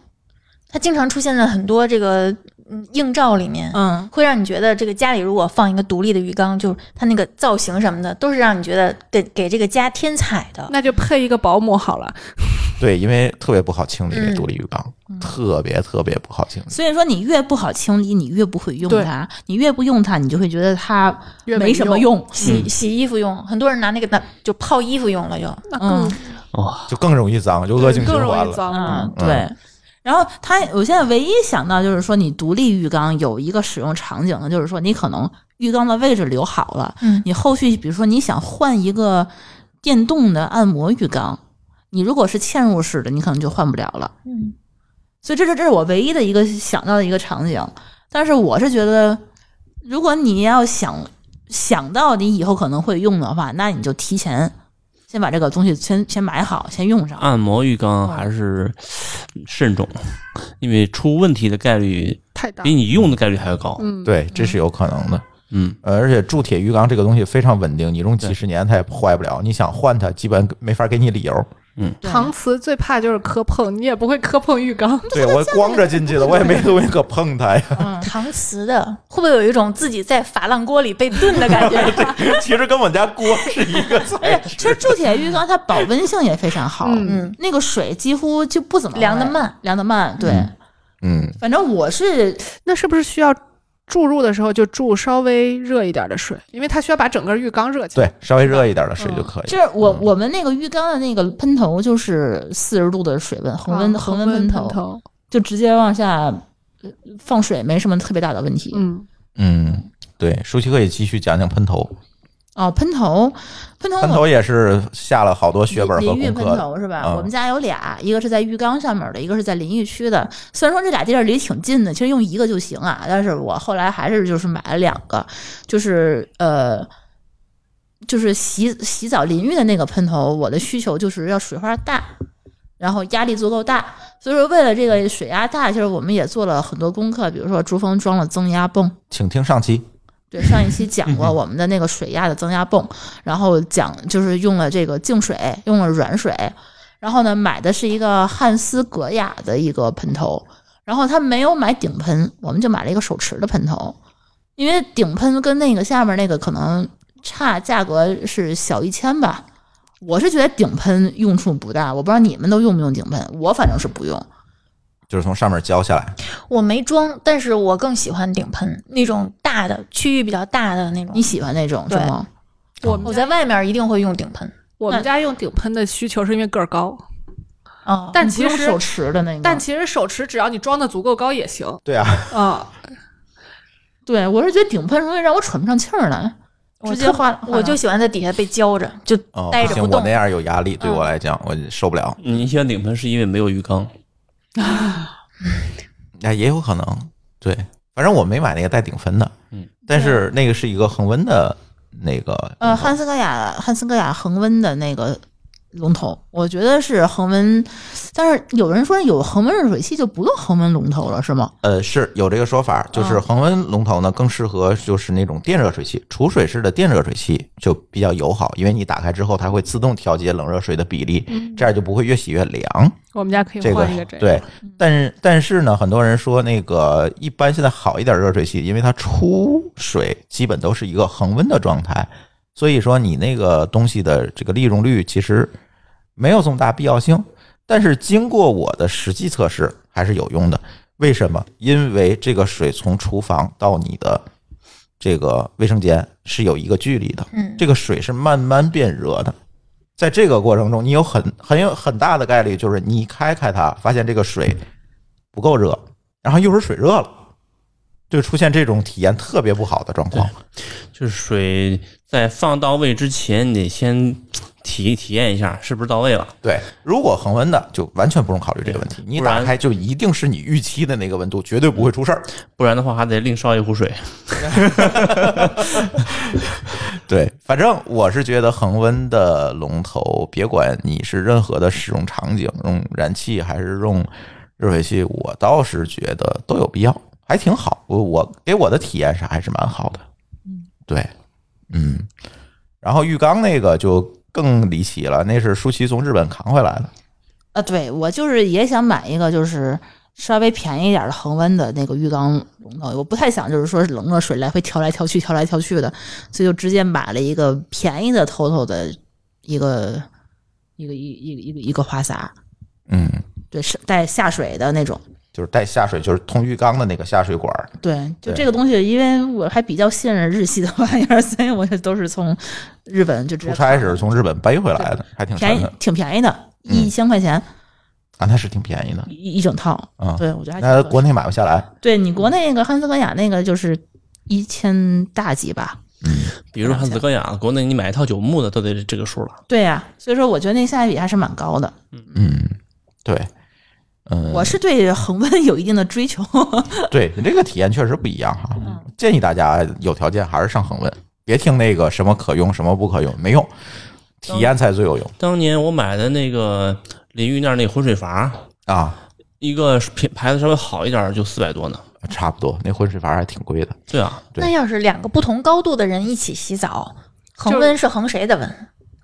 [SPEAKER 6] 它经常出现在很多这个嗯映照里面，
[SPEAKER 4] 嗯，
[SPEAKER 6] 会让你觉得这个家里如果放一个独立的浴缸，就是它那个造型什么的，都是让你觉得给给这个家添彩的。
[SPEAKER 5] 那就配一个保姆好了。
[SPEAKER 2] 对，因为特别不好清理
[SPEAKER 6] 嗯
[SPEAKER 2] 独立浴缸，特别特别不好清理。
[SPEAKER 4] 所以说你越不好清理，你越不会用
[SPEAKER 5] 对
[SPEAKER 4] 它，你越不用它，你就会觉得它
[SPEAKER 5] 越
[SPEAKER 4] 没什么
[SPEAKER 5] 用，
[SPEAKER 4] 用。嗯
[SPEAKER 6] 洗洗衣服用，很多人拿那个拿就泡衣服用了又，
[SPEAKER 5] 那
[SPEAKER 4] 嗯
[SPEAKER 5] 更
[SPEAKER 3] 哦，
[SPEAKER 2] 就更容易脏，就恶性循
[SPEAKER 5] 更容
[SPEAKER 2] 环
[SPEAKER 5] 易
[SPEAKER 2] 了。
[SPEAKER 5] 脏了。
[SPEAKER 4] 嗯，
[SPEAKER 2] 嗯
[SPEAKER 4] 对。然后他，我现在唯一想到就是说，你独立浴缸有一个使用场景呢，就是说你可能浴缸的位置留好了，
[SPEAKER 6] 嗯
[SPEAKER 4] 你后续比如说你想换一个电动的按摩浴缸，你如果是嵌入式的，你可能就换不了了。
[SPEAKER 6] 嗯，
[SPEAKER 4] 所以这是这是我唯一的一个想到的一个场景。但是我是觉得，如果你要想想到你以后可能会用的话，那你就提前先把这个东西先先买好，先用上。
[SPEAKER 3] 按摩浴缸还是慎重，因为出问题的概率
[SPEAKER 5] 太大
[SPEAKER 3] 比。你用的概率还要高。
[SPEAKER 5] 嗯，
[SPEAKER 2] 嗯对，这是有可能的。
[SPEAKER 3] 嗯，
[SPEAKER 2] 呃，而且铸铁浴缸这个东西非常稳定，你用几十年它也坏不了。你想换它，基本没法给你理由。
[SPEAKER 4] 对
[SPEAKER 5] 搪嗯瓷最怕就是磕碰，你也不会磕碰浴缸。
[SPEAKER 2] 对我光着进去的，我也没东西可碰它呀。 *laughs*
[SPEAKER 4] 嗯，
[SPEAKER 6] 搪瓷的会不会有一种自己在珐琅锅里被炖的感觉？
[SPEAKER 2] 其实跟我家锅是一个 *laughs*
[SPEAKER 4] 而
[SPEAKER 2] 材
[SPEAKER 4] 且其
[SPEAKER 2] 质
[SPEAKER 4] 实。铸铁浴缸它保温性也非常好，
[SPEAKER 5] 嗯
[SPEAKER 6] 嗯，
[SPEAKER 4] 那个水几乎就不怎么
[SPEAKER 6] 凉得
[SPEAKER 4] 会
[SPEAKER 6] 慢，
[SPEAKER 4] 凉得慢。对，
[SPEAKER 2] 嗯嗯，
[SPEAKER 4] 反正我是
[SPEAKER 5] *laughs* 那是不是需要注入的时候就注稍微热一点的水？因为它需要把整个浴缸热起来。
[SPEAKER 2] 对，稍微热一点的水就可以。
[SPEAKER 4] 就是我
[SPEAKER 2] 嗯
[SPEAKER 4] 我们那个浴缸的那个喷头就是四十度的水温恒温
[SPEAKER 5] 啊
[SPEAKER 4] 恒
[SPEAKER 5] 温
[SPEAKER 4] 温喷头，
[SPEAKER 5] 头。
[SPEAKER 4] 就直接往下呃放水，没什么特别大的问题。
[SPEAKER 5] 嗯，
[SPEAKER 2] 嗯，对，舒淇可以继续讲讲喷头。
[SPEAKER 4] 哦，喷头，喷头
[SPEAKER 2] 喷
[SPEAKER 4] 我。
[SPEAKER 2] 头也是下了好多血本和
[SPEAKER 4] 淋浴
[SPEAKER 2] 功
[SPEAKER 4] 喷
[SPEAKER 2] 课的。
[SPEAKER 4] 头是吧？
[SPEAKER 2] 嗯
[SPEAKER 4] 我们家有俩，一个是在浴缸上面的，一个是在淋浴区的。虽然说这俩地儿离挺近的，其实用一个就行啊。但是我后来还是就是买了两个，就是呃，就是洗洗澡淋浴的那个喷头，我的需求就是要水花大，然后压力足够大。所以说为了这个水压大，其实我们也做了很多功课，比如说珠峰装了增压泵。
[SPEAKER 2] 请听上期。
[SPEAKER 4] 对，上一期讲过我们的那个水压的增压泵，然后讲就是用了这个净水，用了软水，然后呢买的是一个汉斯格雅的一个喷头，然后他没有买顶喷，我们就买了一个手持的喷头，因为顶喷跟那个下面那个可能差价格是小一千吧，我是觉得顶喷用处不大，我不知道你们都用不用顶喷，我反正是不用。
[SPEAKER 2] 就是从上面浇下来，
[SPEAKER 6] 我没装，但是我更喜欢顶喷那种大的区域比较大的那种。
[SPEAKER 4] 你喜欢那种是
[SPEAKER 6] 对
[SPEAKER 4] 吗？
[SPEAKER 5] 我们
[SPEAKER 6] 我在外面一定会用顶喷
[SPEAKER 5] 我们家用顶喷的需求是因为个儿高，
[SPEAKER 6] 哦，
[SPEAKER 5] 但
[SPEAKER 4] 你不
[SPEAKER 5] 其
[SPEAKER 4] 用
[SPEAKER 5] 实
[SPEAKER 4] 手持的那个，
[SPEAKER 5] 但其实手持只要你装的足够高也行。
[SPEAKER 2] 嗯对啊，
[SPEAKER 5] 啊，
[SPEAKER 4] 对我是觉得顶喷容易让我喘不上气儿来。
[SPEAKER 6] 我
[SPEAKER 4] 直接
[SPEAKER 6] 特
[SPEAKER 4] 换换
[SPEAKER 6] 我就
[SPEAKER 4] 了
[SPEAKER 6] 喜欢在底下被浇着，就
[SPEAKER 2] 哦，
[SPEAKER 6] 待
[SPEAKER 2] 不
[SPEAKER 6] 着
[SPEAKER 2] 行，我
[SPEAKER 6] 动
[SPEAKER 2] 那。样有压力，对
[SPEAKER 6] 嗯
[SPEAKER 2] 我来讲我受不了。
[SPEAKER 3] 你喜欢顶喷是因为没有浴缸，
[SPEAKER 2] 哎，也有可能，对，反正我没买那个带顶分的，
[SPEAKER 3] 嗯，
[SPEAKER 2] 但是那个是一个恒温的那个，
[SPEAKER 4] 嗯呃，汉斯格雅汉斯格雅恒温的那个
[SPEAKER 6] 龙头，我觉得是恒温，但是有人说有恒温热水器就不用恒温龙头了，是吗？
[SPEAKER 2] 呃，是有这个说法，就是
[SPEAKER 6] 嗯
[SPEAKER 2] 恒温龙头呢更适合就是那种电热水器，储水式的电热水器就比较友好，因为你打开之后它会自动调节冷热水的比例，这样就不会越洗越凉。
[SPEAKER 5] 我们家可以
[SPEAKER 2] 这
[SPEAKER 5] 换一个这个。
[SPEAKER 2] 对，但是但是呢，很多人说那个一般现在好一点热水器，因为它出水基本都是一个恒温的状态，所以说你那个东西的这个利用率其实没有这么大必要性。但是经过我的实际测试还是有用的。为什么？因为这个水从厨房到你的这个卫生间是有一个距离的，
[SPEAKER 6] 嗯
[SPEAKER 2] 这个水是慢慢变热的。在这个过程中，你有很很有很大的概率就是你开开它，发现这个水不够热，然后一会儿水热了，就出现这种体验特别不好的状况。
[SPEAKER 3] 就是水在放到位之前，你得先体体验一下是不是到位了。
[SPEAKER 2] 对，如果恒温的就完全不用考虑这个问题，你
[SPEAKER 3] 不然
[SPEAKER 2] 打开就一定是你预期的那个温度，绝对不会出事儿。
[SPEAKER 3] 不然的话还得另烧一壶水。
[SPEAKER 2] 对，反正我是觉得恒温的龙头，别管你是任何的使用场景，用燃气还是用热水器，我倒是觉得都有必要，还挺好。我我给我的体验是还是蛮好的。嗯，对，嗯。然后浴缸那个就更离奇了，那是舒淇从日本扛回来的。
[SPEAKER 4] 啊，对我就是也想买一个，就是稍微便宜一点的恒温的那个浴缸龙头。我不太想就是说是冷热水来回调来调去、调来调去的，所以就直接买了一个便宜的 TOTO 的一个一个一一个一个一个花洒，
[SPEAKER 2] 嗯，
[SPEAKER 4] 对，是带下水的那种。
[SPEAKER 2] 就是带下水，就是通浴缸的那个下水管儿。
[SPEAKER 4] 对，
[SPEAKER 2] 对
[SPEAKER 4] 就这个东西，因为我还比较信任日系的玩意儿， *laughs* 所以我就都是从日本就直
[SPEAKER 2] 出
[SPEAKER 4] 接
[SPEAKER 2] 差时从日本背回来的，还挺
[SPEAKER 4] 便
[SPEAKER 2] 沉
[SPEAKER 4] 宜
[SPEAKER 2] 的，
[SPEAKER 4] 挺便宜的，
[SPEAKER 2] 嗯
[SPEAKER 4] 一千块钱
[SPEAKER 2] 啊，那是挺便宜的。
[SPEAKER 4] 一一整套。
[SPEAKER 2] 啊
[SPEAKER 4] 对，我觉得还挺
[SPEAKER 2] 那
[SPEAKER 4] 合适
[SPEAKER 2] 国内买不下来，
[SPEAKER 4] 对你国内那个汉斯格雅那个就是一千大几吧？
[SPEAKER 3] 比如汉斯格雅，国内你买一套九牧的都得这个数了。
[SPEAKER 4] 对呀、所以说我觉得那性价比还是蛮高的。
[SPEAKER 2] 嗯，对，嗯，
[SPEAKER 4] 我是对恒温有一定的追求，
[SPEAKER 2] 对你这个体验确实不一样哈。
[SPEAKER 4] 嗯
[SPEAKER 2] 建议大家有条件还是上恒温，别听那个什么可用什么不可用，没用，体验才最有用
[SPEAKER 3] 当年我买的那个淋浴那儿那浑水阀，
[SPEAKER 2] 啊。
[SPEAKER 3] 一个品牌子稍微好一点儿就四百多呢。
[SPEAKER 2] 差不多，那浑水阀还挺贵的。
[SPEAKER 3] 对啊，
[SPEAKER 2] 对
[SPEAKER 6] 那要是两个不同高度的人一起洗澡，恒温是恒谁的温？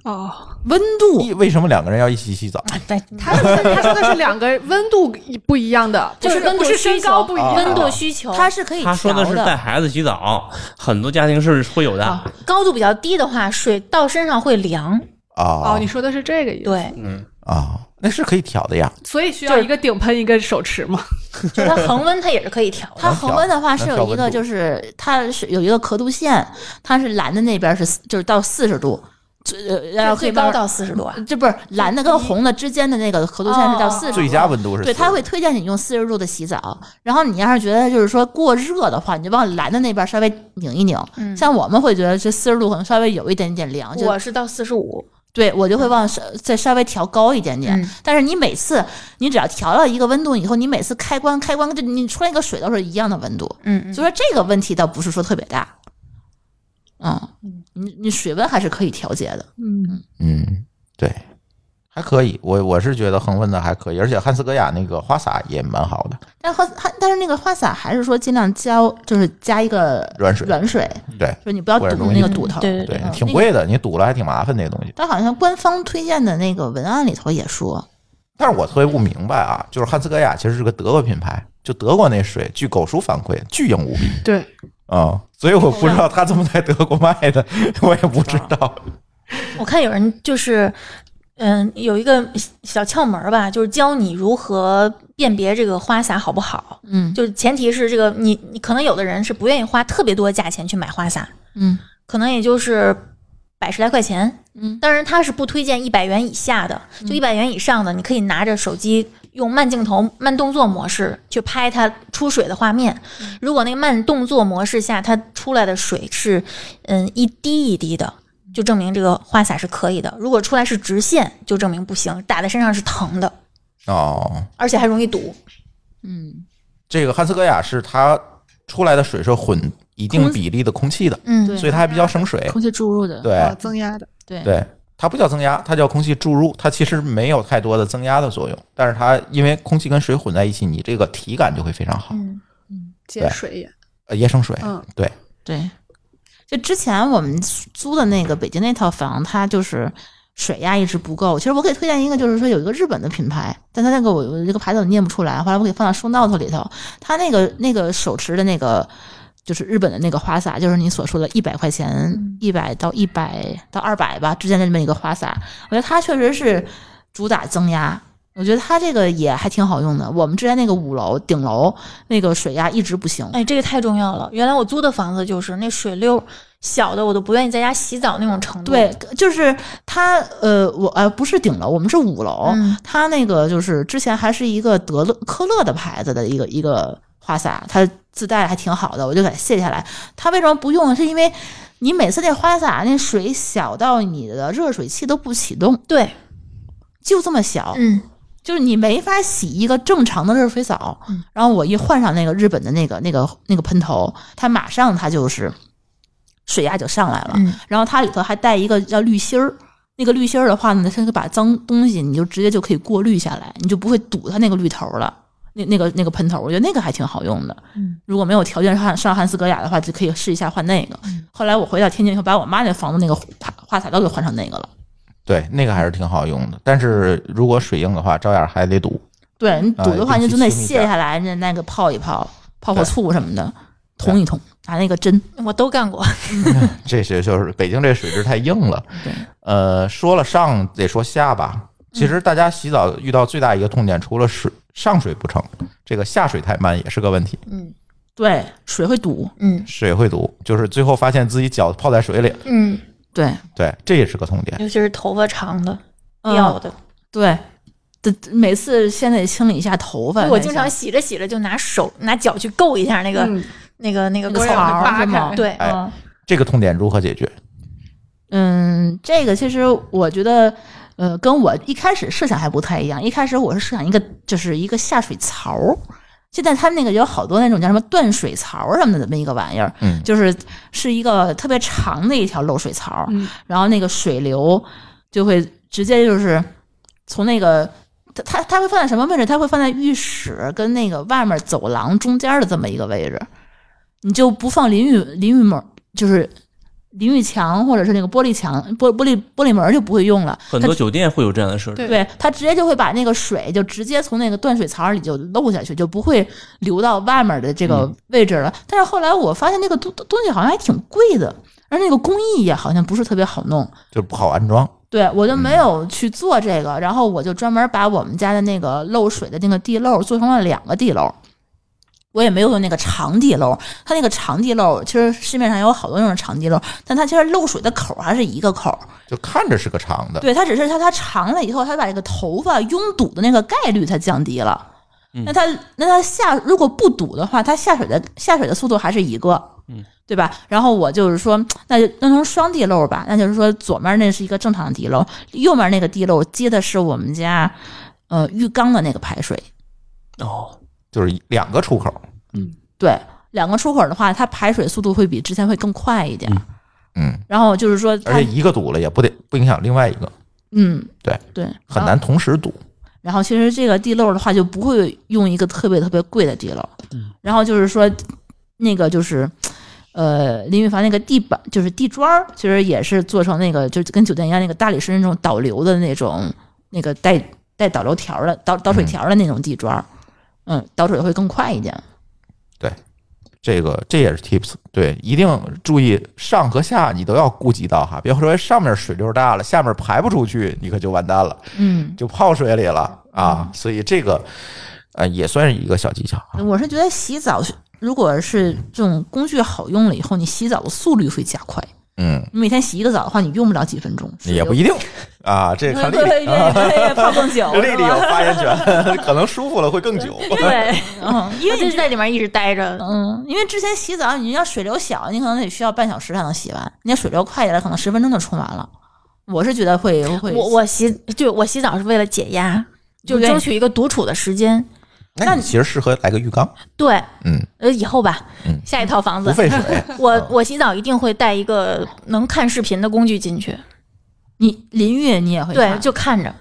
[SPEAKER 5] 哦，
[SPEAKER 4] 温度
[SPEAKER 2] 一为什么两个人要一起洗澡？
[SPEAKER 6] 对，
[SPEAKER 5] 他说的是他说的是两个温度不一样的，
[SPEAKER 6] *laughs* 就
[SPEAKER 5] 不
[SPEAKER 6] 是
[SPEAKER 5] 是
[SPEAKER 6] 温度
[SPEAKER 5] 不是
[SPEAKER 6] 需
[SPEAKER 5] 身
[SPEAKER 6] 求
[SPEAKER 5] 高不一样。
[SPEAKER 6] 温度需求。啊
[SPEAKER 4] 它是可以
[SPEAKER 3] 他说
[SPEAKER 4] 调
[SPEAKER 3] 的是带孩子洗澡，很多家庭是会有的。
[SPEAKER 6] 高度比较低的话，水到身上会凉。
[SPEAKER 5] 哦
[SPEAKER 2] 啊，
[SPEAKER 5] 你说的是这个意思。，
[SPEAKER 6] 对，
[SPEAKER 2] 啊，那是可以调的呀。
[SPEAKER 5] 所以需要一个顶喷，一个手持嘛。
[SPEAKER 6] 就是它恒温它也是可以调的。
[SPEAKER 4] 它恒温的话是
[SPEAKER 2] 能调
[SPEAKER 4] 有一
[SPEAKER 2] 温
[SPEAKER 4] 个，
[SPEAKER 2] 度
[SPEAKER 4] 就是它是有一个刻度线，它是蓝的那边是就是到四十度，最呃然后可以
[SPEAKER 6] 最高
[SPEAKER 4] 慢慢
[SPEAKER 6] 到四十度啊。
[SPEAKER 4] 这不是蓝的跟红的之间的那个刻度线是到
[SPEAKER 6] 哦
[SPEAKER 4] 四十度，
[SPEAKER 2] 最佳温度是
[SPEAKER 4] 嗯对，
[SPEAKER 2] 40
[SPEAKER 4] 他会推荐你用四十度的洗澡，然后你要是觉得就是说过热的话，你就往蓝的那边稍微拧一拧。
[SPEAKER 6] 嗯
[SPEAKER 4] 像我们会觉得这四十度可能稍微有一点点凉，嗯就
[SPEAKER 6] 我是到四十五，
[SPEAKER 4] 对我就会往稍再稍微调高一点点。
[SPEAKER 6] 嗯
[SPEAKER 4] 但是你每次你只要调到一个温度以后，你每次开关开关就你出来一个水都是一样的温度，
[SPEAKER 6] 嗯嗯
[SPEAKER 4] 所以说这个问题倒不是说特别大。嗯，你你水温还是可以调节的。
[SPEAKER 5] 嗯，
[SPEAKER 2] 嗯，对，还可以。我我是觉得恒温的还可以，而且汉斯格雅那个花洒也蛮好的。
[SPEAKER 4] 但花它但是那个花洒还是说尽量加，就是加一个
[SPEAKER 2] 软水
[SPEAKER 4] 软水，
[SPEAKER 2] 对
[SPEAKER 4] 说你不要
[SPEAKER 2] 不然
[SPEAKER 4] 堵
[SPEAKER 2] 容易
[SPEAKER 4] 那个堵头。
[SPEAKER 6] 对对
[SPEAKER 2] 对
[SPEAKER 4] 嗯，
[SPEAKER 2] 挺贵的，你堵了还挺麻烦那个东西。
[SPEAKER 4] 但好像官方推荐的那个文案里头也说，
[SPEAKER 2] 但是我特别不明白啊，就是汉斯格雅其实是个德国品牌，就德国那水，据狗叔反馈巨硬无比
[SPEAKER 5] 对，
[SPEAKER 2] 啊、嗯所以我不知道他怎么在德国卖的， *laughs* 我也不知道。
[SPEAKER 6] 我看有人就是，嗯，有一个小窍门儿吧，就是教你如何辨别这个花洒好不好。
[SPEAKER 4] 嗯
[SPEAKER 6] 就是前提是这个你你可能有的人是不愿意花特别多价钱去买花洒，
[SPEAKER 4] 嗯
[SPEAKER 6] 可能也就是百十来块钱。
[SPEAKER 4] 嗯
[SPEAKER 6] 当然，它是不推荐一百元以下的，就一百元以上的，你可以拿着手机用慢镜头、慢动作模式去拍它出水的画面。
[SPEAKER 4] 嗯
[SPEAKER 6] 如果那个慢动作模式下它出来的水是嗯一滴一滴的，就证明这个花洒是可以的；如果出来是直线，就证明不行，打在身上是疼的，
[SPEAKER 2] 哦，
[SPEAKER 6] 而且还容易堵。
[SPEAKER 4] 嗯，
[SPEAKER 2] 这个汉斯格雅是它出来的水是混一定比例的空气的，
[SPEAKER 6] 嗯，
[SPEAKER 4] 对
[SPEAKER 2] 所以它还比较省水。
[SPEAKER 4] 嗯空气注入的，
[SPEAKER 2] 对
[SPEAKER 5] 增压的。
[SPEAKER 4] 对
[SPEAKER 2] 对，它不叫增压，它叫空气注入，它其实没有太多的增压的作用，但是它因为空气跟水混在一起，你这个体感就会非常好，
[SPEAKER 6] 嗯，
[SPEAKER 5] 接
[SPEAKER 2] 对
[SPEAKER 5] 水也，
[SPEAKER 2] 呃，椰生水，
[SPEAKER 5] 嗯，
[SPEAKER 2] 对，
[SPEAKER 4] 对，就之前我们租的那个北京那套房，它就是水压一直不够。其实我给推荐一个，就是说有一个日本的品牌，但它那个我我这个牌子我念不出来，后来我给放到 show note 里头。它那个那个手持的那个。就是日本的那个花洒，就是你所说的一百块钱，一百到一百到二百吧之间的这么一个花洒，我觉得它确实是主打增压，我觉得它这个也还挺好用的。我们之前那个五楼顶楼那个水压一直不行，
[SPEAKER 6] 哎，这个太重要了。原来我租的房子就是那水溜小的，我都不愿意在家洗澡那种程度。
[SPEAKER 4] 对，就是它，呃，我呃不是顶楼，我们是五楼，
[SPEAKER 6] 嗯
[SPEAKER 4] 它那个就是之前还是一个德勒科勒的牌子的一个一个花洒，它自带还挺好的，我就给它卸下来。它为什么不用呢？是因为你每次那花洒那水小到你的热水器都不启动，
[SPEAKER 6] 对，
[SPEAKER 4] 就这么小，
[SPEAKER 6] 嗯，
[SPEAKER 4] 就是你没法洗一个正常的热水澡。
[SPEAKER 6] 嗯
[SPEAKER 4] 然后我一换上那个日本的那个那个那个喷头，它马上它就是水压就上来了。
[SPEAKER 6] 嗯
[SPEAKER 4] 然后它里头还带一个叫滤芯儿。那个滤芯儿的话呢，它就把脏东西你就直接就可以过滤下来，你就不会堵它那个滤头了。那那个那个喷头，我觉得那个还挺好用的。
[SPEAKER 6] 嗯，
[SPEAKER 4] 如果没有条件上上汉斯格雅的话，就可以试一下换那个。
[SPEAKER 6] 嗯
[SPEAKER 4] 后来我回到天津以后，把我妈那房子那个花花洒都给换成那个了。
[SPEAKER 2] 对，那个还是挺好用的，但是如果水硬的话，照样还得
[SPEAKER 4] *laughs*
[SPEAKER 2] 堵，
[SPEAKER 4] 对
[SPEAKER 6] 嗯
[SPEAKER 4] 你
[SPEAKER 2] 啊
[SPEAKER 4] 堵的话，
[SPEAKER 2] 一
[SPEAKER 4] 你
[SPEAKER 2] 定
[SPEAKER 4] 就
[SPEAKER 2] 去
[SPEAKER 4] 得
[SPEAKER 2] 清一
[SPEAKER 4] 卸
[SPEAKER 2] 下
[SPEAKER 4] 下来，那那个泡一泡，泡泡
[SPEAKER 2] 对
[SPEAKER 4] 醋什么的，捅一捅，拿那个针。
[SPEAKER 6] 我都干过。
[SPEAKER 2] 这些就是北京这水质太硬了。
[SPEAKER 4] 对，
[SPEAKER 2] 呃，说了上得说下吧。其实大家洗澡遇到最大一个痛点，除了水上水不成，这个下水太慢也是个问题。
[SPEAKER 6] 嗯
[SPEAKER 4] 对，水会堵。
[SPEAKER 6] 嗯
[SPEAKER 2] 水会堵，就是最后发现自己脚泡在水里，
[SPEAKER 6] 嗯，
[SPEAKER 4] 对，
[SPEAKER 2] 对，这也是个痛点。
[SPEAKER 6] 尤其是头发长的、
[SPEAKER 4] 嗯
[SPEAKER 6] 掉的，
[SPEAKER 4] 对，这每次先得清理一下头发。
[SPEAKER 6] 因为我
[SPEAKER 4] 那
[SPEAKER 6] 经
[SPEAKER 4] 下
[SPEAKER 6] 常洗着洗着就拿手拿脚去够一下那个、
[SPEAKER 5] 嗯
[SPEAKER 6] 那个那个口
[SPEAKER 5] 我也
[SPEAKER 6] 儿。
[SPEAKER 4] 儿
[SPEAKER 5] 扒
[SPEAKER 4] 是吗
[SPEAKER 5] 开，
[SPEAKER 6] 对，
[SPEAKER 2] 哎这个痛点如何解决？
[SPEAKER 4] 嗯，这个其实我觉得，呃，跟我一开始设想还不太一样。一开始我是设想一个，就是一个下水槽儿。现在他们那个有好多那种叫什么断水槽儿什么的这么一个玩意儿，
[SPEAKER 2] 嗯
[SPEAKER 4] 就是是一个特别长的一条漏水槽儿，
[SPEAKER 5] 嗯
[SPEAKER 4] 然后那个水流就会直接就是从那个它它它会放在什么位置？它会放在浴室跟那个外面走廊中间的这么一个位置，你就不放淋浴淋浴门，就是淋浴墙或者是那个玻璃墙玻玻璃玻璃门就不会用了。
[SPEAKER 3] 很多酒店会有这样的设置。
[SPEAKER 5] 对
[SPEAKER 4] 对，它直接就会把那个水就直接从那个断水槽里就漏下去，就不会流到外面的这个位置了。但是后来我发现那个东东西好像还挺贵的，而那个工艺也好像不是特别好弄。
[SPEAKER 2] 就不好安装。
[SPEAKER 4] 对，我就没有去做这个，然后我就专门把我们家的那个漏水的那个地漏做成了两个地漏。我也没有用那个长地漏，它那个长地漏其实市面上有好多那种长地漏，但它其实漏水的口儿还是一个口儿，
[SPEAKER 2] 就看着是个长的，
[SPEAKER 4] 对，它只是它它长了以后，它把这个头发拥堵的那个概率它降低了。
[SPEAKER 2] 嗯
[SPEAKER 4] 那它那它下如果不堵的话，它下水的下水的速度还是一个，
[SPEAKER 3] 嗯，
[SPEAKER 4] 对吧？然后我就是说，那就弄成双地漏吧，那就是说左面那是一个正常的地漏，右面那个地漏接的是我们家呃浴缸的那个排水，
[SPEAKER 3] 哦，
[SPEAKER 2] 就是两个出口。
[SPEAKER 4] 对，两个出口的话，它排水速度会比之前会更快一点。
[SPEAKER 3] 嗯
[SPEAKER 2] 嗯，
[SPEAKER 4] 然后就是说
[SPEAKER 2] 而
[SPEAKER 4] 它
[SPEAKER 2] 且，一个堵了也不得不影响另外一个，
[SPEAKER 4] 嗯，
[SPEAKER 2] 对
[SPEAKER 4] 对，
[SPEAKER 2] 很
[SPEAKER 4] 啊
[SPEAKER 2] 难同时堵。
[SPEAKER 4] 然后其实这个地漏的话，就不会用一个特别特别贵的地漏，
[SPEAKER 2] 嗯
[SPEAKER 4] 然后就是说那个就是。呃，淋浴房那个地板就是地砖儿，其实也是做成那个，就是跟酒店一样，那个大理石那种导流的那种，那个带带导流条儿的导导水条儿的那种地砖儿，嗯，导水会更快一点。
[SPEAKER 2] 这个这也是 tips，对，一定注意上和下你都要顾及到哈，别说上面水流大了，下面排不出去，你可就完蛋了，
[SPEAKER 4] 嗯，
[SPEAKER 2] 就泡水里了啊！所以这个呃也算是一个小技巧啊。
[SPEAKER 4] 我是觉得洗澡如果是这种工具好用了以后，你洗澡的速率会加快。
[SPEAKER 2] 嗯，
[SPEAKER 4] 你每天洗一个澡的话，你用不了几分钟，
[SPEAKER 2] 也不一定啊， *laughs* 这看丽
[SPEAKER 4] 对对
[SPEAKER 2] 丽啊，
[SPEAKER 4] 对，泡更久，
[SPEAKER 2] *laughs* 丽丽有发言权，可能舒服了会更 *laughs* 久。
[SPEAKER 6] 对，
[SPEAKER 4] 嗯，因
[SPEAKER 6] 因为
[SPEAKER 4] 为
[SPEAKER 6] 就
[SPEAKER 4] 你
[SPEAKER 6] 是在里面一直待着。
[SPEAKER 4] 嗯，因为之前洗澡，你要水流小，你可能得需要半小时才能洗完；你要水流快一点，可能十分钟就冲完了。我是觉得会会，
[SPEAKER 6] 我我洗就我洗澡是为了解压，就
[SPEAKER 4] 对
[SPEAKER 6] 争取一个独处的时间。
[SPEAKER 2] 那你其实适合来个浴缸，
[SPEAKER 6] 对，
[SPEAKER 2] 嗯，
[SPEAKER 6] 呃，以后吧，
[SPEAKER 2] 嗯
[SPEAKER 6] 下一套
[SPEAKER 2] *laughs*
[SPEAKER 6] 房
[SPEAKER 2] 不 *laughs*
[SPEAKER 6] 子，
[SPEAKER 2] 费水。
[SPEAKER 6] 我我洗澡一定会带一个能看视频的工具进去，
[SPEAKER 4] 你淋浴你也会
[SPEAKER 6] 对，
[SPEAKER 4] 看
[SPEAKER 6] 就看着，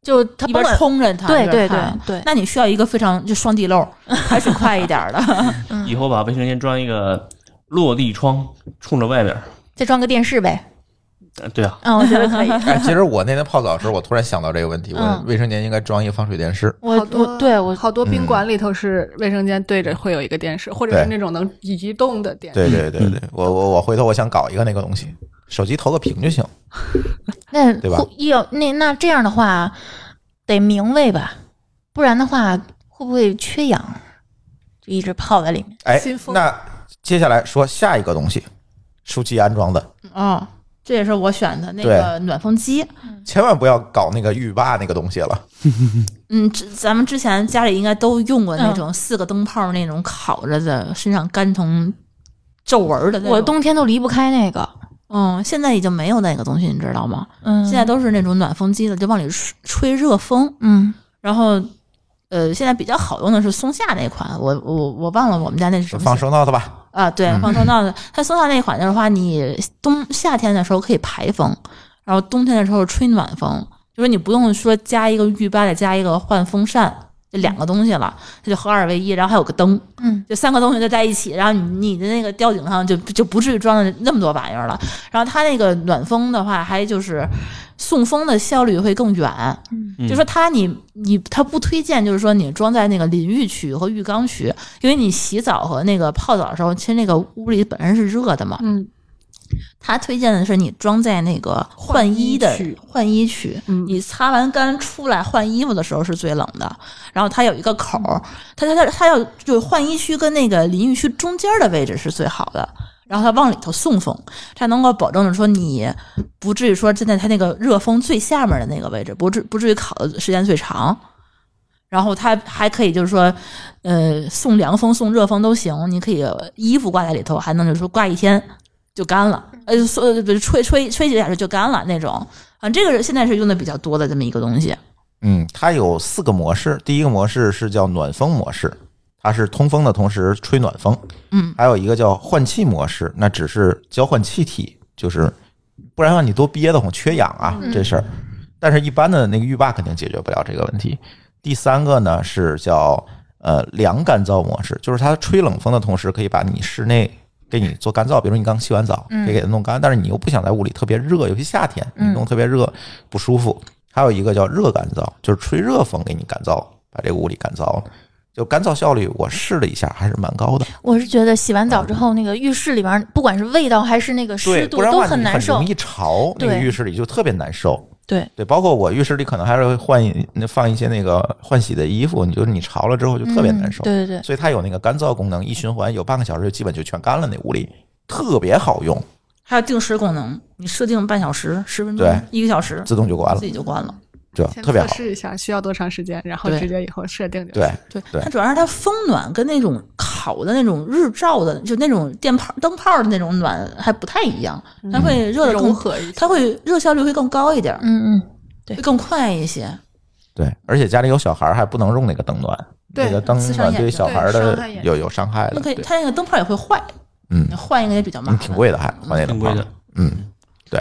[SPEAKER 6] 就他
[SPEAKER 4] 一
[SPEAKER 6] 不
[SPEAKER 4] 边
[SPEAKER 6] 管
[SPEAKER 4] 冲着它，
[SPEAKER 6] 对
[SPEAKER 4] 一边
[SPEAKER 6] 对
[SPEAKER 4] 看
[SPEAKER 6] 对对
[SPEAKER 4] 那你需要一个非常就双地漏，还是快一点儿的。 *laughs*
[SPEAKER 3] 以后把卫生间装一个落地窗，冲着外面儿。
[SPEAKER 6] 再装个电视呗。
[SPEAKER 3] 呃对啊，
[SPEAKER 6] 嗯，我觉得可以。
[SPEAKER 4] *laughs*
[SPEAKER 2] 哎，其实我那天泡澡的时候，我突然想到这个问题，我
[SPEAKER 6] 嗯
[SPEAKER 2] 卫生间应该装一个防水电视。
[SPEAKER 6] 我
[SPEAKER 5] 好多
[SPEAKER 6] 我对我
[SPEAKER 5] 好多宾
[SPEAKER 2] 嗯
[SPEAKER 5] 馆里头是卫生间对着会有一个电视，或者
[SPEAKER 2] 对
[SPEAKER 5] 是那种能移动的电视。
[SPEAKER 2] 对对对对，我我我回头我想搞一个那个东西，手机投个屏就行。
[SPEAKER 6] 那
[SPEAKER 2] 对吧
[SPEAKER 6] 会要那那这样的话，得明卫吧，不然的话会不会缺氧？就一直泡在里面。
[SPEAKER 2] 哎
[SPEAKER 5] 新，风
[SPEAKER 2] 那接下来说下一个东西，暑期安装的，
[SPEAKER 4] 哦，这也是我选的那个暖风机。
[SPEAKER 2] 千万不要搞那个浴霸那个东西了。
[SPEAKER 4] 嗯，之咱们之前家里应该都用过那种四个灯泡那种烤着的，身上干成皱纹儿的那种。
[SPEAKER 6] 我冬天都离不开那个，
[SPEAKER 4] 嗯，现在已经没有那个东西，你知道吗？
[SPEAKER 6] 嗯，
[SPEAKER 4] 现在都是那种暖风机了，就往里吹吹热风。
[SPEAKER 6] 嗯，
[SPEAKER 4] 然后，呃，现在比较好用的是松下那款，我我我忘了我们家那是什么型
[SPEAKER 2] 放收纳的吧，
[SPEAKER 4] 啊，对，放通道的。它松下那款的话，你冬夏天的时候可以排风，然后冬天的时候吹暖风，就是你不用说加一个浴霸，再加一个换风扇，这两个东西了，它就合二为一。然后还有个灯，
[SPEAKER 6] 嗯，
[SPEAKER 4] 就三个东西就在一起，然后你你的那个吊顶上就就不至于装了那么多玩意儿了。然后它那个暖风的话，还就是送风的效率会更远，
[SPEAKER 3] 嗯
[SPEAKER 4] 就说它你你它不推荐，就是说你装在那个淋浴区和浴缸区，因为你洗澡和那个泡澡的时候，其实那个屋里本身是热的嘛。
[SPEAKER 5] 嗯，
[SPEAKER 4] 它推荐的是你装在那个换衣的
[SPEAKER 5] 换衣区
[SPEAKER 4] 换衣区，
[SPEAKER 5] 嗯
[SPEAKER 4] 你擦完干出来换衣服的时候是最冷的。然后它有一个口儿，它它它它要就是换衣区跟那个淋浴区中间的位置是最好的。然后它往里头送风，它能够保证着说你不至于说站在它那个热风最下面的那个位置，不至不至于烤的时间最长。然后它还可以就是说，呃，送凉风、送热风都行。你可以衣服挂在里头，还能就是说挂一天就干了，呃，说呃不是吹吹吹几个小时就干了那种。啊，这个是现在是用的比较多的这么一个东西。
[SPEAKER 2] 嗯，它有四个模式，第一个模式是叫暖风模式，它是通风的同时吹暖风。
[SPEAKER 4] 嗯，
[SPEAKER 2] 还有一个叫换气模式，那只是交换气体，就是不然让你多憋得慌，缺氧啊、
[SPEAKER 6] 嗯
[SPEAKER 2] 这事儿。但是，一般的那个浴霸肯定解决不了这个问题。第三个呢是叫呃凉干燥模式，就是它吹冷风的同时，可以把你室内给你做干燥，比如你刚洗完澡，
[SPEAKER 6] 嗯
[SPEAKER 2] 可以给它弄干，但是你又不想在屋里特别热，尤其夏天，你
[SPEAKER 6] 嗯
[SPEAKER 2] 弄特别热不舒服。还有一个叫热干燥，就是吹热风给你干燥，把这个屋里干燥了。就干燥效率，我试了一下，还是蛮高的。
[SPEAKER 6] 我是觉得洗完澡之后，那个浴室里边，不管是味道还是那个
[SPEAKER 2] 对，
[SPEAKER 6] 湿度，
[SPEAKER 2] 不然的
[SPEAKER 6] 都
[SPEAKER 2] 话你
[SPEAKER 6] 难受
[SPEAKER 2] 容。易潮，那个
[SPEAKER 6] 对
[SPEAKER 2] 浴室里就特别难受。
[SPEAKER 6] 对
[SPEAKER 2] 对，包括我浴室里可能还是会换一那放一些那个换洗的衣服，你就是你潮了之后就特别难受。
[SPEAKER 6] 嗯对对对，
[SPEAKER 2] 所以它有那个干燥功能，一循环有半个小时就基本就全干了，那屋里特别好用，
[SPEAKER 4] 还有定时功能，你设定半小时、十分钟
[SPEAKER 2] 对、
[SPEAKER 4] 一个小时，
[SPEAKER 2] 自动就关了
[SPEAKER 4] 自，己就关了。
[SPEAKER 2] 对，
[SPEAKER 5] 先
[SPEAKER 2] 特别
[SPEAKER 5] 测
[SPEAKER 2] 好。
[SPEAKER 5] 试一下需要多长时间，然后
[SPEAKER 4] 对
[SPEAKER 5] 直接以后设定就
[SPEAKER 2] 对
[SPEAKER 5] 行。，
[SPEAKER 4] 对，
[SPEAKER 2] 对
[SPEAKER 4] 它主要是它风暖跟那种烤的那种日照的，就那种电泡、灯泡的那种暖还不太一样，它会热的更
[SPEAKER 5] 柔，和一下。
[SPEAKER 4] 它会热效率会更高一点，
[SPEAKER 6] 嗯嗯，对
[SPEAKER 4] 会更快一些。
[SPEAKER 2] 哎对，而且家里有小孩儿还不能用那个灯暖，
[SPEAKER 5] 对
[SPEAKER 2] 那个灯
[SPEAKER 4] 刺伤
[SPEAKER 2] 暖
[SPEAKER 4] 眼
[SPEAKER 2] 对
[SPEAKER 4] 睛
[SPEAKER 2] 小孩儿
[SPEAKER 5] 对
[SPEAKER 2] 的
[SPEAKER 5] 伤害眼睛
[SPEAKER 2] 有有伤害
[SPEAKER 4] 那
[SPEAKER 2] 的，
[SPEAKER 4] 可以，
[SPEAKER 2] 对
[SPEAKER 4] 它那个灯泡也会坏，
[SPEAKER 2] 嗯，
[SPEAKER 4] 换一个也比较麻
[SPEAKER 2] 嗯
[SPEAKER 4] 烦，
[SPEAKER 2] 挺贵的还换那个
[SPEAKER 3] 挺贵的。
[SPEAKER 2] 嗯，对，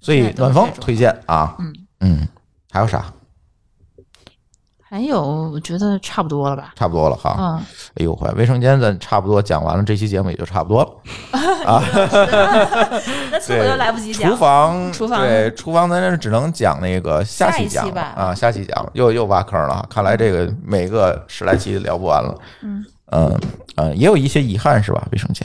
[SPEAKER 2] 所以
[SPEAKER 4] 现在都
[SPEAKER 2] 暖
[SPEAKER 4] 是
[SPEAKER 2] 风
[SPEAKER 4] 这种
[SPEAKER 2] 推荐啊，
[SPEAKER 4] 嗯
[SPEAKER 2] 嗯，还有啥？
[SPEAKER 4] 还有，我觉得差不多了吧？
[SPEAKER 2] 差不多了哈，
[SPEAKER 4] 嗯，
[SPEAKER 2] 哎呦，喂，卫生间咱差不多讲完了，这期节目也就差不多了。
[SPEAKER 4] 那厕所又来不及讲
[SPEAKER 2] 厨。房，
[SPEAKER 4] 嗯厨房
[SPEAKER 2] 对，厨房咱这只能讲那个下期讲
[SPEAKER 4] 下一期
[SPEAKER 2] 了
[SPEAKER 4] 吧
[SPEAKER 2] 啊，下期讲又又挖坑了，看来这个每个十来期聊不完了。
[SPEAKER 6] 嗯
[SPEAKER 2] 嗯嗯，也有一些遗憾是吧？卫生间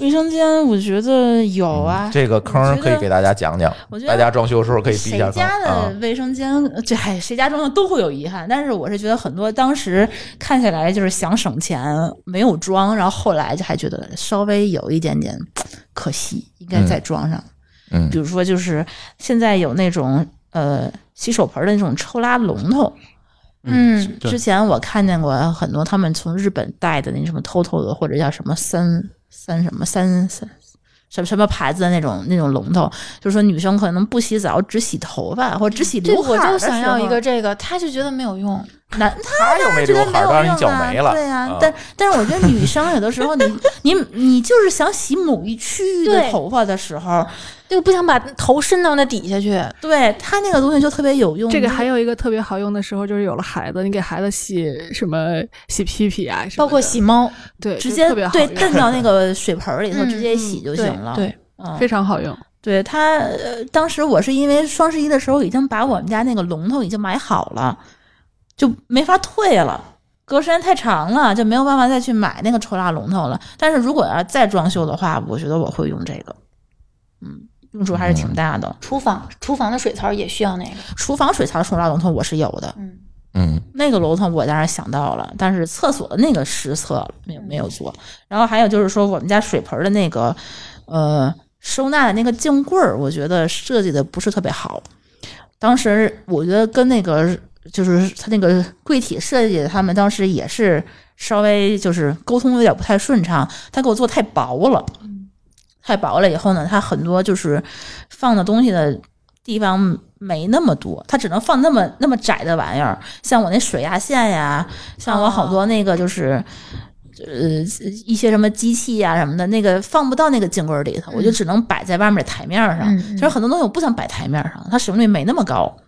[SPEAKER 4] 卫生间，我觉得有啊。
[SPEAKER 2] 嗯这个坑可以给大家讲讲
[SPEAKER 4] 我，觉得
[SPEAKER 2] 大家装修时候可以避一
[SPEAKER 4] 谁
[SPEAKER 2] 下坑
[SPEAKER 4] 家
[SPEAKER 2] 啊
[SPEAKER 4] 的。卫生间，呃这还谁家装修都会有遗憾。但是我是觉得很多当时看起来就是想省钱没有装，然后后来就还觉得稍微有一点点可惜，应该再装上。
[SPEAKER 2] 嗯
[SPEAKER 4] 比如说就是现在有那种呃洗手盆的那种抽拉龙头，
[SPEAKER 6] 嗯
[SPEAKER 3] 对
[SPEAKER 4] 之前我看见过很多他们从日本带的那什么 TOTO 的，或者叫什么三三什么三三什么什么牌子的那种那种龙头，就是说女生可能不洗澡，只洗头发或者只洗
[SPEAKER 6] 对，
[SPEAKER 4] 刘海
[SPEAKER 6] 我
[SPEAKER 4] 儿
[SPEAKER 6] 就
[SPEAKER 4] 的时候啊
[SPEAKER 6] 想要一个这个，他就觉得没有用。
[SPEAKER 4] 男
[SPEAKER 2] 他又没
[SPEAKER 4] 觉
[SPEAKER 2] 留
[SPEAKER 4] 得没
[SPEAKER 2] 海儿，
[SPEAKER 4] 有
[SPEAKER 2] 当然
[SPEAKER 4] 用
[SPEAKER 2] 你脚
[SPEAKER 4] 啊
[SPEAKER 2] 没了。
[SPEAKER 4] 对呀、
[SPEAKER 2] 啊
[SPEAKER 4] 但但是我觉得女生有的时
[SPEAKER 2] *laughs*
[SPEAKER 4] 候你，你你就是想洗某一区域的
[SPEAKER 6] 对
[SPEAKER 4] 头发的时候，
[SPEAKER 6] 就不想把头伸到那底下去。
[SPEAKER 4] 对它那个东西就特别有用。
[SPEAKER 5] 这个
[SPEAKER 4] 就是
[SPEAKER 5] 还有一个特别好用的时候，就是有了孩子，你给孩子洗什么洗屁屁啊，什么
[SPEAKER 6] 包括
[SPEAKER 5] 的
[SPEAKER 6] 洗猫，
[SPEAKER 5] 对，
[SPEAKER 4] 直
[SPEAKER 5] 就
[SPEAKER 4] 接
[SPEAKER 5] 特别好
[SPEAKER 4] 对
[SPEAKER 5] *laughs* 用，
[SPEAKER 4] 蹬到那个水盆儿里头，
[SPEAKER 6] 嗯
[SPEAKER 4] 直接洗就行了。
[SPEAKER 6] 对，
[SPEAKER 4] 嗯，
[SPEAKER 5] 非常好用。
[SPEAKER 4] 对他、呃，当时我是因为双十一的时候已经把我们家那个龙头已经买好了，就没法退了，隔时间太长了，就没有办法再去买那个抽蜡龙头了。但是如果要再装修的话，我觉得我会用这个，嗯，用处还是挺大的。
[SPEAKER 6] 厨房厨房的水槽也需要那个。
[SPEAKER 4] 厨房水槽抽蜡龙头我是有的，
[SPEAKER 6] 嗯，
[SPEAKER 2] 嗯，
[SPEAKER 4] 那个楼层我当然想到了，但是厕所的那个实测没有没有做。然后还有就是说，我们家水盆的那个呃收纳的那个镜柜儿，我觉得设计的不是特别好。当时我觉得跟那个就是他那个柜体设计，他们当时也是稍微就是沟通有点不太顺畅，他给我做太薄了，太薄了以后呢，他很多就是放的东西的地方没那么多，它只能放那么那么窄的玩意儿，像我那水压线呀，像我好多那个就是。呃，一些什么机器呀、什么的，那个放不到那个镜柜儿里头，我就只能摆在外面的台面上。
[SPEAKER 6] 嗯嗯嗯
[SPEAKER 4] 其实很多东西我不想摆台面上，它使用率没那么高。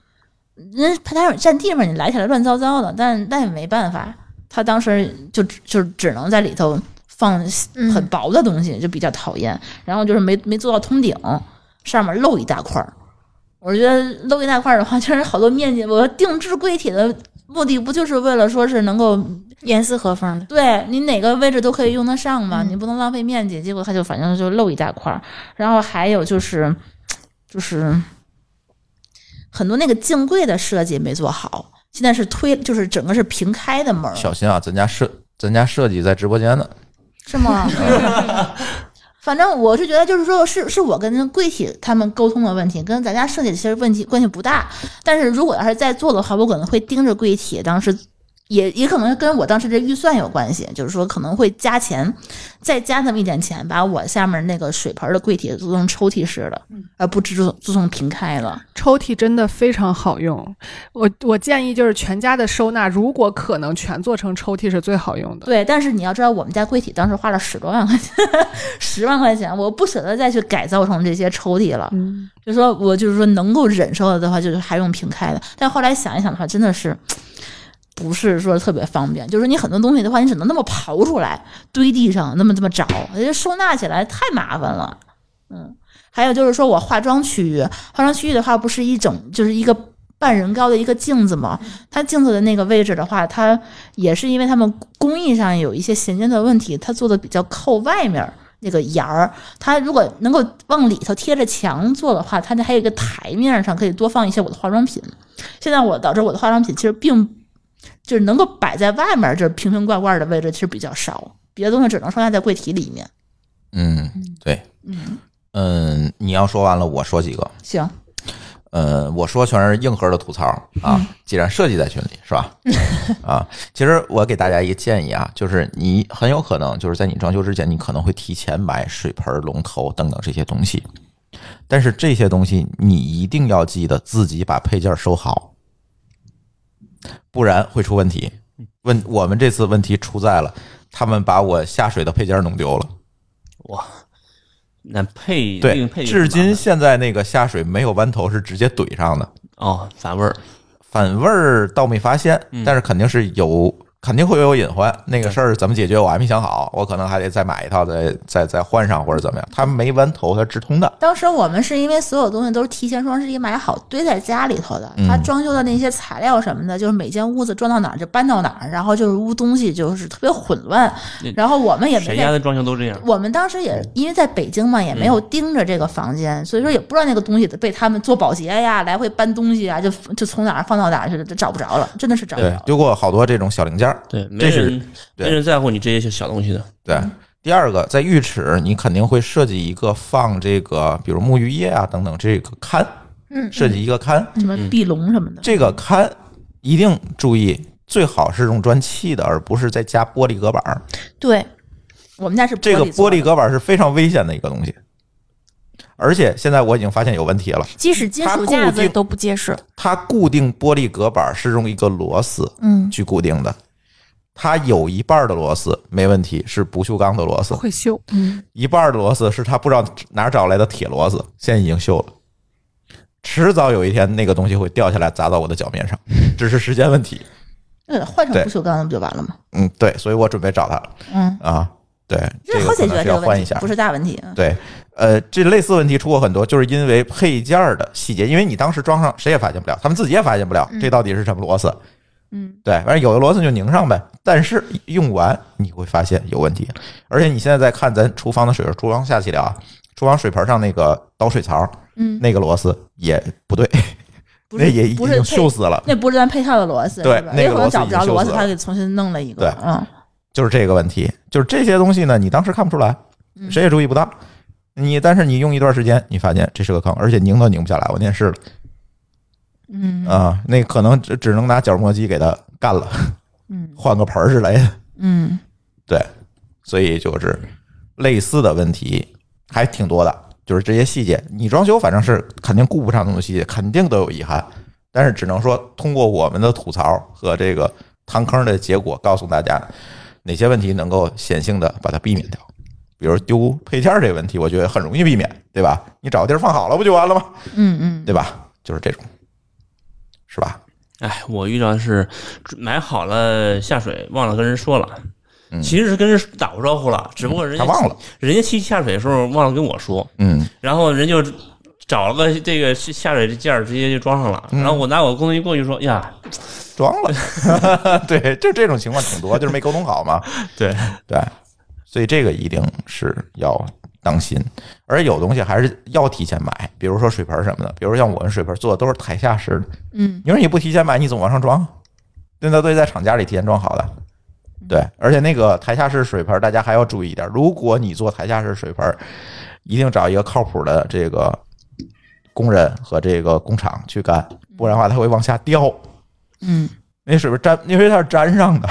[SPEAKER 4] 人家台占地方，你来起来乱糟糟的，但但也没办法。他当时就只就只能在里头放
[SPEAKER 6] 嗯
[SPEAKER 4] 很薄的东西，就比较讨厌。然后就是没没做到通顶，上面漏一大块儿。我觉得漏一大块儿的话，就是好多面积。我定制柜体的目的不就是为了说是能够
[SPEAKER 6] 严丝合缝的。
[SPEAKER 4] 对你哪个位置都可以用得上嘛，
[SPEAKER 6] 嗯
[SPEAKER 4] 你不能浪费面积。结果它就反正就漏一大块儿。然后还有就是，就是很多那个镜柜的设计没做好，现在是推就是整个是平开的门儿，
[SPEAKER 2] 小心啊，咱家设咱家设计在直播间呢。
[SPEAKER 4] 是吗？反正我是觉得，就是说是是我跟柜体他们沟通的问题，跟咱家设计其实问题关系不大。但是如果要是再做的话，我可能会盯着柜体，当时也也可能跟我当时这预算有关系，就是说可能会加钱，再加那么一点钱，把我下面那个水盆的柜体做成抽屉式的，而不只做做成平开了。
[SPEAKER 5] 抽屉真的非常好用，我我建议就是全家的收纳，如果可能全做成抽屉是最好用的。
[SPEAKER 4] 对，但是你要知道，我们家柜体当时花了十多万块钱， *laughs* 十万块钱，我不舍得再去改造成这些抽屉了。
[SPEAKER 5] 嗯，
[SPEAKER 4] 就说我就是说能够忍受的的话，就是还用平开的。但后来想一想的话，真的是不是说特别方便。就是你很多东西的话，你只能那么刨出来堆地上，那么这么找，这收纳起来太麻烦了。嗯，还有就是说我化妆区域，化妆区域的话，不是一整就是一个。半人高的一个镜子嘛，它镜子的那个位置的话，它也是因为他们工艺上有一些衔接的问题，它做的比较靠外面儿那个沿儿，它如果能够往里头贴着墙做的话，它那还有一个台面上可以多放一些我的化妆品。现在我导致我的化妆品其实并就是能够摆在外面，就是瓶瓶罐罐的位置其实比较少，别的东西只能收纳在柜体里面。
[SPEAKER 2] 嗯，对，嗯你要说完了，我说几个。
[SPEAKER 4] 行，
[SPEAKER 2] 呃，我说全是硬核的吐槽啊，既然设计在群里是吧？啊，其实我给大家一个建议啊，就是你很有可能就是在你装修之前，你可能会提前买水盆、龙头等等这些东西，但是这些东西你一定要记得自己把配件收好，不然会出问题。问我们这次问题出在了，他们把我下水的配件弄丢了。
[SPEAKER 3] 哇，那配
[SPEAKER 2] 对
[SPEAKER 3] 另配，
[SPEAKER 2] 至今
[SPEAKER 3] 麻烦
[SPEAKER 2] 现在那个下水没有弯头是直接怼上的。
[SPEAKER 3] 哦反味儿，
[SPEAKER 2] 反味儿倒没发现，但是肯定是有，肯定会有隐患。那个事儿怎么解决，我还没想好，我可能还得再买一套，再再再换上或者怎么样。它没弯头，它直通的。
[SPEAKER 4] 当时我们是因为所有东西都是提前双十一买好堆在家里头的，他
[SPEAKER 2] 嗯
[SPEAKER 4] 装修的那些材料什么的，就是每间屋子装到哪儿就搬到哪儿，然后就是屋东西就是特别混乱
[SPEAKER 3] 那，
[SPEAKER 4] 然后我们也没嗯
[SPEAKER 3] 谁
[SPEAKER 4] 在
[SPEAKER 3] 家的装修都这样。
[SPEAKER 4] 我们当时
[SPEAKER 2] 嗯
[SPEAKER 4] 也因为在北京嘛，也没有盯着这个房间，所以说也不知道那个东西被他们做保洁呀，来回搬东西啊，就就从哪儿放到哪儿去了，就找不着了，真的是找不着
[SPEAKER 2] 对，
[SPEAKER 4] 了。
[SPEAKER 2] 丢过好多这种小零件儿。
[SPEAKER 3] 对，没
[SPEAKER 2] 这是
[SPEAKER 3] 人没
[SPEAKER 2] 对
[SPEAKER 3] 人在乎你这些小东西的。
[SPEAKER 2] 对，第二个在浴池，你肯定会设计一个放这个，比如沐浴液啊等等这个龛，
[SPEAKER 6] 嗯，
[SPEAKER 2] 设计一个龛。
[SPEAKER 4] 什么壁笼什么的，
[SPEAKER 2] 嗯这个龛一定注意，最好是用砖砌的，而不是再加玻璃隔板儿。
[SPEAKER 6] 对，
[SPEAKER 4] 我们家是
[SPEAKER 2] 这个
[SPEAKER 4] 做
[SPEAKER 2] 玻
[SPEAKER 4] 的
[SPEAKER 2] 璃隔板儿是非常危险的一个东西。而且现在我已经发现有问题了，
[SPEAKER 6] 即使金属架子都不结实。
[SPEAKER 2] 它固定玻璃隔板是用一个螺丝
[SPEAKER 6] 嗯，
[SPEAKER 2] 去固定的，它有一半的螺丝没问题，是不锈钢的螺丝，
[SPEAKER 5] 会修，
[SPEAKER 2] 一半的螺丝是他不知道哪儿找来的铁螺丝，现在已经锈了。迟早有一天，那个东西会掉下来砸到我的脚
[SPEAKER 4] *laughs*
[SPEAKER 2] 面上，只是时间问题。
[SPEAKER 4] 那换成
[SPEAKER 2] 对
[SPEAKER 4] 不锈钢的不就完了吗？
[SPEAKER 2] 嗯，对，所以我准备找他了
[SPEAKER 4] 嗯，
[SPEAKER 2] 啊。对，这
[SPEAKER 4] 这
[SPEAKER 2] 个
[SPEAKER 4] 好
[SPEAKER 2] 可
[SPEAKER 4] 解
[SPEAKER 2] 能
[SPEAKER 4] 决
[SPEAKER 2] 是
[SPEAKER 4] 这
[SPEAKER 2] 要
[SPEAKER 4] 个
[SPEAKER 2] 换
[SPEAKER 4] 问
[SPEAKER 2] 一
[SPEAKER 4] 题
[SPEAKER 2] 下，
[SPEAKER 4] 不。是大问题。嗯
[SPEAKER 2] 对，呃，这类似问题出过很多，就是因为配件儿的细节，因为你当时装上谁也发现不了，他们自己也发现不了，这到底是什么螺丝。
[SPEAKER 4] 嗯，
[SPEAKER 2] 对，反正有的螺丝就拧上呗，但是用完你会发现有问题，而且你现在在看咱厨房的水盆，厨房下期聊啊，厨房水盆上那个倒水槽，
[SPEAKER 4] 嗯，
[SPEAKER 2] 那个螺丝也不对，*laughs*
[SPEAKER 4] 不
[SPEAKER 2] 那
[SPEAKER 4] 是
[SPEAKER 2] 也已
[SPEAKER 4] 不是
[SPEAKER 2] 经
[SPEAKER 4] 配
[SPEAKER 2] 锈死了，
[SPEAKER 4] 那不是咱配套的螺丝，
[SPEAKER 2] 对
[SPEAKER 4] 是吧
[SPEAKER 2] 那个
[SPEAKER 4] 有可能找不着
[SPEAKER 2] 螺
[SPEAKER 4] 螺
[SPEAKER 2] 丝已经锈死
[SPEAKER 4] 丝，
[SPEAKER 2] 了
[SPEAKER 4] 他给重新弄了一个。
[SPEAKER 2] 对
[SPEAKER 4] 嗯，
[SPEAKER 2] 就是这个问题，就是这些东西呢，你当时看不出来，
[SPEAKER 4] 嗯
[SPEAKER 2] 谁也注意不到，你但是你用一段时间，你发现这是个坑，而且拧都拧不下来，我练试了。
[SPEAKER 4] 嗯
[SPEAKER 2] 啊，那可能只只能拿角磨机给它干了，
[SPEAKER 4] 嗯
[SPEAKER 2] 换个盆儿之类的。
[SPEAKER 4] 嗯，
[SPEAKER 2] 对，所以就是类似的问题还挺多的，就是这些细节，你装修反正是肯定顾不上那么多细节，肯定都有遗憾，但是只能说通过我们的吐槽和这个趟坑的结果，告诉大家哪些问题能够显性的把它避免掉。比如丢配件儿这个问题，我觉得很容易避免，对吧？你找个地儿放好了不就完了吗？
[SPEAKER 4] 嗯
[SPEAKER 2] *laughs*
[SPEAKER 4] 嗯，
[SPEAKER 2] 对吧？就是这种，是吧？
[SPEAKER 3] 哎，我遇到的是买好了下水忘了跟人说了
[SPEAKER 2] 嗯。
[SPEAKER 3] 其实是跟人打过招呼了，只不过人
[SPEAKER 2] 他
[SPEAKER 3] 家
[SPEAKER 2] 忘了，
[SPEAKER 3] 人家去下水的时候忘了跟我说，
[SPEAKER 2] 嗯。
[SPEAKER 3] 然后人就找了个这个下水的件儿，直接就装上了。
[SPEAKER 2] 嗯
[SPEAKER 3] 然后我拿我工作仪过去说：“呀，
[SPEAKER 2] 装了， *laughs* 对，就这种情况挺多，就是没沟通好嘛。
[SPEAKER 3] 对
[SPEAKER 2] 对，所以这个一定是要当心，而有东西还是要提前买，比如说水盆什么的，比如像我们水盆做的都是台下式的，
[SPEAKER 4] 嗯，
[SPEAKER 2] 你说你不提前买，你怎么往上装？那那都得在厂家里提前装好的。对，而且那个台下式水盆，大家还要注意一点。如果你做台下式水盆，一定找一个靠谱的这个工人和这个工厂去干，不然的话它会往下掉。
[SPEAKER 4] 嗯，
[SPEAKER 2] 那水盆粘，因为它是粘上的。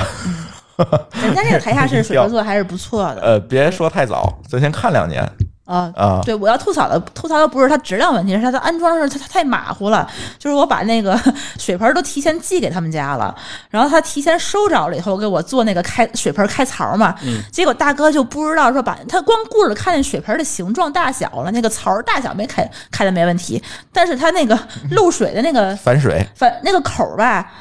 [SPEAKER 4] 人家这个台下式水合作还是不错的。
[SPEAKER 2] 呃，别说太早，咱先看两年
[SPEAKER 4] 啊，
[SPEAKER 2] 啊。
[SPEAKER 4] 对，我要吐槽的吐槽的不是它质量问题，是它的安装的时候它它太马虎了。就是我把那个 *laughs* 水盆儿都提前寄给他们家了，然后他提前收着了以后给我做那个开水盆儿开槽嘛，
[SPEAKER 3] 嗯
[SPEAKER 4] 结果大哥就不知道说把他光顾着看那水盆儿的形状大小了，那个槽儿大小没开开的没问题，但是他那个漏水的那个
[SPEAKER 2] 反水，
[SPEAKER 4] 反那个口儿吧，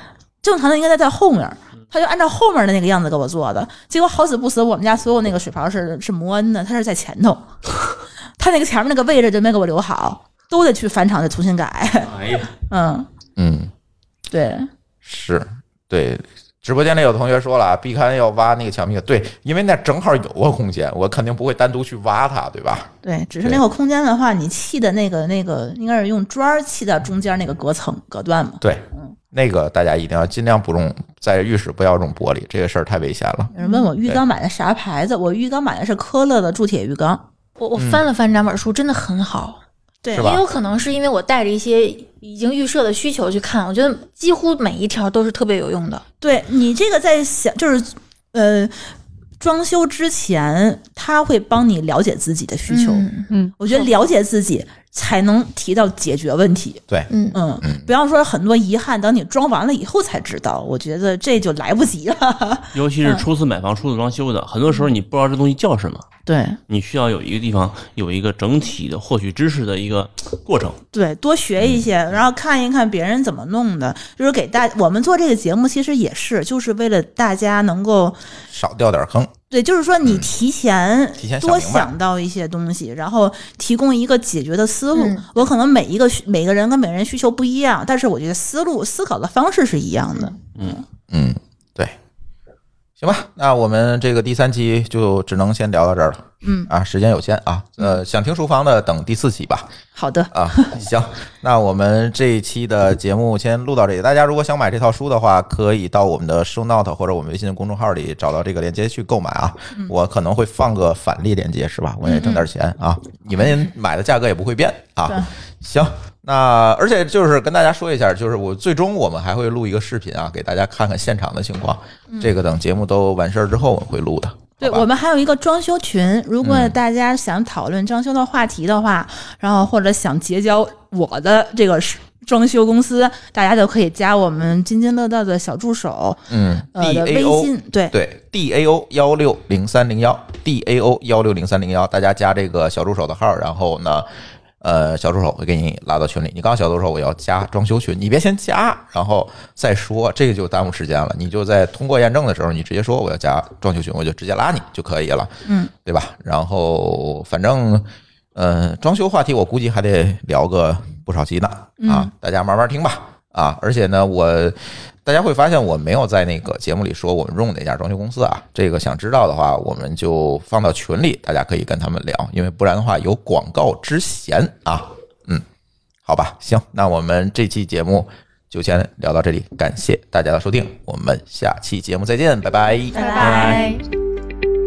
[SPEAKER 4] 正常的应该在在后面儿，他就按照后面儿的那个样子给我做的。结果好死不死，我们家所有那个水槽是是摩恩的，它是在前头，他那个前面那个位置就没给我留好，都得去返厂再重新改。
[SPEAKER 3] 哎呀，
[SPEAKER 4] 嗯，
[SPEAKER 2] 嗯，
[SPEAKER 4] 对，
[SPEAKER 2] 是对。直播间里有同学说了，啊，壁龛要挖那个墙壁，对，因为那正好有个空间，我肯定不会单独去挖它，对吧？
[SPEAKER 4] 对，只是那个空间的话，你砌的那个那个应该是用砖儿砌到中间那个隔层隔断嘛，
[SPEAKER 2] 对，嗯那个大家一定要尽量不用在浴室不要用玻璃，这个事儿太危险了。
[SPEAKER 4] 有人问我浴缸买的啥牌子，我浴缸买的是科勒的铸铁浴缸。
[SPEAKER 6] 我我翻了翻这本书，真的很好。
[SPEAKER 4] 对
[SPEAKER 2] 是吧
[SPEAKER 6] 也有可能是因为我带着一些已经预设的需求去看，我觉得几乎每一条都是特别有用的。
[SPEAKER 4] 对你这个在想，就是呃，装修之前，他会帮你了解自己的需求。
[SPEAKER 6] 嗯
[SPEAKER 5] 嗯，
[SPEAKER 4] 我觉得了解自己才能提到解决问题。
[SPEAKER 2] 对，
[SPEAKER 6] 嗯，
[SPEAKER 4] 嗯，不要说很多遗憾，等你装完了以后才知道，我觉得这就来不及了。 *laughs*
[SPEAKER 3] 尤其是初次买房、初次装修的，很多时候你不知道这东西叫什么，
[SPEAKER 4] 对
[SPEAKER 3] 你需要有一个地方有一个整体的获取知识的一个过程。
[SPEAKER 4] 对，多学一些，然后看一看别人怎么弄的，就是给大我们做这个节目，其实也是就是为了大家能够
[SPEAKER 2] 少掉点坑。
[SPEAKER 4] 对，就是说你提前
[SPEAKER 2] 嗯提前想
[SPEAKER 4] 多
[SPEAKER 2] 明白
[SPEAKER 4] 想到一些东西，然后提供一个解决的思路。
[SPEAKER 6] 嗯
[SPEAKER 4] 我可能每一个需每个人跟每个人需求不一样，但是我觉得思路思考的方式是一样的。
[SPEAKER 2] 嗯，对，行吧，那我们这个第三期就只能先聊到这儿了。
[SPEAKER 4] 嗯
[SPEAKER 2] 啊，时间有限啊，呃，想听厨房的等第四期吧。
[SPEAKER 4] 好的，
[SPEAKER 2] 啊， *laughs* 行，那我们这一期的节目先录到这里。大家如果想买这套书的话，可以到我们的 show note 或者我们微信的公众号里找到这个链接去购买啊。
[SPEAKER 4] 嗯
[SPEAKER 2] 我可能会放个返利链接，是吧？我也挣点钱啊。你们买的价格也不会变啊。行，那而且就是跟大家说一下，就是我最终我们还
[SPEAKER 4] 嗯
[SPEAKER 2] 会录一个视频啊，给大家看看现场的情况。这个等节目都完事儿之后我们会录的
[SPEAKER 4] 对
[SPEAKER 2] 好吧嗯
[SPEAKER 4] 我们还有一个装修群，如果大家想讨论装修的话题的话，然后或者想结交我的这个是装修公司，大家就可以加我们津津乐道的小助手
[SPEAKER 2] 嗯
[SPEAKER 4] 呃
[SPEAKER 2] ，D
[SPEAKER 4] 的
[SPEAKER 2] A
[SPEAKER 4] 微
[SPEAKER 2] O
[SPEAKER 4] 信，对
[SPEAKER 2] 对 D A O 幺六零三零幺 D A O 幺六零三零幺，大家加这个小助手的号，然后呢，呃，小助手会给你拉到群里。你刚小助手我要加装修群，你别先加，然后再说，这个就耽误时间了。你就在通过验证的时候，你直接说我要加装修群，我就直接拉你就可以了，
[SPEAKER 4] 嗯，
[SPEAKER 2] 对吧？然后反正。呃，装修话题我估计还得聊个不少集呢啊，大家慢慢听吧啊！而且呢，我大家会发现我没有在那个节目里说我们用哪家装修公司啊，这个想知道的话，我们就放到群里，大家可以跟他们聊，因为不然的话有广告之嫌啊。嗯，好吧，行，那我们这期节目就先聊到这里，感谢大家的收听，我们下期节目再见，拜拜。
[SPEAKER 6] 拜
[SPEAKER 3] 拜